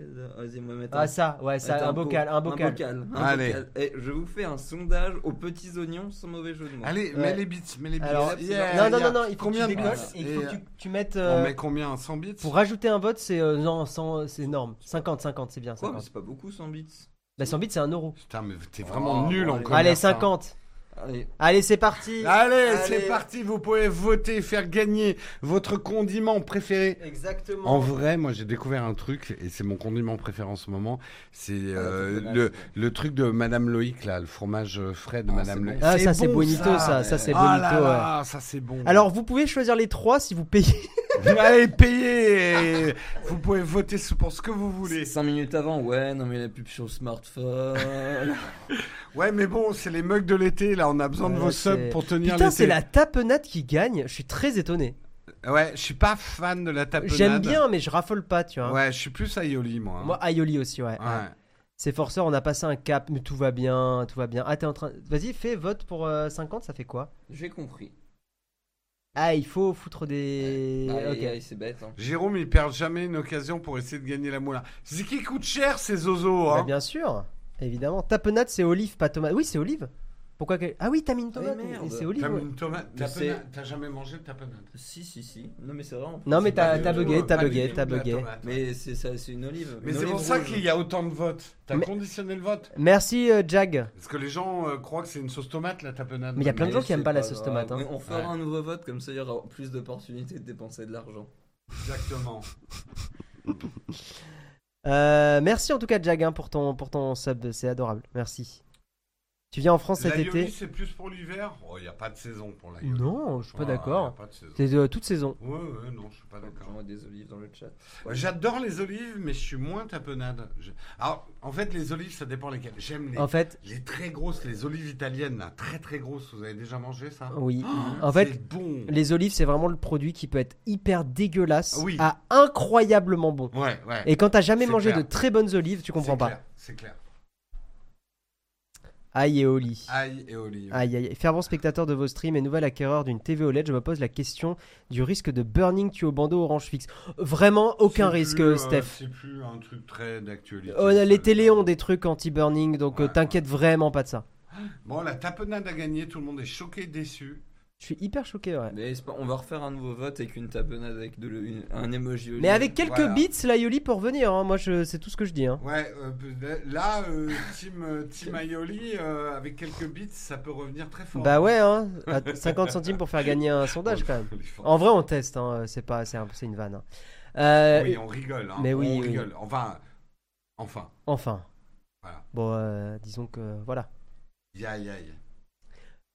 Speaker 4: Euh, Vas-y, moi, mettre
Speaker 1: Ah ça, ouais, ça,
Speaker 4: Attends,
Speaker 1: un, bocal, un bocal,
Speaker 4: Un bocal. un
Speaker 2: Allez.
Speaker 4: bocal. Eh, je vous fais un sondage aux petits oignons sans mauvais jeu de mots.
Speaker 2: Allez,
Speaker 1: Ouais.
Speaker 2: mets les bits, mets les bits.
Speaker 1: Alors,
Speaker 2: Yeah,
Speaker 1: non, non,
Speaker 2: yeah.
Speaker 1: non, non, il faut
Speaker 2: combien
Speaker 1: que
Speaker 2: de
Speaker 1: tu décolles
Speaker 2: bits
Speaker 1: et il faut
Speaker 2: Et,
Speaker 1: que tu, tu mettes...
Speaker 2: On
Speaker 1: euh,
Speaker 2: met combien 100 bits
Speaker 1: Pour rajouter un vote, c'est... euh, non, 100, c'est énorme. 50, 50, c'est bien.
Speaker 4: Quoi Mais
Speaker 1: 50.
Speaker 4: c'est pas beaucoup 100 bits.
Speaker 1: Bah 100 bits, c'est 1 euro.
Speaker 2: Putain, mais t'es vraiment
Speaker 4: Oh,
Speaker 2: nul en
Speaker 4: allez.
Speaker 2: commerce,
Speaker 1: Allez,
Speaker 2: hein.
Speaker 1: 50.
Speaker 4: Allez.
Speaker 1: Allez, c'est parti.
Speaker 2: Allez, c'est
Speaker 1: Allez.
Speaker 2: parti, vous pouvez voter, faire gagner votre condiment préféré.
Speaker 1: Exactement.
Speaker 2: En vrai, moi j'ai découvert un truc, et c'est mon condiment préféré en ce moment, c'est
Speaker 4: Ah,
Speaker 1: Ah,
Speaker 2: euh, le, le truc de Madame Loïc, là, le fromage euh, frais de
Speaker 4: Ah, c'est
Speaker 2: Madame
Speaker 4: bon.
Speaker 2: Loïc.
Speaker 1: Ah, ça,
Speaker 2: C'est
Speaker 1: c'est
Speaker 2: bon,
Speaker 1: bonito, ça. Ça, c'est
Speaker 2: Oh
Speaker 1: bonito,
Speaker 2: là
Speaker 1: ouais.
Speaker 2: là, ça c'est bon.
Speaker 1: Alors, vous pouvez choisir les trois si vous payez.
Speaker 2: allez, payez Vous pouvez voter pour ce que vous voulez.
Speaker 4: 5 minutes avant, ouais, non mais la pub sur le smartphone.
Speaker 2: Ouais, mais bon, c'est les mugs de l'été, là, on a besoin de
Speaker 1: Ouais,
Speaker 2: vos
Speaker 1: c'est-
Speaker 2: subs pour tenir
Speaker 1: Putain,
Speaker 2: l'été.
Speaker 1: c'est la tapenade qui gagne. Je suis très étonné.
Speaker 2: Ouais, je suis pas fan de la tapenade.
Speaker 1: J'aime bien, mais je raffole pas, tu vois.
Speaker 2: Ouais, je suis plus aioli, moi. hein.
Speaker 1: Moi, Aioli aussi, ouais.
Speaker 2: Ouais.
Speaker 1: C'est forceur, on a passé un cap, mais tout va bien, tout va bien. Ah, t'es en train. Vas-y, fais vote pour euh, 50, ça fait quoi
Speaker 4: J'ai compris.
Speaker 1: Ah, il faut foutre des.
Speaker 4: Allez,
Speaker 1: ok.
Speaker 4: allez, c'est bête. hein.
Speaker 2: Jérôme, il perd jamais une occasion pour essayer de gagner la moula. C'est qui coûte cher, ces zozos,
Speaker 1: Bah,
Speaker 2: hein.
Speaker 1: bien sûr, évidemment. Tapenade, c'est olive, pas tomate. Oui, c'est olive. Pourquoi que- Ah oui, t'as mis une tomate,
Speaker 4: Ah,
Speaker 1: mais-
Speaker 4: merde.
Speaker 1: et c'est
Speaker 2: T'as
Speaker 1: olive.
Speaker 2: mis
Speaker 1: ouais.
Speaker 2: une tomate-
Speaker 4: Mais c'est-
Speaker 2: tapenade- T'as jamais mangé de tapenade
Speaker 4: Si, si, si. Non mais c'est vrai. en fait,
Speaker 1: Non, mais
Speaker 4: c'est pas
Speaker 1: t'as
Speaker 4: du
Speaker 1: t'as
Speaker 4: tout,
Speaker 1: bugué,
Speaker 4: euh,
Speaker 1: t'as
Speaker 4: pas du
Speaker 1: bugué,
Speaker 4: tout.
Speaker 1: t'as bugué.
Speaker 4: Mais c'est ça, c'est une olive.
Speaker 2: Mais
Speaker 4: Une
Speaker 2: c'est
Speaker 4: olive
Speaker 2: pour ça
Speaker 4: rouge.
Speaker 2: qu'il y a autant de votes. T'as
Speaker 1: Mais-
Speaker 2: conditionné le vote.
Speaker 1: Merci, euh, Jag.
Speaker 2: Parce que les gens euh, croient que c'est une sauce tomate, la tapenade.
Speaker 1: Mais il y a plein de gens qui
Speaker 4: c'est
Speaker 1: aiment pas la sauce
Speaker 4: grave.
Speaker 1: tomate, hein.
Speaker 4: Mais on fera
Speaker 2: Ouais.
Speaker 4: un nouveau vote, comme ça il y aura plus d'opportunités de dépenser de l'argent.
Speaker 2: Exactement.
Speaker 1: Euh, merci en tout cas, Jag, hein, pour, ton, pour ton sub, c'est adorable. Merci. Tu viens en France cet
Speaker 2: L'aioli,
Speaker 1: été
Speaker 2: c'est plus pour l'hiver. Oh, il n'y a pas de saison pour l'aioli.
Speaker 1: Non, je suis pas
Speaker 2: Ah,
Speaker 1: d'accord.
Speaker 2: y a pas de saison.
Speaker 1: C'est de toute saison.
Speaker 2: Ouais, ouais, non, je suis pas d'accord.
Speaker 4: J'envoie des olives dans le chat.
Speaker 2: J'adore les olives, mais je suis moins tapenade. Je- Alors, en fait, les olives, ça dépend lesquelles. J'aime les,
Speaker 1: En fait,
Speaker 2: les très grosses, les olives italiennes, là, très très grosses. Vous avez déjà mangé ça
Speaker 1: oui. En fait,
Speaker 2: Oh, C'est bon.
Speaker 1: Les olives, c'est vraiment le produit qui peut être hyper dégueulasse
Speaker 2: Ah oui.
Speaker 1: à incroyablement bon.
Speaker 2: Ouais, ouais.
Speaker 1: Et quand t'as jamais
Speaker 2: C'est
Speaker 1: mangé
Speaker 2: clair.
Speaker 1: de très bonnes olives, tu comprends
Speaker 2: C'est
Speaker 1: pas.
Speaker 2: clair, C'est clair.
Speaker 1: Aïe et Oli.
Speaker 2: Aïe et olive.
Speaker 1: Aïe, aïe, aïe. Fervent spectateur de vos streams et nouvel acquéreur d'une TV OLED, E je me pose la question du risque de burning tué au bandeau orange fixe. Vraiment, aucun
Speaker 2: C'est plus,
Speaker 1: risque,
Speaker 2: euh,
Speaker 1: Steph.
Speaker 2: C'est plus un truc très d'actualité.
Speaker 1: Oh, les
Speaker 2: ça.
Speaker 1: télés ont des trucs anti-burning, donc euh,
Speaker 2: Ouais,
Speaker 1: t'inquiète vraiment pas de ça.
Speaker 2: Bon, la tapenade a gagné. Tout le monde est choqué, déçu.
Speaker 1: Je suis hyper choqué, ouais.
Speaker 4: Mais c'est pas- on va refaire un nouveau vote avec une tapenade avec de le- une- un emoji olive.
Speaker 1: Mais avec quelques
Speaker 2: Voilà.
Speaker 1: bits, la Yoli peut revenir. hein. Moi, je... c'est tout ce que je dis. hein.
Speaker 2: Ouais, euh, là, euh, Team, euh, team Aioli, euh, avec quelques bits, ça peut revenir très fort.
Speaker 1: Bah ouais, hein. À 50 centimes pour faire gagner un sondage quand même. En vrai, on teste, hein, c'est pas, c'est un- c'est une vanne. hein. Euh,
Speaker 2: Oui, on rigole. Hein.
Speaker 1: mais oui,
Speaker 2: on
Speaker 1: oui.
Speaker 2: rigole. Enfin, enfin.
Speaker 1: Enfin,
Speaker 2: Voilà.
Speaker 1: bon, euh, disons que voilà.
Speaker 2: Ya, ya, ya.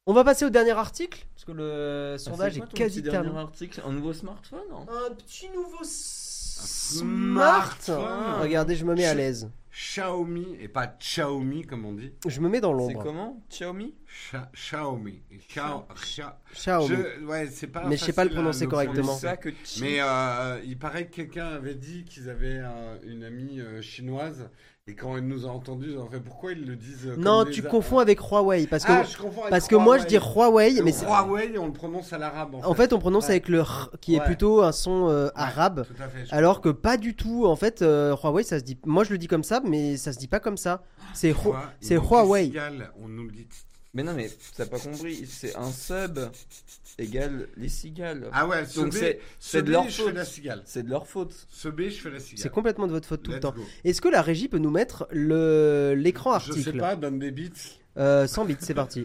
Speaker 1: On va passer au dernier article parce que
Speaker 2: Euh,
Speaker 1: le
Speaker 4: Ah, c'est
Speaker 1: sondage
Speaker 4: quoi
Speaker 1: est
Speaker 4: ton petit
Speaker 1: quasi
Speaker 4: dernier
Speaker 1: terminé.
Speaker 4: article Un nouveau smartphone hein
Speaker 1: Un petit nouveau
Speaker 2: smartphone.
Speaker 1: smart. Ah. Regardez, je me mets à l'aise.
Speaker 2: Xiaomi et pas Xiaomi comme on dit.
Speaker 1: Je me mets dans
Speaker 4: C'est
Speaker 1: l'ombre.
Speaker 4: comment Xiaomi
Speaker 2: Cha- Xiaomi. Xia- Xia-
Speaker 1: Xiaomi.
Speaker 2: Je- ouais, c'est pas
Speaker 1: Mais je sais pas le
Speaker 2: facile à
Speaker 1: prononcer
Speaker 2: prononcer.
Speaker 1: correctement.
Speaker 4: Ça que chi-
Speaker 2: Mais euh, il paraît que quelqu'un avait dit qu'ils avaient euh, une amie euh, chinoise et quand elle nous a entendus, ils ont fait pourquoi ils le disent. euh,
Speaker 1: Non,
Speaker 2: comme les
Speaker 1: tu
Speaker 2: A-
Speaker 1: confonds avec Huawei parce que
Speaker 2: Ah, je confonds avec
Speaker 1: parce que moi je dis
Speaker 2: Huawei.
Speaker 1: Huawei, mais c'est-
Speaker 2: Huawei, on le prononce à l'arabe. En,
Speaker 1: en fait on prononce
Speaker 2: Ouais.
Speaker 1: avec le r qui est
Speaker 2: Ouais.
Speaker 1: plutôt un son euh,
Speaker 2: Ouais.
Speaker 1: arabe.
Speaker 2: Tout à fait. je
Speaker 1: Alors que
Speaker 2: comprends.
Speaker 1: pas du tout, en fait, euh, Huawei, ça se dit. Moi, je le dis comme ça, mais ça se dit pas comme ça. C'est
Speaker 2: Tu
Speaker 1: Hu-
Speaker 2: vois, il
Speaker 1: c'est
Speaker 2: manque les
Speaker 1: Huawei.
Speaker 2: cigales, On nous le dit.
Speaker 4: Mais non, mais t'as pas compris. C'est un sub égale les cigales.
Speaker 2: Ah ouais, ce
Speaker 4: Donc
Speaker 2: B,
Speaker 4: c'est-
Speaker 2: ce
Speaker 4: c'est de
Speaker 2: B,
Speaker 4: leur
Speaker 2: je fais
Speaker 4: faute.
Speaker 2: la cigale.
Speaker 4: C'est de leur faute.
Speaker 2: Ce B, je fais la cigale.
Speaker 1: C'est complètement de votre faute tout le
Speaker 2: Let's
Speaker 1: temps.
Speaker 2: go.
Speaker 1: Est-ce que la régie peut nous mettre le l'écran article
Speaker 2: Je sais pas, donne des bits.
Speaker 1: Euh, 100 bits, c'est parti.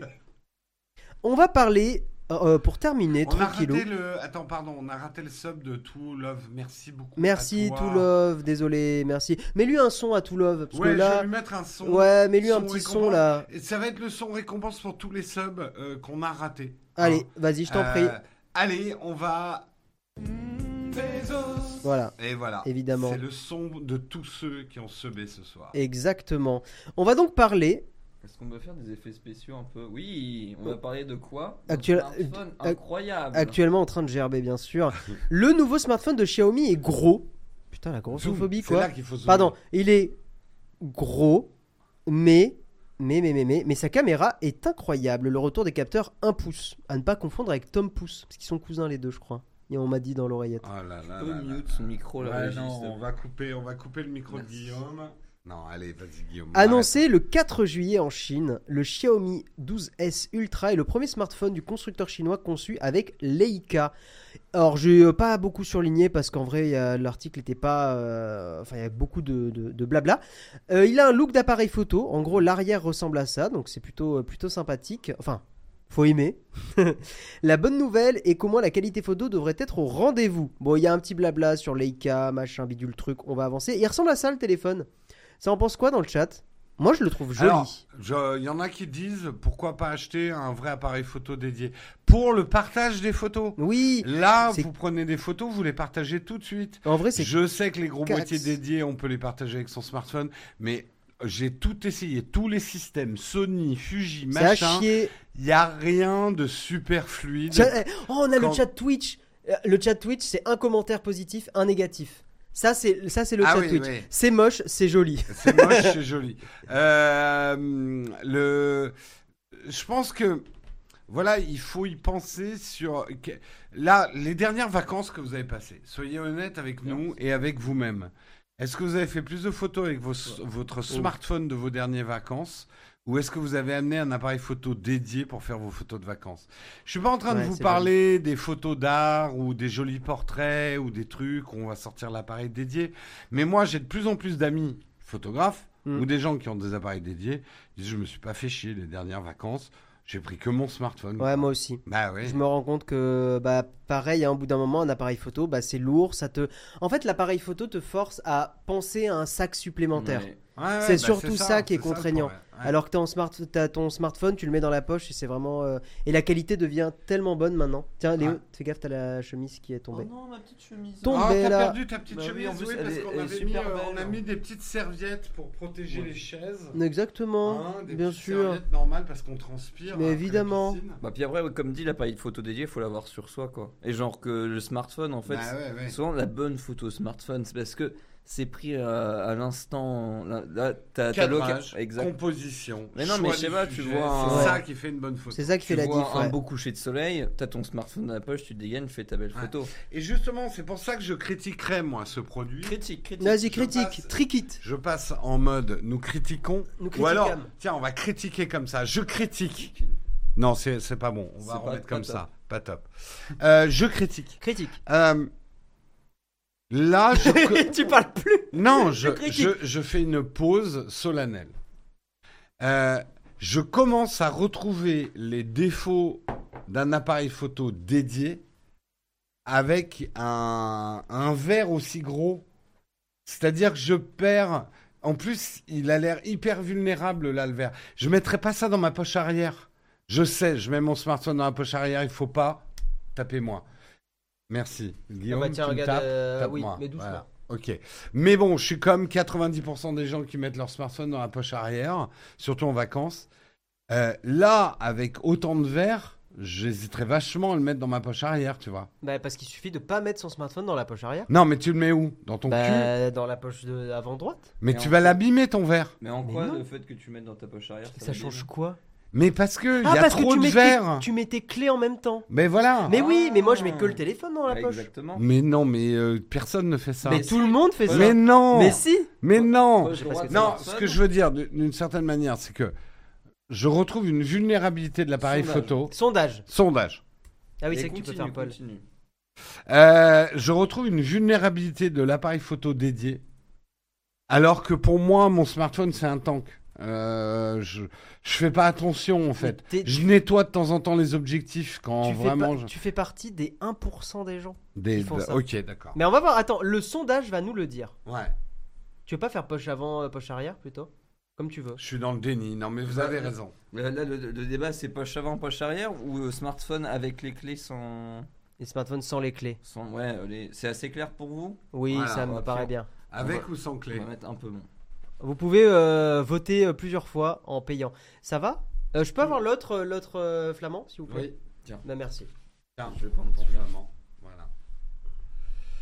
Speaker 1: On va parler, euh, pour terminer,
Speaker 2: On a
Speaker 1: tranquillou.
Speaker 2: raté le. Attends, pardon, on a raté le sub de To Love. Merci beaucoup.
Speaker 1: Merci,
Speaker 2: à Ah, toi.
Speaker 1: To Love, désolé, merci. Mets-lui un son à To Love, parce
Speaker 2: Ouais,
Speaker 1: que
Speaker 2: je vais
Speaker 1: là.
Speaker 2: lui mettre un son.
Speaker 1: Ouais, mets-lui un
Speaker 2: son
Speaker 1: petit son
Speaker 2: récompense.
Speaker 1: là.
Speaker 2: Et ça va être le son récompense pour tous les subs euh, qu'on a ratés.
Speaker 1: Allez, vas-y, je t'en
Speaker 2: Euh,
Speaker 1: prie.
Speaker 2: Allez, on va. Bezos.
Speaker 1: Voilà,
Speaker 2: Et voilà.
Speaker 1: évidemment.
Speaker 2: C'est le son de tous ceux qui ont semé ce soir.
Speaker 1: Exactement. On va donc parler
Speaker 5: Est-ce qu'on peut faire des effets spéciaux un peu Oui, on va parler de quoi D'un
Speaker 1: Oh. Actuel- euh,
Speaker 5: smartphone
Speaker 1: ac-
Speaker 2: Ah.
Speaker 5: incroyable.
Speaker 1: actuellement en train de gerber, bien sûr. Le nouveau smartphone de Xiaomi est gros. Putain, la grossophobie,
Speaker 2: C'est
Speaker 1: quoi.
Speaker 2: là qu'il faut se
Speaker 1: Pardon, il est gros, mais, mais, mais, mais, mais, mais sa caméra est incroyable. Le retour des capteurs 1 pouce, à ne pas confondre avec Tom Pouce, parce qu'ils sont cousins les deux, je crois. Et on m'a dit dans l'oreillette.
Speaker 2: Oh là là.
Speaker 5: On
Speaker 2: là
Speaker 5: peut
Speaker 2: là.
Speaker 5: mute son micro là.
Speaker 2: Ouais,
Speaker 5: Régis,
Speaker 2: non,
Speaker 5: s'il te
Speaker 2: on va couper, on va couper le micro de
Speaker 5: Merci.
Speaker 2: Guillaume. Non, allez, vas-y Guillaume.
Speaker 1: Annoncé le 4 juillet en Chine, le Xiaomi 12S Ultra est le premier smartphone du constructeur chinois conçu avec Leica. Alors, j'ai euh, pas beaucoup surligné parce qu'en vrai, il y a- l'article n'était pas. euh, Enfin, il y a beaucoup de, de- de blabla. Euh, il a un look d'appareil photo. En gros, l'arrière ressemble à ça, donc c'est plutôt, euh, plutôt sympathique. Enfin, faut aimer. la bonne nouvelle est qu'au moins la qualité photo devrait être au rendez-vous. Bon, il y a un petit blabla sur Leica, machin, bidule truc, on va avancer. Il ressemble à ça le téléphone. Ça en pense quoi dans le chat Moi, je le trouve joli.
Speaker 2: Alors, je- Il y en a qui disent pourquoi pas acheter un vrai appareil photo dédié pour le partage des photos.
Speaker 1: oui,
Speaker 2: Là,
Speaker 1: C'est-
Speaker 2: vous prenez des photos, vous les partagez tout de suite.
Speaker 1: en vrai, c'est
Speaker 2: Je sais que les gros
Speaker 1: Cax.
Speaker 2: boîtiers dédiés, on peut les partager avec son smartphone, mais j'ai tout essayé, tous les systèmes, Sony, Fuji,
Speaker 1: c'est à
Speaker 2: machin.
Speaker 1: chier.
Speaker 2: Il n'y a rien de super fluide.
Speaker 1: Tiens, eh, oh, on a
Speaker 2: Quand-
Speaker 1: le chat Twitch. Euh, Le chat Twitch, c'est un commentaire positif, un négatif. Ça, c'est ça, c'est le
Speaker 2: Ah
Speaker 1: chat
Speaker 2: oui,
Speaker 1: Twitch.
Speaker 2: oui.
Speaker 1: C'est moche, c'est joli.
Speaker 2: C'est moche, c'est joli. Euh, le... Je pense que, voilà, il faut y penser sur... que- Là, les dernières vacances que vous avez passées, soyez honnête avec nous et avec vous-même. Est-ce que vous avez fait plus de photos avec vos- votre smartphone de vos dernières vacances ou est-ce que vous avez amené un appareil photo dédié pour faire vos photos de vacances Je suis pas en train de
Speaker 1: Ouais,
Speaker 2: vous
Speaker 1: c'est
Speaker 2: parler des photos d'art ou des jolis portraits ou des trucs où on va sortir l'appareil dédié. Mais moi, j'ai de plus en plus d'amis photographes
Speaker 1: Mm.
Speaker 2: ou des gens qui ont des appareils dédiés. Ils disent, je me suis pas fait chier les dernières vacances. J'ai pris que mon smartphone.
Speaker 1: Ouais, moi aussi.
Speaker 2: Bah ouais.
Speaker 1: Je me rends compte que, bah, pareil, hein, au bout d'un moment, un appareil photo, bah, c'est lourd. Ça te, en fait, l'appareil photo te force à penser à un sac
Speaker 5: plaît.
Speaker 1: supplémentaire.
Speaker 5: Ouais.
Speaker 2: Ouais, ouais,
Speaker 1: c'est surtout ça qui est
Speaker 2: bah c'est le
Speaker 1: contraignant.
Speaker 2: problème. Ouais.
Speaker 1: Alors que t'as en smart, t'as ton smartphone, tu le mets dans la poche et c'est vraiment euh, et la qualité devient tellement bonne maintenant. Tiens, Léo,
Speaker 2: Ouais.
Speaker 1: fais gaffe, t'as la chemise qui est
Speaker 5: Oh
Speaker 1: tombée.
Speaker 5: non, ma petite chemise.
Speaker 1: Ton-
Speaker 2: Ah,
Speaker 1: tomber,
Speaker 2: t'as
Speaker 1: là.
Speaker 2: perdu ta petite
Speaker 5: Bah oui,
Speaker 2: chemise,
Speaker 5: en plus,
Speaker 2: oui,
Speaker 5: elle
Speaker 2: parce
Speaker 5: est-
Speaker 2: qu'on
Speaker 5: elle est
Speaker 2: avait mis,
Speaker 5: super
Speaker 2: euh,
Speaker 5: belle. hein.
Speaker 2: on a mis des petites serviettes pour protéger
Speaker 5: Ouais.
Speaker 2: les chaises.
Speaker 1: Exactement,
Speaker 2: Hein, Oh des
Speaker 1: bien
Speaker 2: petites
Speaker 1: sûr.
Speaker 2: serviettes normales parce qu'on transpire.
Speaker 1: Mais
Speaker 2: après la
Speaker 1: évidemment.
Speaker 2: piscine.
Speaker 5: Bah puis après, ouais, comme dit, l'appareil de photo dédié, faut l'avoir sur soi quoi. Et genre que le smartphone, en fait,
Speaker 2: Bah ouais, ouais.
Speaker 5: souvent la bonne photo smartphone, c'est parce que c'est pris euh, à l'instant. Là, là, t'as t'as
Speaker 2: Cadrage,
Speaker 5: l'occasion- Exact.
Speaker 2: composition.
Speaker 5: Mais non,
Speaker 2: choix
Speaker 5: mais je
Speaker 2: du
Speaker 5: sais pas, tu
Speaker 2: sujet,
Speaker 5: vois hein.
Speaker 2: C'est
Speaker 1: un-
Speaker 2: ça qui fait une bonne photo.
Speaker 1: C'est ça qui
Speaker 5: Tu
Speaker 1: fait la
Speaker 5: vois
Speaker 1: diff.
Speaker 5: un
Speaker 1: ouais.
Speaker 5: beau coucher de soleil, t'as ton smartphone dans la poche, tu te dégaines, fais ta belle
Speaker 1: Ah.
Speaker 2: Ouais.
Speaker 5: photo.
Speaker 2: Et justement, c'est pour ça que je critiquerais, moi, ce produit.
Speaker 5: Critique, critique.
Speaker 1: Vas-y,
Speaker 2: Je
Speaker 1: critique,
Speaker 2: passe.
Speaker 1: triquite.
Speaker 2: Je passe en mode nous critiquons.
Speaker 1: Nous
Speaker 2: Ou alors,
Speaker 1: critiquâmes.
Speaker 2: tiens, on va critiquer comme ça. Je critique. Non, c'est c'est pas bon. On va
Speaker 5: C'est pas-
Speaker 2: remettre
Speaker 5: pas
Speaker 2: comme
Speaker 5: top.
Speaker 2: ça. Pas top. Euh, je critique.
Speaker 1: Critique.
Speaker 2: Euh, là, je.
Speaker 1: tu parles plus.
Speaker 2: Non, je,
Speaker 1: critique.
Speaker 2: je, je fais une pause solennelle. Euh, je commence à retrouver les défauts d'un appareil photo dédié avec un, un verre aussi gros. C'est-à-dire que je perds. En plus, il a l'air hyper vulnérable là, le verre. Je mettrai pas ça dans ma poche arrière. Je sais, je mets mon smartphone dans la poche arrière, il faut pas. Tapez-moi. Merci. Guillaume, tu me tapes.
Speaker 1: Euh,
Speaker 2: Tape-moi. Voilà. Ok. Mais bon, je suis comme 90% des gens qui mettent leur smartphone dans la poche arrière, surtout en vacances. Euh, là, avec autant de verre, j'hésiterais vachement à le mettre dans ma poche arrière, tu vois.
Speaker 1: Bah, parce qu'il suffit de pas mettre son smartphone dans la poche arrière.
Speaker 2: Non, mais tu le mets où Dans ton cul
Speaker 1: Bah, dans la poche de avant droite.
Speaker 2: Mais
Speaker 5: Mais
Speaker 2: tu
Speaker 5: en
Speaker 2: vas
Speaker 5: fait-
Speaker 2: l'abîmer ton verre.
Speaker 5: Mais en
Speaker 1: Mais
Speaker 5: quoi
Speaker 1: non.
Speaker 5: le fait que tu mettes dans ta poche arrière
Speaker 1: Ça change quoi
Speaker 2: Mais parce que il
Speaker 1: Ah,
Speaker 2: y a
Speaker 1: parce
Speaker 2: trop
Speaker 1: que tu
Speaker 2: de
Speaker 1: mets,
Speaker 2: verre. Ah.
Speaker 1: tes, tu mets tes clés en même temps.
Speaker 2: Mais voilà. Mais,
Speaker 1: Mais oui, mais moi je mets que le téléphone dans la poche.
Speaker 5: Exactement.
Speaker 2: non, mais euh, personne ne fait ça.
Speaker 1: Mais tout le monde fait ça.
Speaker 2: Mais non.
Speaker 1: Mais si.
Speaker 2: Mais non.
Speaker 5: Poche
Speaker 1: Je sais pas
Speaker 5: droite,
Speaker 1: ce que
Speaker 2: Non,
Speaker 5: smartphone.
Speaker 2: ce que je veux dire d'une- d'une certaine manière, c'est que je retrouve une vulnérabilité de l'appareil
Speaker 5: Sondage.
Speaker 2: photo.
Speaker 1: Sondage.
Speaker 2: Sondage.
Speaker 1: Ah oui,
Speaker 5: Et
Speaker 1: c'est que tu peux
Speaker 5: continue,
Speaker 1: faire Paul.
Speaker 5: continue.
Speaker 2: Euh, je retrouve une vulnérabilité de l'appareil photo dédié, alors que pour moi, mon smartphone, c'est un tank. Euh, je, je fais pas attention en fait.
Speaker 1: t'es-
Speaker 2: Je nettoie de temps en temps les objectifs quand
Speaker 1: Tu fais,
Speaker 2: vraiment.
Speaker 1: pas-
Speaker 2: je-
Speaker 1: tu fais partie des 1% des gens.
Speaker 2: Des-
Speaker 1: ils font ça.
Speaker 2: Ok, d'accord.
Speaker 1: Mais on va voir. Attends, le sondage va nous le dire.
Speaker 2: Ouais,
Speaker 1: Tu veux pas faire poche avant, euh, poche arrière plutôt Comme tu veux.
Speaker 2: je suis dans le déni. Non, mais vous
Speaker 5: Ouais.
Speaker 2: avez raison.
Speaker 5: Là, là, le, le débat, c'est poche avant, poche arrière ou euh, smartphone avec les clés sans.
Speaker 1: Les smartphones sans les clés.
Speaker 5: Sans- ouais, euh, les- c'est assez clair pour vous
Speaker 1: Oui,
Speaker 2: Voilà,
Speaker 1: ça
Speaker 2: on
Speaker 1: me
Speaker 5: va
Speaker 1: paraît
Speaker 5: faire-
Speaker 1: bien.
Speaker 2: Avec ou sans clé
Speaker 5: On va mettre un peu moins.
Speaker 1: Vous pouvez euh, voter euh, plusieurs fois en payant. Ça va Euh, Je peux avoir l'autre euh, l'autre euh, flamand, s'il vous plaît
Speaker 2: Oui.
Speaker 1: Bah, merci.
Speaker 2: Tiens,
Speaker 5: Je vais prendre pour celui-là.
Speaker 2: finalement. Voilà.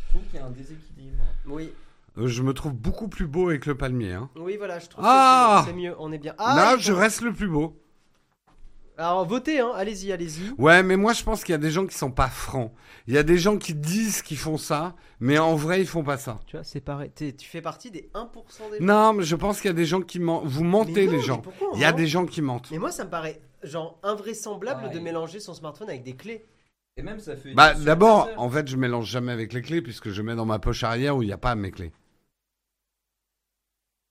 Speaker 5: Je trouve qu'il y a un déséquilibre.
Speaker 1: Oui.
Speaker 2: Euh, Je me trouve beaucoup plus beau avec le palmier. hein.
Speaker 1: Oui, voilà, je trouve
Speaker 2: Ah
Speaker 1: que c'est- c'est mieux, on est bien. Ah,
Speaker 2: Là,
Speaker 1: les
Speaker 2: je
Speaker 1: gens-
Speaker 2: reste le plus beau.
Speaker 1: Alors, votez, hein, allez-y, allez-y.
Speaker 2: Ouais, mais moi je pense qu'il y a des gens qui sont pas francs. Il y a des gens qui disent qu'ils font ça, mais en vrai ils font pas ça.
Speaker 1: Tu vois, c'est pareil. T'es- Tu fais partie des 1% des gens.
Speaker 2: Non, mais je pense qu'il y a des gens qui mentent. Vous mentez
Speaker 1: Mais non,
Speaker 2: les
Speaker 1: mais
Speaker 2: gens.
Speaker 1: pourquoi on
Speaker 2: Il y a
Speaker 1: ment
Speaker 2: des gens qui mentent.
Speaker 1: Mais moi, ça me paraît genre invraisemblable
Speaker 5: Pareil.
Speaker 1: de mélanger son smartphone avec des clés.
Speaker 5: Et même ça fait.
Speaker 2: Bah
Speaker 5: sur le
Speaker 2: d'abord,
Speaker 5: curseur.
Speaker 2: en fait, je mélange jamais avec les clés puisque je mets dans ma poche arrière où il n'y a pas mes clés.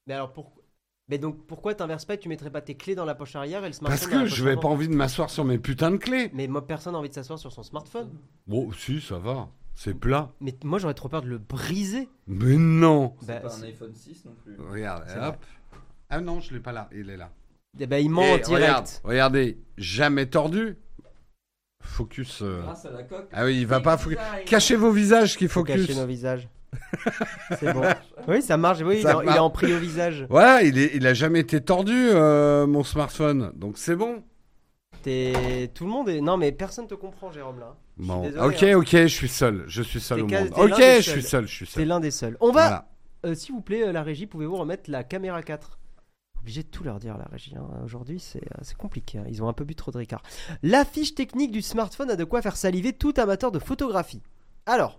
Speaker 1: Mais alors pourquoi Mais donc pourquoi t'inverses pas et tu mettrais pas tes clés dans la poche arrière et le smartphone dans
Speaker 2: Parce que
Speaker 1: la poche
Speaker 2: je n'ai
Speaker 1: avant
Speaker 2: pas envie de m'asseoir sur mes putains de clés.
Speaker 1: Mais moi, personne n'a envie de s'asseoir sur son smartphone.
Speaker 2: Bon, si, ça va. C'est plat.
Speaker 1: Mais t- moi, j'aurais trop peur de le briser.
Speaker 2: Mais non.
Speaker 5: C'est
Speaker 1: Bah,
Speaker 5: pas un
Speaker 1: c'est-
Speaker 5: iPhone 6 non plus.
Speaker 2: Regarde,
Speaker 1: C'est
Speaker 2: hop. Ah non, je l'ai pas là. Il est là.
Speaker 1: Eh ben, il ment en
Speaker 2: Et regarde,
Speaker 1: direct.
Speaker 2: regardez, jamais tordu. Focus. euh,
Speaker 5: Grâce à la coque.
Speaker 2: Ah oui, il va pas focus.
Speaker 5: Design.
Speaker 2: Cachez vos visages qui
Speaker 1: Faut cacher
Speaker 2: focus.
Speaker 1: nos visages. c'est bon. Oui, ça marche. Oui, il,
Speaker 2: Ça
Speaker 1: est en- il est
Speaker 2: marche.
Speaker 1: en prix au visage.
Speaker 2: Ouais, il, est, il a jamais été tordu, euh, mon smartphone. Donc c'est bon.
Speaker 1: T'es... Tout le monde est. Non, mais personne te comprend, Jérôme, là. suis
Speaker 2: Bon.
Speaker 1: désolé,
Speaker 2: Ok,
Speaker 1: hein.
Speaker 2: ok, je suis seul. Je suis seul
Speaker 1: T'es
Speaker 2: au
Speaker 1: cas-
Speaker 2: monde.
Speaker 1: t'es
Speaker 2: Ok,
Speaker 1: l'un des
Speaker 2: je
Speaker 1: seuls.
Speaker 2: suis seul, je suis
Speaker 1: T'es
Speaker 2: seul.
Speaker 1: l'un des seuls. On va.
Speaker 2: Voilà.
Speaker 1: Euh, s'il vous plaît, euh, la régie, pouvez-vous remettre la caméra 4 Obligé de tout leur dire, la régie. hein. Aujourd'hui, c'est euh, c'est compliqué. hein. Ils ont un peu bu trop de Ricard. La fiche technique du smartphone a de quoi faire saliver tout amateur de photographie. Alors,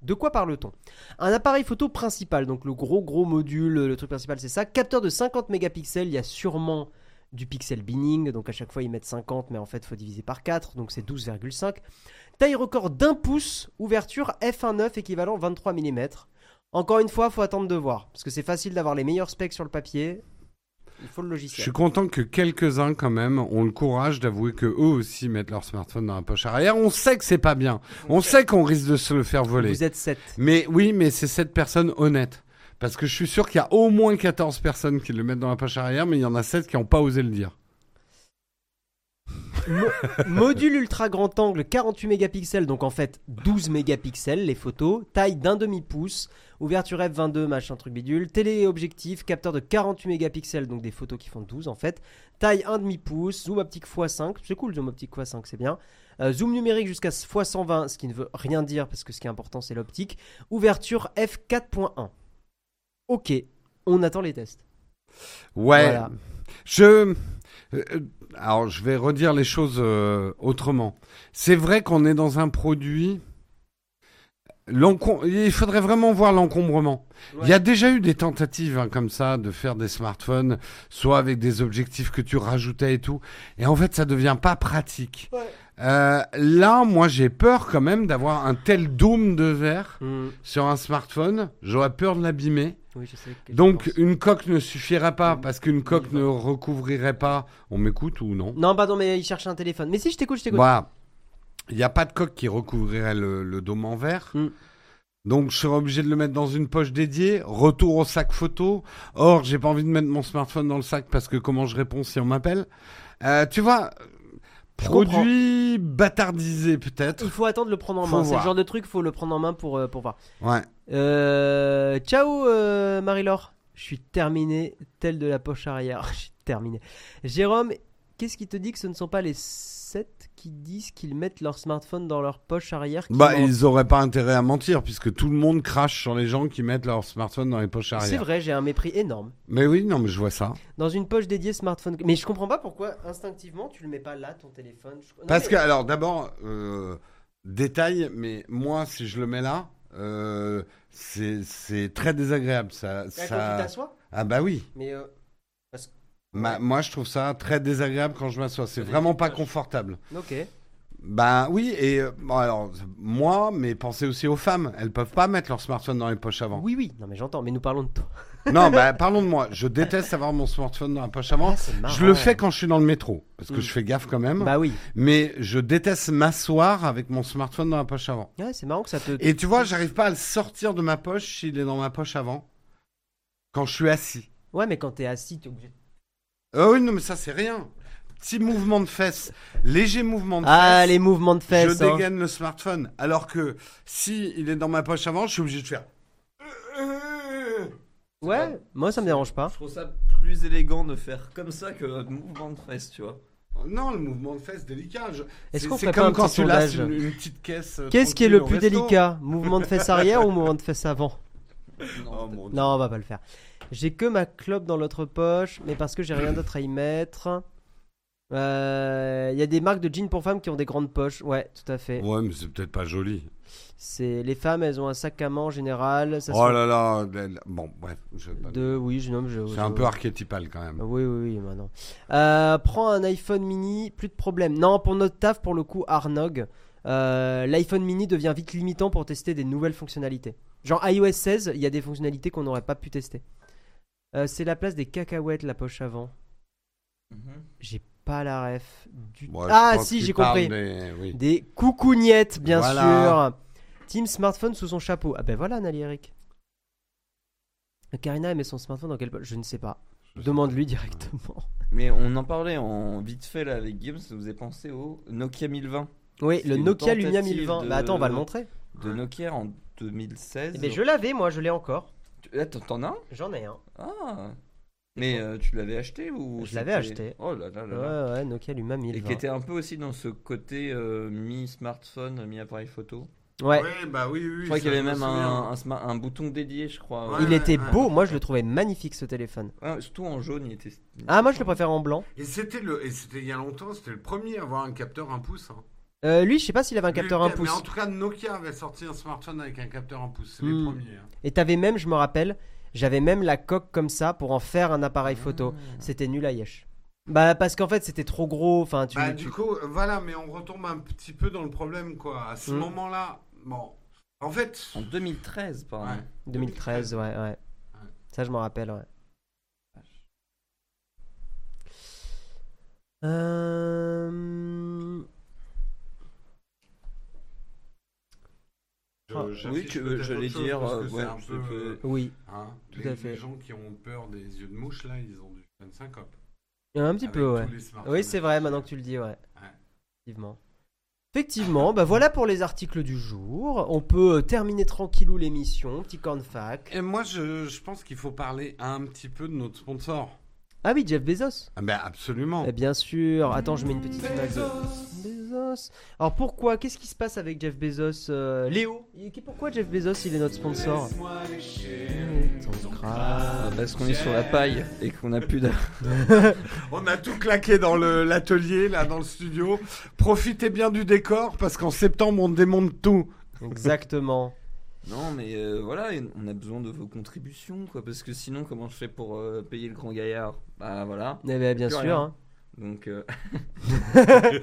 Speaker 1: de quoi parle-t-on Un appareil photo principal, donc le gros gros module, le truc principal, c'est ça. Capteur de 50 mégapixels, il y a sûrement du pixel binning, donc à chaque fois ils mettent 50, mais en fait faut diviser par 4, donc c'est 12,5. Taille record d'un pouce, ouverture f1.9 équivalent 23 mm. Encore une fois, faut attendre de voir. Parce que c'est facile d'avoir les meilleurs specs sur le papier. Il faut le
Speaker 2: Je
Speaker 1: logiciel.
Speaker 2: suis content que quelques-uns quand même ont le courage d'avouer que eux aussi mettent leur smartphone dans la poche arrière. On sait que c'est pas bien. On sait qu'on risque de se le faire voler.
Speaker 1: Vous êtes 7.
Speaker 2: Mais oui, mais c'est cette personne honnête. Parce que je suis sûr qu'il y a au moins 14 personnes qui le mettent dans la poche arrière, mais il y en a 7 qui n'ont pas osé le dire.
Speaker 1: Module ultra grand angle 48 mégapixels, donc en fait 12 mégapixels les photos, taille d'un demi-pouce, ouverture f22, machin truc bidule, téléobjectif, capteur de 48 mégapixels, donc des photos qui font 12 en fait, taille un demi-pouce, zoom optique x5, c'est cool zoom optique x5 c'est bien, Euh, zoom numérique jusqu'à x120, ce qui ne veut rien dire parce que ce qui est important c'est l'optique, ouverture f4.1. Ok, on attend les tests.
Speaker 2: Ouais.
Speaker 1: Voilà.
Speaker 2: Je. euh, euh, alors, je vais redire les choses euh, autrement. C'est vrai qu'on est dans un produit. l'encom- Il faudrait vraiment voir l'encombrement. Il y a déjà eu des tentatives hein, comme ça de faire des smartphones, soit avec des objectifs que tu rajoutais et tout. Et en fait, ça devient pas pratique.
Speaker 1: Ouais.
Speaker 2: Euh, là, moi, j'ai peur quand même d'avoir un tel dôme de verre
Speaker 1: Hmm.
Speaker 2: sur un smartphone. J'aurais peur de l'abîmer.
Speaker 1: Oui, je sais que-
Speaker 2: Donc une coque ne suffira pas parce qu'une coque ne recouvrirait pas. On m'écoute ou non
Speaker 1: Non, pardon, mais il cherchait un téléphone. Mais si, je t'écoute, je t'écoute.
Speaker 2: Voilà. Il n'y a pas de coque qui recouvrirait le, le dôme en verre.
Speaker 1: Mm.
Speaker 2: Donc je serais obligé de le mettre dans une poche dédiée. Retour au sac photo. Or j'ai pas envie de mettre mon smartphone dans le sac parce que comment je réponds si on m'appelle Euh, Tu vois,
Speaker 1: Je comprends.
Speaker 2: produit bâtardisé peut-être.
Speaker 1: Il faut attendre de le prendre en
Speaker 2: Faut
Speaker 1: main. C'est le
Speaker 2: voir.
Speaker 1: genre de truc, faut le prendre en main pour, euh, pour voir.
Speaker 2: Ouais.
Speaker 1: Euh, ciao, euh, Marie-Laure. Je suis terminé, tel de la poche arrière. Je suis terminé. Jérôme, qu'est-ce qui te dit que ce ne sont pas les 7 qui disent qu'ils mettent leur smartphone dans leur poche arrière qui
Speaker 2: Bah
Speaker 1: mentent
Speaker 2: ils auraient pas intérêt à mentir puisque tout le monde crache sur les gens qui mettent leur smartphone dans les poches
Speaker 1: C'est
Speaker 2: arrière.
Speaker 1: vrai, j'ai un mépris énorme.
Speaker 2: Mais oui, non mais je vois ça.
Speaker 1: Dans une poche dédiée smartphone. Mais je comprends pas pourquoi instinctivement tu le mets pas là ton téléphone. Je- Non,
Speaker 2: Parce
Speaker 1: mais-
Speaker 2: que, alors d'abord, euh, détail, mais moi, si je le mets là, euh, c'est c'est très désagréable. Ça,
Speaker 1: Ah,
Speaker 2: ça-
Speaker 1: Quand tu t'assois
Speaker 2: Ah bah oui,
Speaker 1: Mais euh,
Speaker 2: Ma- moi je trouve ça très désagréable quand je m'assois. C'est vraiment pas confortable.
Speaker 1: ok.
Speaker 2: Bah oui, et euh, bon, alors, moi, mais pensez aussi aux femmes. Elles peuvent pas mettre leur smartphone dans les poches avant.
Speaker 1: Oui, oui. Non, mais j'entends. Mais nous parlons de toi.
Speaker 2: non, bah parlons de moi. Je déteste avoir mon smartphone dans la poche avant.
Speaker 1: Ah, c'est
Speaker 2: Je
Speaker 1: marrant.
Speaker 2: le fais quand je suis dans le métro, parce que
Speaker 1: Mm.
Speaker 2: je fais gaffe quand même.
Speaker 1: Bah oui.
Speaker 2: Mais je déteste m'asseoir avec mon smartphone dans la poche avant.
Speaker 1: Ouais, Ah, c'est marrant que ça te.
Speaker 2: Et tu vois, j'arrive pas à le sortir de ma poche s'il est dans ma poche avant. Quand je suis assis. Euh,
Speaker 1: Ouais, mais quand t'es assis, t'es obligé.
Speaker 2: Ah oui, non, mais ça, c'est rien. petit mouvement de fesses, léger mouvement de
Speaker 1: Ah,
Speaker 2: fesses,
Speaker 1: les mouvements de fesses.
Speaker 2: je
Speaker 1: hein.
Speaker 2: dégaine le smartphone. Alors que si il est dans ma poche avant, je suis obligé de faire. Euh
Speaker 1: Ouais, moi ça me dérange pas.
Speaker 5: Je trouve ça plus élégant de faire comme ça que un mouvement de fesse, tu vois.
Speaker 2: oh Non, le mouvement de fesses délicat. je-
Speaker 1: Est-ce
Speaker 2: c'est-
Speaker 1: qu'on
Speaker 2: c'est
Speaker 1: ferait pas
Speaker 2: comme
Speaker 1: un
Speaker 2: quand
Speaker 1: petit
Speaker 2: tu lâches
Speaker 1: sondage
Speaker 2: une, une petite caisse. euh,
Speaker 1: Qu'est-ce qui est le plus
Speaker 2: tranquille au resto
Speaker 1: délicat Mouvement de fesses arrière ou mouvement de fesses avant
Speaker 2: Oh mon dieu.
Speaker 1: Non, on va pas le faire. J'ai que ma clope dans l'autre poche, mais parce que j'ai rien d'autre à y mettre. Euh, Il y a des marques de jeans pour femmes qui ont des grandes poches. Ouais, tout à fait.
Speaker 2: Ouais, mais c'est peut-être pas joli.
Speaker 1: C'est les femmes, elles ont un sac à main en général. Ça
Speaker 2: oh
Speaker 1: se-
Speaker 2: là là, là, là. bon, bref, je-
Speaker 1: de oui, je nomme.
Speaker 2: c'est un peu archétypal quand même.
Speaker 1: Oui, oui, oui, maintenant. Euh, prends un iPhone mini, plus de problème. Non, pour notre taf, pour le coup, Arnog, euh, l'iPhone mini devient vite limitant pour tester des nouvelles fonctionnalités. Genre iOS 16, il y a des fonctionnalités qu'on n'aurait pas pu tester. Euh, c'est la place des cacahuètes, la poche avant.
Speaker 2: Mhm.
Speaker 1: J'ai pas la ref du
Speaker 2: Bon, je
Speaker 1: Ah,
Speaker 2: pense
Speaker 1: si,
Speaker 2: qu'il
Speaker 1: j'ai compris.
Speaker 2: parle des- oui.
Speaker 1: Des coucougnettes, bien
Speaker 2: Voilà.
Speaker 1: sûr. Team smartphone sous son chapeau. Ah ben voilà, Nali Eric. Karina, elle met son smartphone dans quelle poche Je ne sais pas.
Speaker 2: Je sais
Speaker 1: Demande-lui
Speaker 2: pas.
Speaker 1: directement.
Speaker 5: Mais on en parlait en vite fait là avec Guillaume, ça vous est pensé au Nokia 1020
Speaker 1: Oui,
Speaker 5: C'est
Speaker 1: le
Speaker 5: une
Speaker 1: Nokia Lumia
Speaker 5: tentative
Speaker 1: 1020.
Speaker 5: de-
Speaker 1: Bah attends, on va le montrer.
Speaker 5: de Nokia en 2016.
Speaker 1: Mais Eh ben, je l'avais, moi, je l'ai encore.
Speaker 5: Tu- Attends, t'en as un
Speaker 1: J'en ai un.
Speaker 5: Ah Mais euh, tu l'avais acheté ou
Speaker 1: Je l'avais
Speaker 5: c'était-
Speaker 1: acheté.
Speaker 5: Oh là là là
Speaker 1: Ouais,
Speaker 5: là.
Speaker 1: ouais, Nokia Lumia
Speaker 5: Et
Speaker 1: 1020.
Speaker 5: qui était un peu aussi dans ce côté euh, mi-smartphone, mi-appareil photo.
Speaker 1: Ouais.
Speaker 2: Oui, bah oui, oui.
Speaker 5: je crois
Speaker 2: ça,
Speaker 5: qu'il y avait
Speaker 2: me
Speaker 5: même
Speaker 2: souviens.
Speaker 5: un, un sma- un bouton dédié, je crois.
Speaker 2: Ouais.
Speaker 1: Il était
Speaker 2: ouais,
Speaker 1: beau, moi je le trouvais magnifique ce téléphone.
Speaker 5: Ouais, Ah, surtout en jaune, il était.
Speaker 1: Ah, moi je le préfère en blanc.
Speaker 2: Et c'était le, et c'était il y a longtemps, c'était le premier à avoir un capteur 1 pouce. hein.
Speaker 1: Euh, lui, je sais pas s'il avait un capteur 1
Speaker 2: Mais en
Speaker 1: pouce.
Speaker 2: tout cas, Nokia avait sorti un smartphone avec un capteur 1 pouce. C'est
Speaker 1: Hmm.
Speaker 2: les premiers. hein.
Speaker 1: Et t'avais même, je me rappelle, j'avais même la coque comme ça pour en faire un appareil photo.
Speaker 2: Ah.
Speaker 1: C'était nul à Yesh. Bah parce qu'en fait c'était trop gros, enfin tu...
Speaker 2: Bah,
Speaker 1: tu-
Speaker 2: du coup, euh, voilà, mais on retombe un petit peu dans le problème, quoi. À ce
Speaker 1: Hmm.
Speaker 2: moment-là, bon. En fait.
Speaker 5: En 2013, pardon.
Speaker 2: Ouais.
Speaker 1: 2013, ouais, ouais. Ça je m'en rappelle, ouais. Euh...
Speaker 2: Je-
Speaker 1: Ah,
Speaker 2: j'affiche
Speaker 5: oui, tu-
Speaker 2: peut-être
Speaker 5: j'allais
Speaker 2: autre chose,
Speaker 5: dire,
Speaker 2: parce que
Speaker 5: euh,
Speaker 2: c'est
Speaker 5: ouais,
Speaker 2: un
Speaker 5: je
Speaker 2: peu,
Speaker 5: peux-
Speaker 2: euh,
Speaker 1: Oui,
Speaker 2: hein,
Speaker 1: tout
Speaker 2: les,
Speaker 1: à fait.
Speaker 2: les gens qui ont peur des yeux de mouche, là, ils ont dû faire une syncope.
Speaker 1: un petit peu, ouais. Oui, c'est vrai, maintenant que tu le dis, ouais. Effectivement. Effectivement, bah voilà pour les articles du jour. On peut euh, terminer tranquillou l'émission, petit corn fac.
Speaker 2: Et moi, je, je pense qu'il faut parler un petit peu de notre sponsor.
Speaker 1: Ah oui, Jeff Bezos.
Speaker 2: Ah ben absolument.
Speaker 1: Eh bien sûr. Attends, je mets une petite image de Bezos. Alors pourquoi Qu'est-ce qui se passe avec Jeff Bezos euh, Léo il- Pourquoi Jeff Bezos, il est notre sponsor Ton crâne.
Speaker 5: Ah, parce qu'on est sur la paille et qu'on a plus d'argent.
Speaker 2: On a tout claqué dans le- l'atelier, là, dans le studio. Profitez bien du décor parce qu'en septembre, on démonte tout.
Speaker 1: Exactement.
Speaker 5: Non, mais euh, voilà, et on a besoin de vos contributions, quoi. Parce que sinon, comment je fais pour euh, payer le grand gaillard Bah voilà.
Speaker 1: Eh bien, bien
Speaker 5: Plus
Speaker 1: sûr.
Speaker 5: rien.
Speaker 1: hein.
Speaker 5: Donc, euh,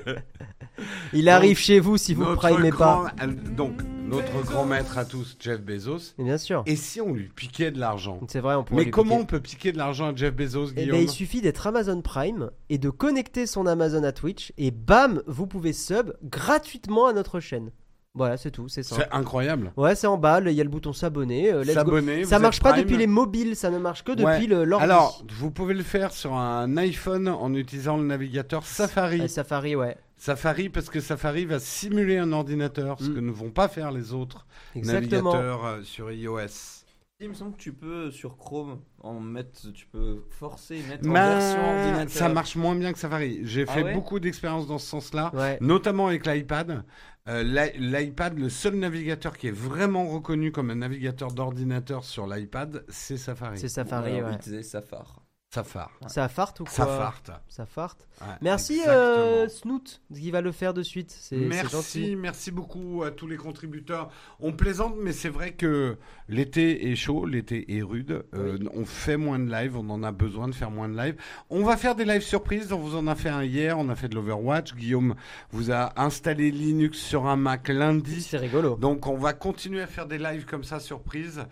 Speaker 1: Il arrive chez vous si vous ne primez pas.
Speaker 2: grand- Donc, notre grand maître à tous, Jeff Bezos.
Speaker 1: Mais bien sûr.
Speaker 2: Et si on lui piquait de l'argent
Speaker 1: C'est vrai, on pourrait
Speaker 2: Mais
Speaker 1: lui
Speaker 2: comment
Speaker 1: piquer.
Speaker 2: on peut piquer de l'argent à Jeff Bezos,
Speaker 1: Eh
Speaker 2: Guillaume
Speaker 1: ben, il suffit d'être Amazon Prime et de connecter son Amazon à Twitch et bam, vous pouvez sub gratuitement à notre chaîne. Voilà, c'est tout, c'est simple.
Speaker 2: C'est incroyable.
Speaker 1: Ouais, c'est en bas, là, il y a le bouton s'abonner. euh, let's go.
Speaker 2: S'abonner.
Speaker 1: Ça
Speaker 2: vous
Speaker 1: marche
Speaker 2: êtes
Speaker 1: pas
Speaker 2: Prime.
Speaker 1: depuis les mobiles, ça ne marche que depuis
Speaker 2: Ouais.
Speaker 1: le l'ordi.
Speaker 2: Alors, vous pouvez le faire sur un iPhone en utilisant le navigateur Safari.
Speaker 1: Euh, Safari, ouais.
Speaker 2: Safari, parce que Safari va simuler un ordinateur, ce
Speaker 1: Mm.
Speaker 2: que ne vont pas faire les autres
Speaker 1: Exactement.
Speaker 2: navigateurs euh, sur iOS.
Speaker 5: il me semble que tu peux sur Chrome en mettre, tu peux forcer mettre en version
Speaker 2: Mais
Speaker 5: ordinateur.
Speaker 2: Bah, ça marche moins bien que Safari. J'ai
Speaker 5: Ah
Speaker 2: fait
Speaker 5: ouais
Speaker 2: beaucoup d'expériences dans ce sens-là,
Speaker 1: Ouais.
Speaker 2: notamment avec l'iPad. Euh, l'i- L'iPad, le seul navigateur qui est vraiment reconnu comme un navigateur d'ordinateur sur l'iPad, c'est Safari.
Speaker 1: C'est Safari,
Speaker 5: Voilà,
Speaker 1: ouais.
Speaker 5: oui, disait Safar.
Speaker 2: Safari.
Speaker 1: Ça farte ou quoi
Speaker 2: Ça farte.
Speaker 1: Ça farte.
Speaker 2: Ouais,
Speaker 1: Merci
Speaker 2: exactement.
Speaker 1: euh, Snoot qui va le faire de suite. C'est c'est
Speaker 2: Merci,
Speaker 1: gentil.
Speaker 2: merci beaucoup à tous les contributeurs. On plaisante, mais c'est vrai que l'été est chaud, l'été est rude. Euh, On fait moins de live, on en a besoin de faire moins de live. On va faire des lives surprises. On vous en a fait un hier, on a fait de l'Overwatch. Guillaume vous a installé Linux sur un Mac lundi.
Speaker 1: C'est rigolo.
Speaker 2: Donc on va continuer à faire des lives comme ça surprises.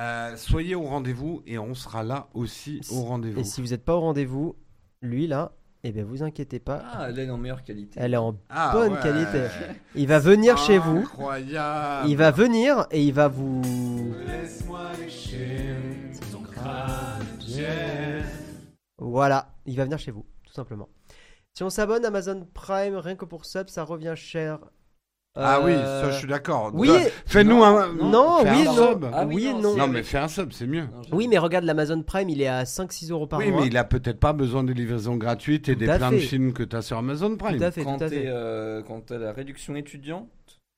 Speaker 2: Euh, soyez au rendez-vous et on sera là aussi au rendez-vous.
Speaker 1: Et si vous n'êtes pas au rendez-vous, lui là, eh ben vous inquiétez pas,
Speaker 5: Ah, elle est en meilleure qualité.
Speaker 1: elle est en
Speaker 2: Ah,
Speaker 1: bonne
Speaker 2: ouais. Ah.
Speaker 1: qualité. Il va venir chez vous.
Speaker 2: Incroyable.
Speaker 1: Il va venir et il va vous.
Speaker 2: Laisse-moi lécher ton crâne, Jeff.
Speaker 1: Voilà, il va venir chez vous, tout simplement. Si on s'abonne à Amazon Prime, rien que pour sub, ça revient cher.
Speaker 2: Ah
Speaker 1: Euh,
Speaker 2: oui, ça je suis d'accord.
Speaker 1: oui,
Speaker 2: Donne- Fais-nous un.
Speaker 1: non,
Speaker 2: fais
Speaker 1: oui,
Speaker 2: un
Speaker 1: non.
Speaker 2: sub.
Speaker 3: Ah oui,
Speaker 1: oui et
Speaker 3: non,
Speaker 1: non.
Speaker 2: Non, mais fais un sub, c'est mieux.
Speaker 1: Oui, mais regarde, l'Amazon Prime, il est à 5-6 euros par
Speaker 2: oui,
Speaker 1: mois.
Speaker 2: mais il a peut-être pas besoin de livraison gratuite et
Speaker 1: Tout
Speaker 2: des
Speaker 1: à
Speaker 2: plein de
Speaker 1: fait.
Speaker 2: films que tu as sur Amazon Prime.
Speaker 1: Tout à fait,
Speaker 5: Quand
Speaker 1: tout à
Speaker 5: t'es,
Speaker 1: fait.
Speaker 5: euh, quand t'as la réduction étudiante,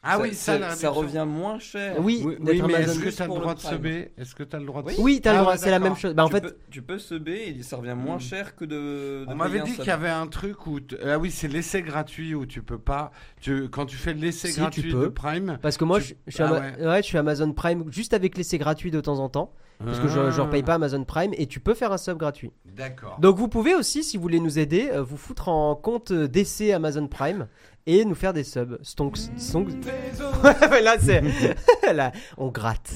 Speaker 2: Ah oui, ça, la
Speaker 5: ça
Speaker 2: réduction.
Speaker 5: revient moins cher.
Speaker 1: Oui,
Speaker 2: Oui,
Speaker 1: d'être
Speaker 2: oui, mais
Speaker 1: Amazon-
Speaker 2: est-ce que
Speaker 5: juste
Speaker 2: tu as le
Speaker 5: pour le
Speaker 2: droit de
Speaker 5: Prime.
Speaker 2: subir Est-ce que tu as le droit de
Speaker 5: Oui.
Speaker 1: Oui, t'as le
Speaker 2: Ah
Speaker 1: droit,
Speaker 2: ouais,
Speaker 1: c'est la
Speaker 2: d'accord.
Speaker 1: même chose. Bah, en
Speaker 5: tu,
Speaker 1: fait,
Speaker 5: peux, tu peux subber et ça revient moins cher que de. de
Speaker 2: On
Speaker 5: payer
Speaker 2: m'avait
Speaker 5: un
Speaker 2: dit
Speaker 5: sub.
Speaker 2: qu'il y avait un truc où t- ah oui c'est l'essai gratuit où tu peux pas tu quand tu fais l'essai
Speaker 1: Si, tu
Speaker 2: gratuit de
Speaker 1: peux.
Speaker 2: Prime
Speaker 1: parce que moi,
Speaker 2: Tu-
Speaker 1: je, je suis
Speaker 2: Ah
Speaker 1: Ama- ouais, je suis Amazon Prime juste avec l'essai gratuit de temps en temps. Parce que je, je
Speaker 2: Ah.
Speaker 1: repaye pas Amazon Prime et tu peux faire un sub gratuit.
Speaker 2: euh, D'accord.
Speaker 1: Donc vous pouvez aussi, si vous voulez nous aider, euh, vous foutre en compte euh, d'essai Amazon Prime et nous faire des subs. Stonks. Stonks. Ouais, là, c'est. là, on gratte.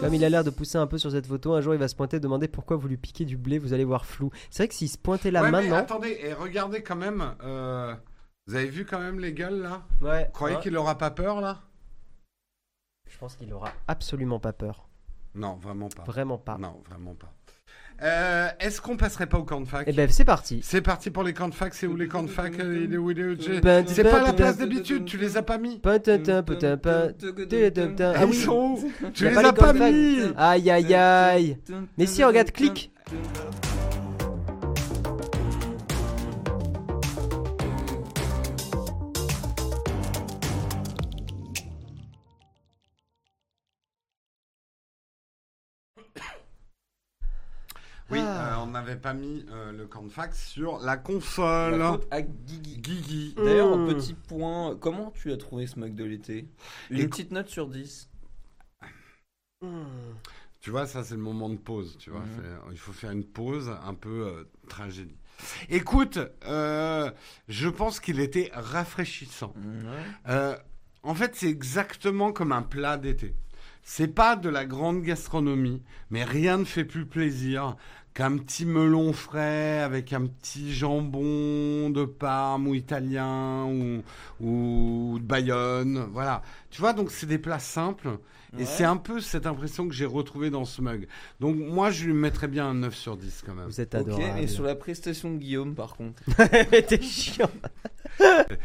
Speaker 1: Comme il a l'air de pousser un peu sur cette photo, un jour il va se pointer et demander pourquoi vous lui piquez du blé, vous allez voir flou. C'est vrai que s'il se pointait là
Speaker 2: Ouais, mais
Speaker 1: maintenant.
Speaker 2: attendez et regardez quand même euh, vous avez vu quand même les gueules là
Speaker 1: Ouais.
Speaker 2: Vous croyez
Speaker 1: Ouais.
Speaker 2: qu'il aura pas peur là
Speaker 1: Je pense qu'il aura absolument pas peur.
Speaker 2: Non, vraiment pas.
Speaker 1: Vraiment pas.
Speaker 2: Non, vraiment pas. Euh, Est-ce qu'on passerait pas au camp de fac
Speaker 1: Et ben c'est parti.
Speaker 2: C'est parti pour les camps de fac, c'est où les camps de fac euh, il est où, il est où, Jay
Speaker 1: Ben,
Speaker 2: C'est
Speaker 1: ben,
Speaker 2: pas la
Speaker 1: ben,
Speaker 2: place d'habitude, tu les as pas mis.
Speaker 1: Patintin, patin, patin. Ah
Speaker 2: Ils
Speaker 1: oui.
Speaker 2: sont où Tu
Speaker 1: Y a
Speaker 2: les
Speaker 1: pas
Speaker 2: as
Speaker 1: les
Speaker 2: pas
Speaker 1: camps de fac.
Speaker 2: mis
Speaker 1: Aïe aïe aïe. Mais si, regarde, clique.
Speaker 2: Oui,
Speaker 1: Ah.
Speaker 2: euh, on n'avait pas mis euh, le camp de fac sur la console.
Speaker 5: La faute à Guigui.
Speaker 2: Guigui.
Speaker 5: D'ailleurs,
Speaker 1: Hmm.
Speaker 5: un petit point, comment tu as trouvé ce mug de l'été Une
Speaker 2: Écou-
Speaker 5: petite note sur 10.
Speaker 2: Tu vois, ça c'est le moment de pause. Tu vois,
Speaker 5: Mhm.
Speaker 2: C'est- euh, il faut faire une pause un peu euh, tragédie. Écoute, euh, je pense qu'il était rafraîchissant. Euh, en fait, c'est exactement comme un plat d'été. C'est pas de la grande gastronomie, mais rien ne fait plus plaisir qu'un petit melon frais avec un petit jambon de Parme ou italien ou, ou de Bayonne. Voilà. Tu vois, donc c'est des plats simples. Et
Speaker 5: Ouais.
Speaker 2: c'est un peu cette impression que j'ai retrouvée dans ce mug. Donc moi, je lui mettrais bien un 9 sur 10 quand même.
Speaker 1: Vous êtes
Speaker 5: Ok,
Speaker 1: adorable.
Speaker 5: mais sur la prestation de Guillaume, par contre.
Speaker 1: T'es chiant.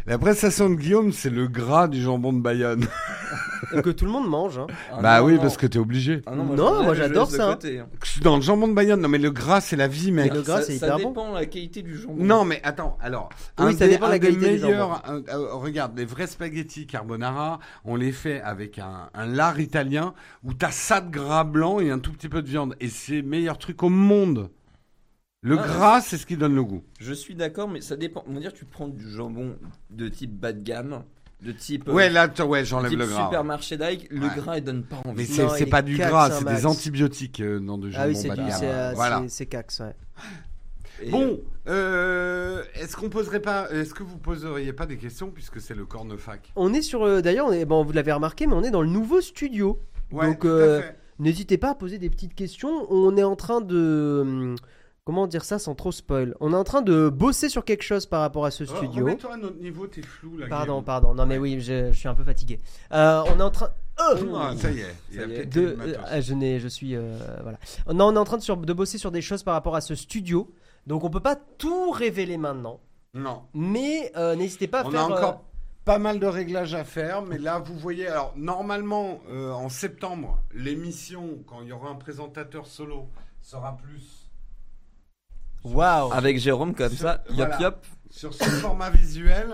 Speaker 2: La prestation de Guillaume, c'est le gras du jambon de Bayonne.
Speaker 1: que tout le monde mange. hein.
Speaker 5: Ah
Speaker 2: bah
Speaker 5: non,
Speaker 2: oui,
Speaker 5: non.
Speaker 2: parce que t'es obligé.
Speaker 5: Ah
Speaker 1: Non,
Speaker 5: j'en ai,
Speaker 1: moi,
Speaker 5: mais je
Speaker 1: j'adore
Speaker 5: laisse de
Speaker 1: ça.
Speaker 5: côté, hein.
Speaker 2: Que je suis Dans le jambon de Bayonne, non mais le gras c'est la vie mec.
Speaker 1: Mais le gras,
Speaker 5: Ça-
Speaker 1: c'est
Speaker 5: ça
Speaker 1: hyper bon.
Speaker 5: dépend la qualité du jambon.
Speaker 2: Non mais attends, alors
Speaker 1: Oui,
Speaker 2: un
Speaker 1: ça
Speaker 2: des,
Speaker 1: dépend de la
Speaker 2: un des
Speaker 1: qualité des
Speaker 2: meilleurs, un- euh, regarde les vrais spaghettis carbonara, on les fait avec un, un lard italien où t'as ça de gras blanc et un tout petit peu de viande et c'est le meilleur truc au monde. Le
Speaker 5: Ah,
Speaker 2: gras c'est ce qui donne le goût.
Speaker 5: Je suis d'accord, mais ça dépend. On va dire, tu prends du jambon de type bas de gamme, de type,
Speaker 1: Bah,
Speaker 5: euh,
Speaker 2: Ouais là t- ouais
Speaker 5: type
Speaker 2: j'enlève le gras.
Speaker 5: supermarché Nike, le
Speaker 2: Ouais.
Speaker 5: gras il donne pas envie.
Speaker 2: Mais
Speaker 1: Non,
Speaker 2: c'est
Speaker 1: il
Speaker 2: c'est
Speaker 1: est
Speaker 2: pas du
Speaker 1: quatre,
Speaker 2: gras,
Speaker 1: c'est un
Speaker 2: c'est
Speaker 1: max.
Speaker 2: des antibiotiques euh, dans du jambon
Speaker 1: Ah oui, c'est
Speaker 2: bas de
Speaker 1: du,
Speaker 2: gamme.
Speaker 1: c'est, euh,
Speaker 2: Voilà.
Speaker 1: c'est- c'est cax, ouais.
Speaker 5: Et, euh,
Speaker 2: Bon, euh, est-ce qu'on poserait pas, euh, est-ce que vous poseriez pas des questions puisque c'est le cornefac
Speaker 1: On est sur, euh, d'ailleurs, on est, bon, vous l'avez remarqué, mais on est dans le nouveau studio. Donc,
Speaker 2: tout à
Speaker 1: euh,
Speaker 2: fait.
Speaker 1: N'hésitez pas à poser des petites questions. On est en train de, hum, comment dire ça sans trop spoil. On est en train de bosser sur quelque chose par rapport à ce
Speaker 2: Re-
Speaker 1: studio.
Speaker 2: Remets-toi à notre niveau, t'es flou là.
Speaker 1: Pardon,
Speaker 2: Guillaume.
Speaker 1: pardon. Non, mais oui, je, je suis un peu fatigué. Euh, on est en train.
Speaker 2: Ah, ça y est, il y a
Speaker 5: Ça y est.
Speaker 2: peut-être eu
Speaker 1: de,
Speaker 2: le matos.
Speaker 1: euh, je n'ai, je suis, euh, voilà. Non, on est en train de, sur- de bosser sur des choses par rapport à ce studio. Donc, on peut pas tout révéler maintenant.
Speaker 2: Non.
Speaker 1: Mais euh, n'hésitez pas à
Speaker 2: On
Speaker 1: faire.
Speaker 2: a encore
Speaker 1: euh,
Speaker 2: pas mal de réglages à faire, mais là, vous voyez, alors normalement, euh, en septembre, l'émission, quand il y aura un présentateur solo, sera plus
Speaker 1: Waouh.
Speaker 5: Avec Jérôme, comme
Speaker 2: Ce-
Speaker 5: ça, yop
Speaker 2: voilà.
Speaker 5: yop.
Speaker 2: sur ce format visuel.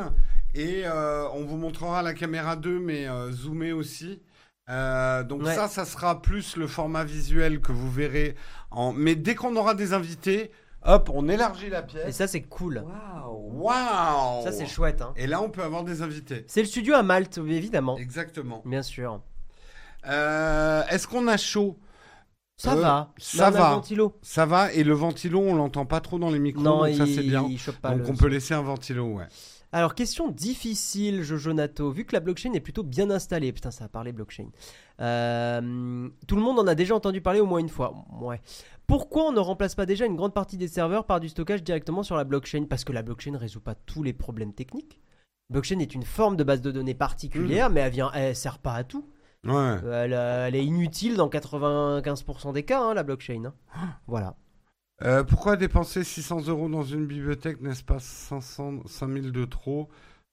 Speaker 2: Et euh, on vous montrera la caméra 2, mais euh, zoomée aussi. Euh, donc
Speaker 1: Ouais.
Speaker 2: ça, ça sera plus le format visuel que vous verrez. En... Mais dès qu'on aura des invités, hop, on élargit la
Speaker 1: Et
Speaker 2: pièce.
Speaker 1: ça, c'est cool.
Speaker 5: Waouh!
Speaker 2: Waouh
Speaker 1: Ça, c'est chouette. Hein.
Speaker 2: Et là, on peut avoir des invités.
Speaker 1: C'est le studio à Malte, évidemment.
Speaker 2: Exactement.
Speaker 1: Bien sûr.
Speaker 2: Euh, Est-ce qu'on a chaud
Speaker 1: Ça
Speaker 2: Euh,
Speaker 1: va.
Speaker 2: ça
Speaker 1: Mais on a
Speaker 2: va.
Speaker 1: un ventilo.
Speaker 2: Ça va et le ventilo, on l'entend pas trop dans les micros,
Speaker 1: Non,
Speaker 2: donc ça
Speaker 1: il,
Speaker 2: c'est bien.
Speaker 1: il chope pas.
Speaker 2: Donc
Speaker 1: le-
Speaker 2: on peut laisser un ventilo, ouais.
Speaker 1: Alors, question difficile, Jojo Nato. Vu que la blockchain est plutôt bien installée, putain, ça a parlé blockchain. Euh, tout le monde en a déjà entendu parler au moins une fois. Ouais. Pourquoi on ne remplace pas déjà une grande partie des serveurs par du stockage directement sur la blockchain Parce que la blockchain ne résout pas tous les problèmes techniques. Blockchain est une forme de base de données
Speaker 2: Mmh.
Speaker 1: particulière, mais elle vient, elle sert pas à tout.
Speaker 2: Ouais. Ah.
Speaker 1: Euh, Elle, euh, elle est inutile dans 95% des cas, hein, la blockchain. hein. Voilà.
Speaker 2: Euh, pourquoi dépenser 600 euros dans une bibliothèque, n'est-ce pas 500, 5000 de trop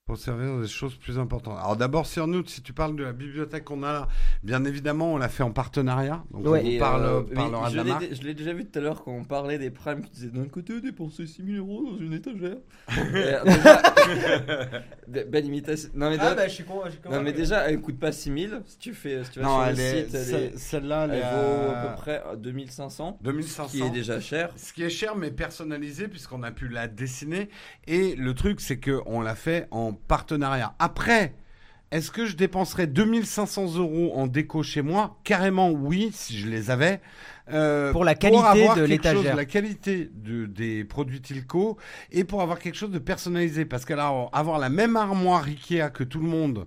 Speaker 2: pour servir des choses plus importantes Alors d'abord, sur nous, si tu parles de la bibliothèque qu'on a là, bien évidemment, on l'a fait en partenariat. Donc
Speaker 1: Ouais.
Speaker 2: on vous
Speaker 5: Et,
Speaker 2: parle,
Speaker 5: euh,
Speaker 2: parlera
Speaker 5: mais
Speaker 2: de
Speaker 5: je
Speaker 2: la marque.
Speaker 5: l'ai- Je l'ai déjà vu tout à l'heure quand on parlait des primes qui disaient d'un côté dépenser 6000 euros dans une étagère. Euh, déjà- Be- Belle imitation. Non mais, déjà-
Speaker 1: Ah, bah, je suis con, je suis con.
Speaker 5: non, mais déjà, elle coûte pas 6000. Si tu, fais, si tu vas
Speaker 2: Non,
Speaker 5: sur
Speaker 2: elle
Speaker 5: le
Speaker 2: est-
Speaker 5: site, elle,
Speaker 2: ce-
Speaker 5: est-
Speaker 2: celle-là, elle,
Speaker 5: elle
Speaker 2: est
Speaker 5: vaut
Speaker 2: à
Speaker 5: à peu près euh, 2500,
Speaker 2: 2500.
Speaker 5: ce qui est déjà cher.
Speaker 2: Ce qui est cher mais personnalisé puisqu'on a pu la dessiner et le truc c'est que on l'a fait en partenariat. Après, est-ce que je dépenserais 2500 euros en déco chez moi Carrément oui si je les avais. Euh,
Speaker 1: Pour la qualité
Speaker 2: avoir
Speaker 1: de
Speaker 2: quelque chose-
Speaker 1: l'étagère.
Speaker 2: La qualité de- des produits Tilco et pour avoir quelque chose de personnalisé parce qu'alors avoir la même armoire Ikea que tout le monde.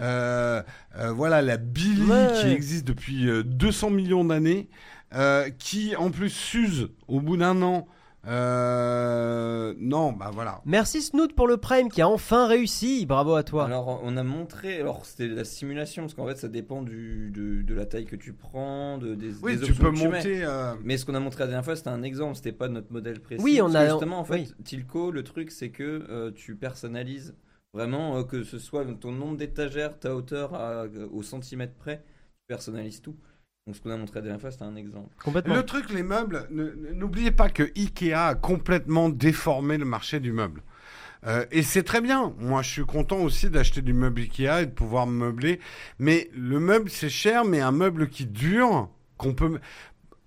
Speaker 2: euh, euh, voilà la Billy
Speaker 1: Ouais.
Speaker 2: qui existe depuis euh, 200 millions d'années, euh, qui en plus s'use au bout d'un an. Euh, non, bah voilà.
Speaker 1: Merci Snoot pour le Prime qui a enfin réussi. Bravo à toi.
Speaker 5: Alors, on a montré, alors c'était la simulation, parce qu'en fait, ça dépend du, de, de la taille que tu prends, de, des,
Speaker 2: Oui,
Speaker 5: des
Speaker 2: tu
Speaker 5: options
Speaker 2: peux
Speaker 5: que mets.
Speaker 2: monter. euh,
Speaker 5: Mais ce qu'on a montré la dernière fois, c'était un exemple, c'était pas notre modèle précis.
Speaker 1: Oui, on
Speaker 5: Parce
Speaker 1: a-
Speaker 5: que Justement, en fait,
Speaker 1: oui.
Speaker 5: Tilco, le truc, c'est que euh, tu personnalises vraiment, euh, que ce soit ton nombre d'étagères, ta hauteur à- euh, au centimètre près, tu personnalises tout. Donc, ce qu'on a montré la dernière fois, c'était un exemple.
Speaker 1: Complètement.
Speaker 2: Le truc, les meubles, ne- ne- n'oubliez pas que Ikea a complètement déformé le marché du meuble. Euh, et c'est très bien. Moi, je suis content aussi d'acheter du meuble Ikea et de pouvoir me meubler. Mais le meuble, c'est cher, mais un meuble qui dure, qu'on peut.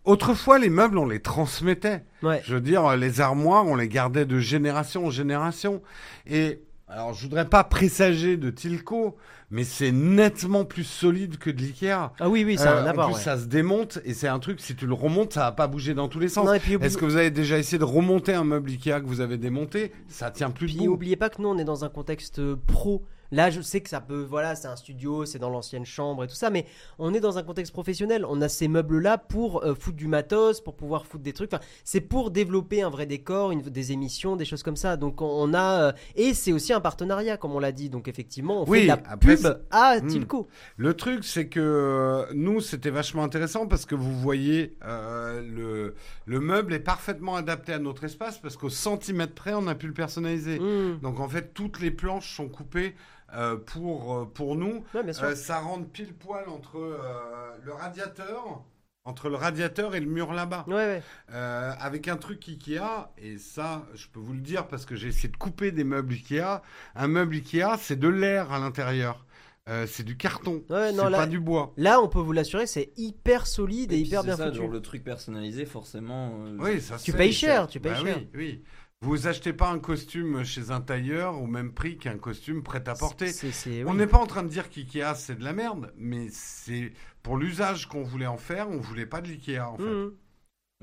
Speaker 2: Autrefois, les meubles, on les transmettait.
Speaker 1: Ouais.
Speaker 2: Je veux dire, les armoires, on les gardait de génération en génération. Et alors, je voudrais pas présager de Tilco, mais c'est nettement plus solide que de l'Ikea.
Speaker 1: Ah oui, oui, ça a
Speaker 2: Euh,
Speaker 1: un
Speaker 2: en
Speaker 1: apport.
Speaker 2: plus,
Speaker 1: ouais.
Speaker 2: ça se démonte et c'est un truc, si tu le remontes, ça va pas bouger dans tous les sens.
Speaker 1: Non, et puis, oublie-
Speaker 2: Est-ce que vous avez déjà essayé de remonter un meuble Ikea que vous avez démonté Ça tient plus
Speaker 1: Puis
Speaker 2: debout.
Speaker 1: oubliez pas que nous on est dans un contexte euh, pro. Là, je sais que ça peut, voilà, c'est un studio, c'est dans l'ancienne chambre et tout ça, mais on est dans un contexte professionnel. On a ces meubles-là pour euh, foutre du matos, pour pouvoir foutre des trucs. Enfin, c'est pour développer un vrai décor, une- des émissions, des choses comme ça. Donc on, on a euh, et c'est aussi un partenariat, comme on l'a dit. Donc effectivement, on
Speaker 2: Oui,
Speaker 1: fait de la
Speaker 2: après,
Speaker 1: pub
Speaker 2: c'est-
Speaker 1: à
Speaker 2: Hmm.
Speaker 1: Tilco.
Speaker 2: Le truc, c'est que euh, nous, c'était vachement intéressant parce que vous voyez, euh, le, le meuble est parfaitement adapté à notre espace parce qu'au centimètre près, on a pu le personnaliser.
Speaker 1: Hmm.
Speaker 2: Donc en fait, toutes les planches sont coupées euh, pour, euh, pour nous.
Speaker 1: Ouais, bien sûr.
Speaker 2: Euh, ça rentre pile poil entre euh, le radiateur, entre le radiateur et le mur là-bas.
Speaker 1: Ouais, ouais.
Speaker 2: Euh, avec un truc Ikea, et ça, je peux vous le dire parce que j'ai essayé de couper des meubles Ikea. Un meuble Ikea, c'est de l'air à l'intérieur. Euh, c'est du carton.
Speaker 1: Ouais,
Speaker 2: c'est
Speaker 1: non, là-
Speaker 2: pas du bois.
Speaker 1: Là, on peut vous l'assurer, c'est hyper solide et,
Speaker 5: puis,
Speaker 1: hyper
Speaker 5: c'est
Speaker 1: bien
Speaker 5: ça,
Speaker 1: foutu.
Speaker 5: genre le truc personnalisé, forcément. euh,
Speaker 2: Oui, ça
Speaker 1: Tu
Speaker 2: c'est-
Speaker 1: payes cher, tu payes
Speaker 2: Bah
Speaker 1: cher.
Speaker 2: Oui, oui. Vous achetez pas un costume chez un tailleur au même prix qu'un costume prêt à porter.
Speaker 1: C'est- c'est-
Speaker 2: On
Speaker 1: Eh oui.
Speaker 2: n'est pas en train de dire qu'IKEA c'est de la merde, mais c'est pour l'usage qu'on voulait en faire, on voulait pas de l'IKEA en fait.
Speaker 1: Hmm.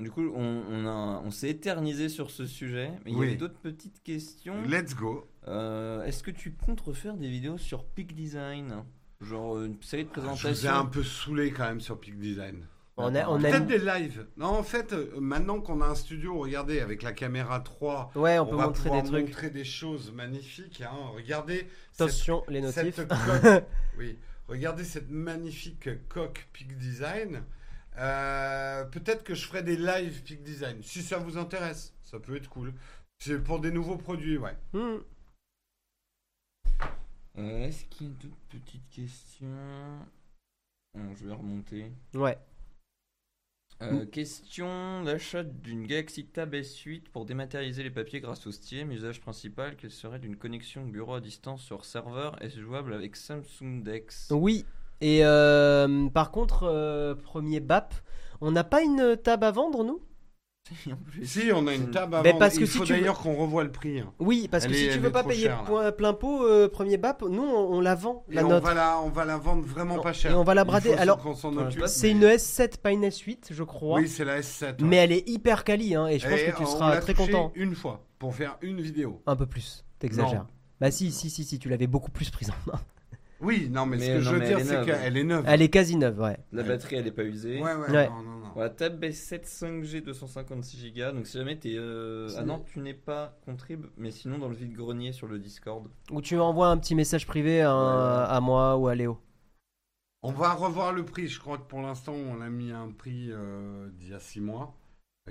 Speaker 5: Du coup, on, on a- on s'est éternisé sur ce sujet, mais il
Speaker 2: Oui.
Speaker 5: y avait d'autres petites questions.
Speaker 2: Let's go.
Speaker 5: Euh, Est-ce que tu comptes refaire des vidéos sur Peak Design Genre euh, une série
Speaker 2: Ah,
Speaker 5: de
Speaker 2: Je
Speaker 5: présentations
Speaker 2: vous ai un peu saoulé quand même sur Peak Design.
Speaker 1: On a, on a-
Speaker 2: Peut-être des lives. Non, en fait, euh, maintenant qu'on a un studio, regardez, avec la caméra 3,
Speaker 1: Ouais, on,
Speaker 2: on,
Speaker 1: peut
Speaker 2: va
Speaker 1: montrer
Speaker 2: pouvoir
Speaker 1: des trucs.
Speaker 2: montrer des choses magnifiques. hein. Regardez cette,
Speaker 1: Attention, les notifs.
Speaker 2: cette coque. oui. Regardez cette magnifique coque Peak Design. Euh, Peut-être que je ferai des lives Peak Design. Si ça vous intéresse, ça peut être cool. C'est pour des nouveaux produits, ouais.
Speaker 1: Hmm.
Speaker 5: Euh, Est-ce qu'il y a d'autres petites questions Bon, Je vais remonter.
Speaker 1: Ouais.
Speaker 5: Euh, Question d'achat d'une Galaxy Tab S8 pour dématérialiser les papiers grâce au Steam. Usage principal quel serait d'une connexion bureau à distance sur serveur Est-ce jouable avec Samsung Dex
Speaker 1: Oui. Et euh, par contre, euh, premier BAP, on n'a pas une table à vendre, nous
Speaker 5: En plus.
Speaker 2: Si, on a une table à
Speaker 1: Mais
Speaker 2: vendre.
Speaker 1: parce que
Speaker 2: Il
Speaker 1: si
Speaker 2: faut
Speaker 1: tu veux-
Speaker 2: d'ailleurs qu'on revoie le prix. hein.
Speaker 1: Oui, parce que
Speaker 2: Elle
Speaker 1: si
Speaker 2: est-
Speaker 1: tu
Speaker 2: elle
Speaker 1: veux
Speaker 2: est
Speaker 1: pas
Speaker 2: trop
Speaker 1: payer
Speaker 2: chère, là.
Speaker 1: point- plein pot, euh, premier BAP, nous, on, on la vend,
Speaker 2: Et
Speaker 1: la
Speaker 2: on
Speaker 1: note.
Speaker 2: va la, on va la vendre vraiment
Speaker 1: On-
Speaker 2: pas cher.
Speaker 1: et on va la
Speaker 2: Il
Speaker 1: brader.
Speaker 2: faut
Speaker 1: Alors,
Speaker 2: qu'on s'en occupe,
Speaker 1: C'est une
Speaker 2: mais-
Speaker 1: S7, pas une S8, je crois.
Speaker 2: Oui, c'est la S7. ouais.
Speaker 1: mais elle est hyper quali, hein, et je pense
Speaker 2: Et
Speaker 1: que tu
Speaker 2: on
Speaker 1: seras
Speaker 2: l'a
Speaker 1: très
Speaker 2: touché
Speaker 1: content.
Speaker 2: Une fois pour faire une vidéo.
Speaker 1: Un peu plus, t'exagères.
Speaker 2: Non.
Speaker 1: Bah si, si, si, si, tu l'avais beaucoup plus prise en main.
Speaker 2: Oui, non, mais,
Speaker 5: Mais
Speaker 2: ce que
Speaker 5: non,
Speaker 2: je veux
Speaker 5: mais
Speaker 2: dire,
Speaker 5: elle est
Speaker 2: c'est
Speaker 5: neuve.
Speaker 2: qu'elle est neuve.
Speaker 1: hein. Elle est quasi neuve, ouais.
Speaker 5: La batterie elle est pas usée.
Speaker 2: Ouais, ouais,
Speaker 1: Ouais.
Speaker 2: non, non, non.
Speaker 5: Voilà, Tab S7 5G 256Go. Donc si jamais t'es euh...
Speaker 1: Si.
Speaker 5: ah non tu n'es pas contrib, mais sinon dans le vide grenier sur le Discord.
Speaker 1: Ou tu envoies un petit message privé à, un- à moi ou à Léo.
Speaker 2: On va revoir le prix. Je crois que pour l'instant, on a mis un prix euh, d'il y a 6 mois.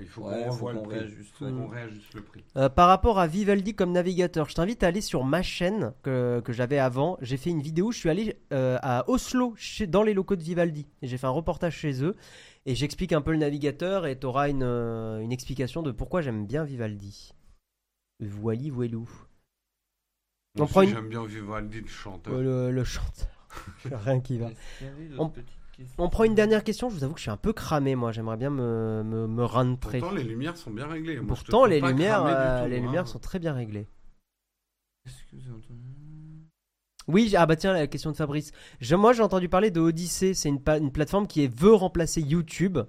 Speaker 2: Il faut
Speaker 5: Ouais,
Speaker 2: qu'on
Speaker 5: faut
Speaker 2: revoie le
Speaker 5: qu'on
Speaker 2: prix.
Speaker 5: réajuste,
Speaker 2: Faut
Speaker 5: ouais.
Speaker 2: qu'on réajuste le prix.
Speaker 1: Euh, par rapport à Vivaldi comme navigateur, je t'invite à aller sur ma chaîne que, que j'avais avant. J'ai fait une vidéo, je suis allé euh, à Oslo, chez- dans les locaux de Vivaldi. Et j'ai fait un reportage chez eux. Et j'explique un peu le navigateur et t'auras une, euh, une explication de pourquoi j'aime bien Vivaldi. Voili, voilou. On
Speaker 2: Moi aussi,
Speaker 1: prend une-
Speaker 2: J'aime bien Vivaldi, le chanteur.
Speaker 1: Oh, le, le chanteur. Rien qui va.
Speaker 5: Est-ce qu'il y avait d'autres
Speaker 1: On-
Speaker 5: petites questions
Speaker 1: On prend une dernière question. Je vous avoue que je suis un peu cramé, moi. J'aimerais bien me, me, me rentrer.
Speaker 2: Pourtant, les lumières sont bien réglées. Moi, je te
Speaker 1: Pourtant,
Speaker 2: trouve
Speaker 1: les
Speaker 2: pas
Speaker 1: lumières,
Speaker 2: cramé du
Speaker 1: euh,
Speaker 2: tout,
Speaker 1: les
Speaker 2: hein.
Speaker 1: lumières sont très bien réglées.
Speaker 5: Est-ce que vous avez entendu
Speaker 1: Oui, j'ai- ah bah tiens, la question de Fabrice. Je- moi, j'ai entendu parler de Odyssey. C'est une, pa- une plateforme qui est- veut remplacer YouTube.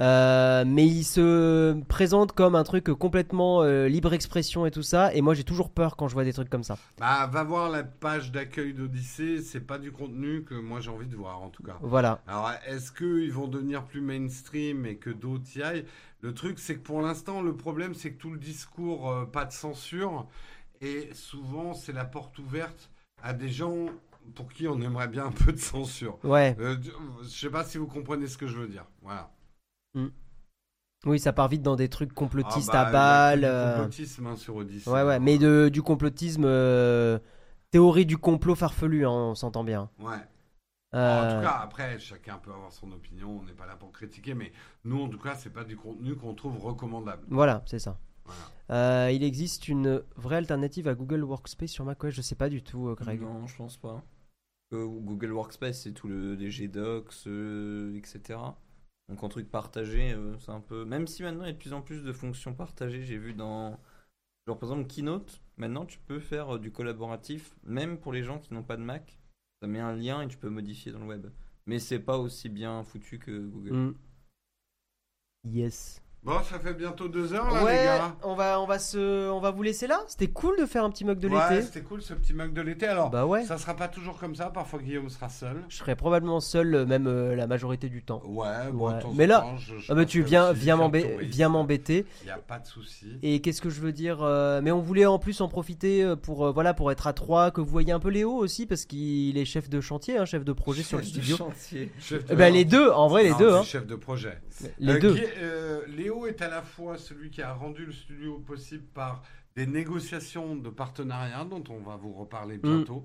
Speaker 1: Euh, mais il se présente comme un truc complètement euh, libre expression et tout ça. Et moi, j'ai toujours peur quand je vois des trucs comme ça.
Speaker 2: Bah, va voir la page d'accueil d'Odyssée, c'est pas du contenu que moi j'ai envie de voir en tout cas.
Speaker 1: Voilà.
Speaker 2: Alors, est-ce qu'ils vont devenir plus mainstream et que d'autres y aillent Le truc, c'est que pour l'instant, le problème, c'est que tout le discours, euh, pas de censure, et souvent, c'est la porte ouverte à des gens pour qui on aimerait bien un peu de censure.
Speaker 1: Ouais.
Speaker 2: Euh, tu- je sais pas si vous comprenez ce que je veux dire. Voilà.
Speaker 1: Oui, ça part vite dans des trucs complotistes
Speaker 2: Ah bah,
Speaker 1: à balle.
Speaker 2: il y a que du
Speaker 1: euh,
Speaker 2: Complotisme hein, sur Odyssée.
Speaker 1: Ouais, ouais. Mais de, du complotisme, euh, théorie du complot farfelu, hein, on s'entend bien.
Speaker 2: Ouais.
Speaker 1: Euh,
Speaker 2: En tout cas, après, chacun peut avoir son opinion, on n'est pas là pour critiquer, mais nous, en tout cas, c'est pas du contenu qu'on trouve recommandable.
Speaker 1: Voilà, c'est ça. Euh, il existe une vraie alternative à Google Workspace sur macOS, je sais pas du tout, euh, Greg.
Speaker 5: Non, je pense pas. Euh, Google Workspace, c'est tout le DG Docs, euh, etc. Donc en truc partagé, euh, c'est un peu. Même si maintenant il y a de plus en plus de fonctions partagées, j'ai vu dans. Genre par exemple Keynote, maintenant tu peux faire euh, du collaboratif, même pour les gens qui n'ont pas de Mac. Ça met un lien et tu peux modifier dans le web. Mais c'est pas aussi bien foutu que Google.
Speaker 1: Mm. Yes.
Speaker 2: Bon, ça fait bientôt deux heures, là, les
Speaker 1: Ouais,
Speaker 2: gars.
Speaker 1: on va, on va se, on va vous laisser là. C'était cool de faire un petit mug de
Speaker 2: ouais,
Speaker 1: l'été.
Speaker 2: c'était cool ce petit mug de l'été. Alors,
Speaker 1: Bah ouais.
Speaker 2: ça sera pas toujours comme ça, parfois Guillaume sera seul.
Speaker 1: Je serais probablement seul, euh, même euh, la majorité du temps.
Speaker 2: Ouais, bon,
Speaker 1: Ouais.
Speaker 2: de temps
Speaker 1: Mais
Speaker 2: en
Speaker 1: là-
Speaker 2: temps, je- je
Speaker 1: Ah bah
Speaker 2: pense
Speaker 1: tu
Speaker 2: que
Speaker 1: viens,
Speaker 2: aussi
Speaker 1: viens
Speaker 2: faire
Speaker 1: m'embê-
Speaker 2: touriste,
Speaker 1: viens m'embêter.
Speaker 2: Y a pas de souci.
Speaker 1: Et qu'est-ce que je veux dire euh, Mais on voulait en plus en profiter euh, pour, euh, voilà, pour être à trois, que vous voyez un peu Léo aussi, parce qu'il est chef de chantier, hein, chef de projet sur le
Speaker 5: Chef de
Speaker 1: studio.
Speaker 5: chantier.
Speaker 2: Chef
Speaker 1: Eh
Speaker 2: de-
Speaker 1: ben, les deux, en vrai les
Speaker 2: Non,
Speaker 1: deux.
Speaker 2: c'est
Speaker 1: hein.
Speaker 2: Chef de projet.
Speaker 1: Les
Speaker 2: Euh,
Speaker 1: deux.
Speaker 2: Guy- euh, Léo est à la fois celui qui a rendu le studio possible par des négociations de partenariat dont on va vous
Speaker 1: Mm.
Speaker 2: reparler bientôt.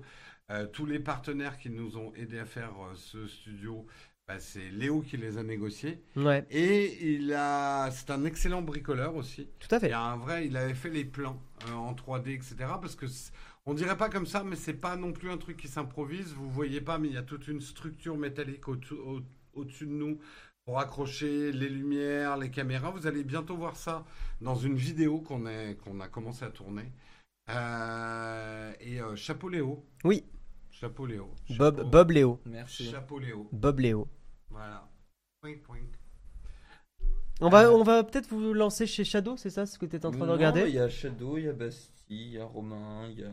Speaker 2: Euh, tous les partenaires qui nous ont aidés à faire euh, ce studio, bah, c'est Léo qui les a négociés.
Speaker 1: Ouais,
Speaker 2: Et il a, c'est un excellent bricoleur aussi.
Speaker 1: tout à
Speaker 2: Il
Speaker 1: fait.
Speaker 2: y a un vrai, il avait fait les plans euh, en 3D, etc. Parce que c- on dirait pas comme ça, mais c'est pas non plus un truc qui s'improvise. Vous voyez pas, mais il y a toute une structure métallique au-dessous au- au-dessus de nous pour accrocher les lumières, les caméras. Vous allez bientôt voir ça dans une vidéo qu'on est- qu'on a commencé à tourner. Euh, et euh, chapeau Léo.
Speaker 1: Oui.
Speaker 2: Chapeau Léo.
Speaker 1: Bob,
Speaker 2: Chapeau.
Speaker 1: Bob Léo.
Speaker 5: Merci.
Speaker 2: Chapeau Léo.
Speaker 1: Bob Léo.
Speaker 2: Voilà. Poink, poink.
Speaker 1: On
Speaker 2: Ah.
Speaker 1: va, on va peut-être vous lancer chez Shadow, c'est ça ce que t'es en train de
Speaker 5: Non,
Speaker 1: regarder
Speaker 5: Il y a Shadow, il y a Bastille, il y a Romain, il y a.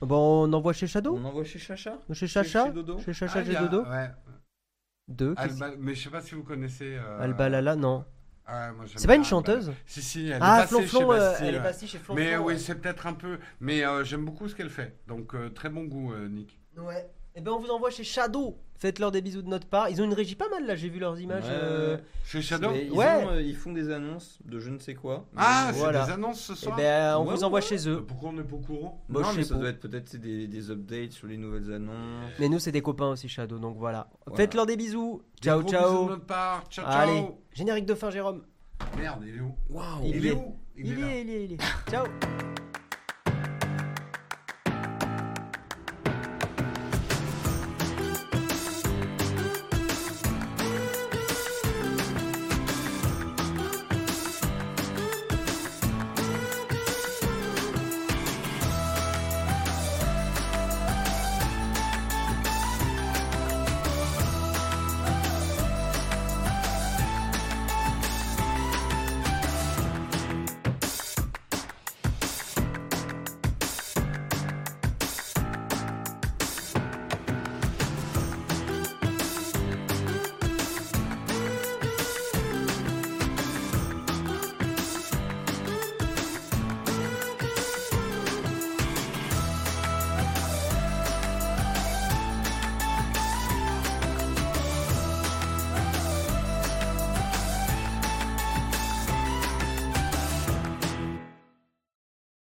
Speaker 1: Bon, Bah, on envoie chez Shadow
Speaker 5: On envoie chez Chacha
Speaker 1: Chez Chacha
Speaker 5: chez Dodo
Speaker 1: Chez
Speaker 2: Mm. Ah,
Speaker 1: Chacha,
Speaker 2: il y
Speaker 1: chez
Speaker 2: a-
Speaker 1: Dodo
Speaker 2: ouais.
Speaker 1: Deux qu'est-ce-
Speaker 2: Alba- mais je sais pas si vous connaissez. euh,
Speaker 1: Alba Lala, non.
Speaker 2: ouais, moi, j'aime
Speaker 1: C'est pas une
Speaker 2: bien Alba Lala.
Speaker 1: chanteuse
Speaker 2: Si, si, elle est
Speaker 1: Ah,
Speaker 2: passée
Speaker 1: Flonflon,
Speaker 2: chez
Speaker 1: euh,
Speaker 2: Bastille,
Speaker 1: elle est
Speaker 2: ouais.
Speaker 1: passée chez Flonflon.
Speaker 2: Mais euh,
Speaker 1: ouais.
Speaker 2: oui, c'est peut-être un peu. Mais euh, j'aime beaucoup ce qu'elle fait. Donc, euh, très bon goût, euh, Nick.
Speaker 1: Ouais. Eh ben on vous envoie chez Shadow. Faites-leur des bisous de notre part. Ils ont une régie pas mal là, j'ai vu leurs images. euh.
Speaker 2: Chez Shadow
Speaker 5: Mais ils,
Speaker 1: Ouais.
Speaker 5: ont, euh, ils font des annonces de je ne sais quoi.
Speaker 2: Ah, c'est
Speaker 1: Voilà.
Speaker 2: des annonces ce
Speaker 1: Eh
Speaker 2: soir
Speaker 1: ben on
Speaker 5: Ouais,
Speaker 1: vous envoie
Speaker 5: ouais.
Speaker 1: chez
Speaker 2: Euh,
Speaker 1: eux.
Speaker 2: Pourquoi on n'est pas au courant
Speaker 1: Moi,
Speaker 5: non,
Speaker 1: je
Speaker 5: mais
Speaker 1: sais
Speaker 5: ça
Speaker 1: pas.
Speaker 5: doit être peut-être c'est des, des updates sur les nouvelles annonces.
Speaker 1: Mais nous c'est des copains aussi Shadow, donc voilà.
Speaker 5: Voilà.
Speaker 1: Faites-leur des bisous.
Speaker 2: Des
Speaker 1: Ciao,
Speaker 2: gros bisous de
Speaker 1: ciao.
Speaker 2: notre part. Ciao,
Speaker 1: Allez,
Speaker 2: ciao.
Speaker 1: générique de fin Jérôme.
Speaker 2: Merde, il est où
Speaker 5: Waouh
Speaker 1: Il
Speaker 2: Il
Speaker 1: y est.
Speaker 2: est où
Speaker 1: Il y
Speaker 2: là.
Speaker 1: est, il y est, il y est. Ciao.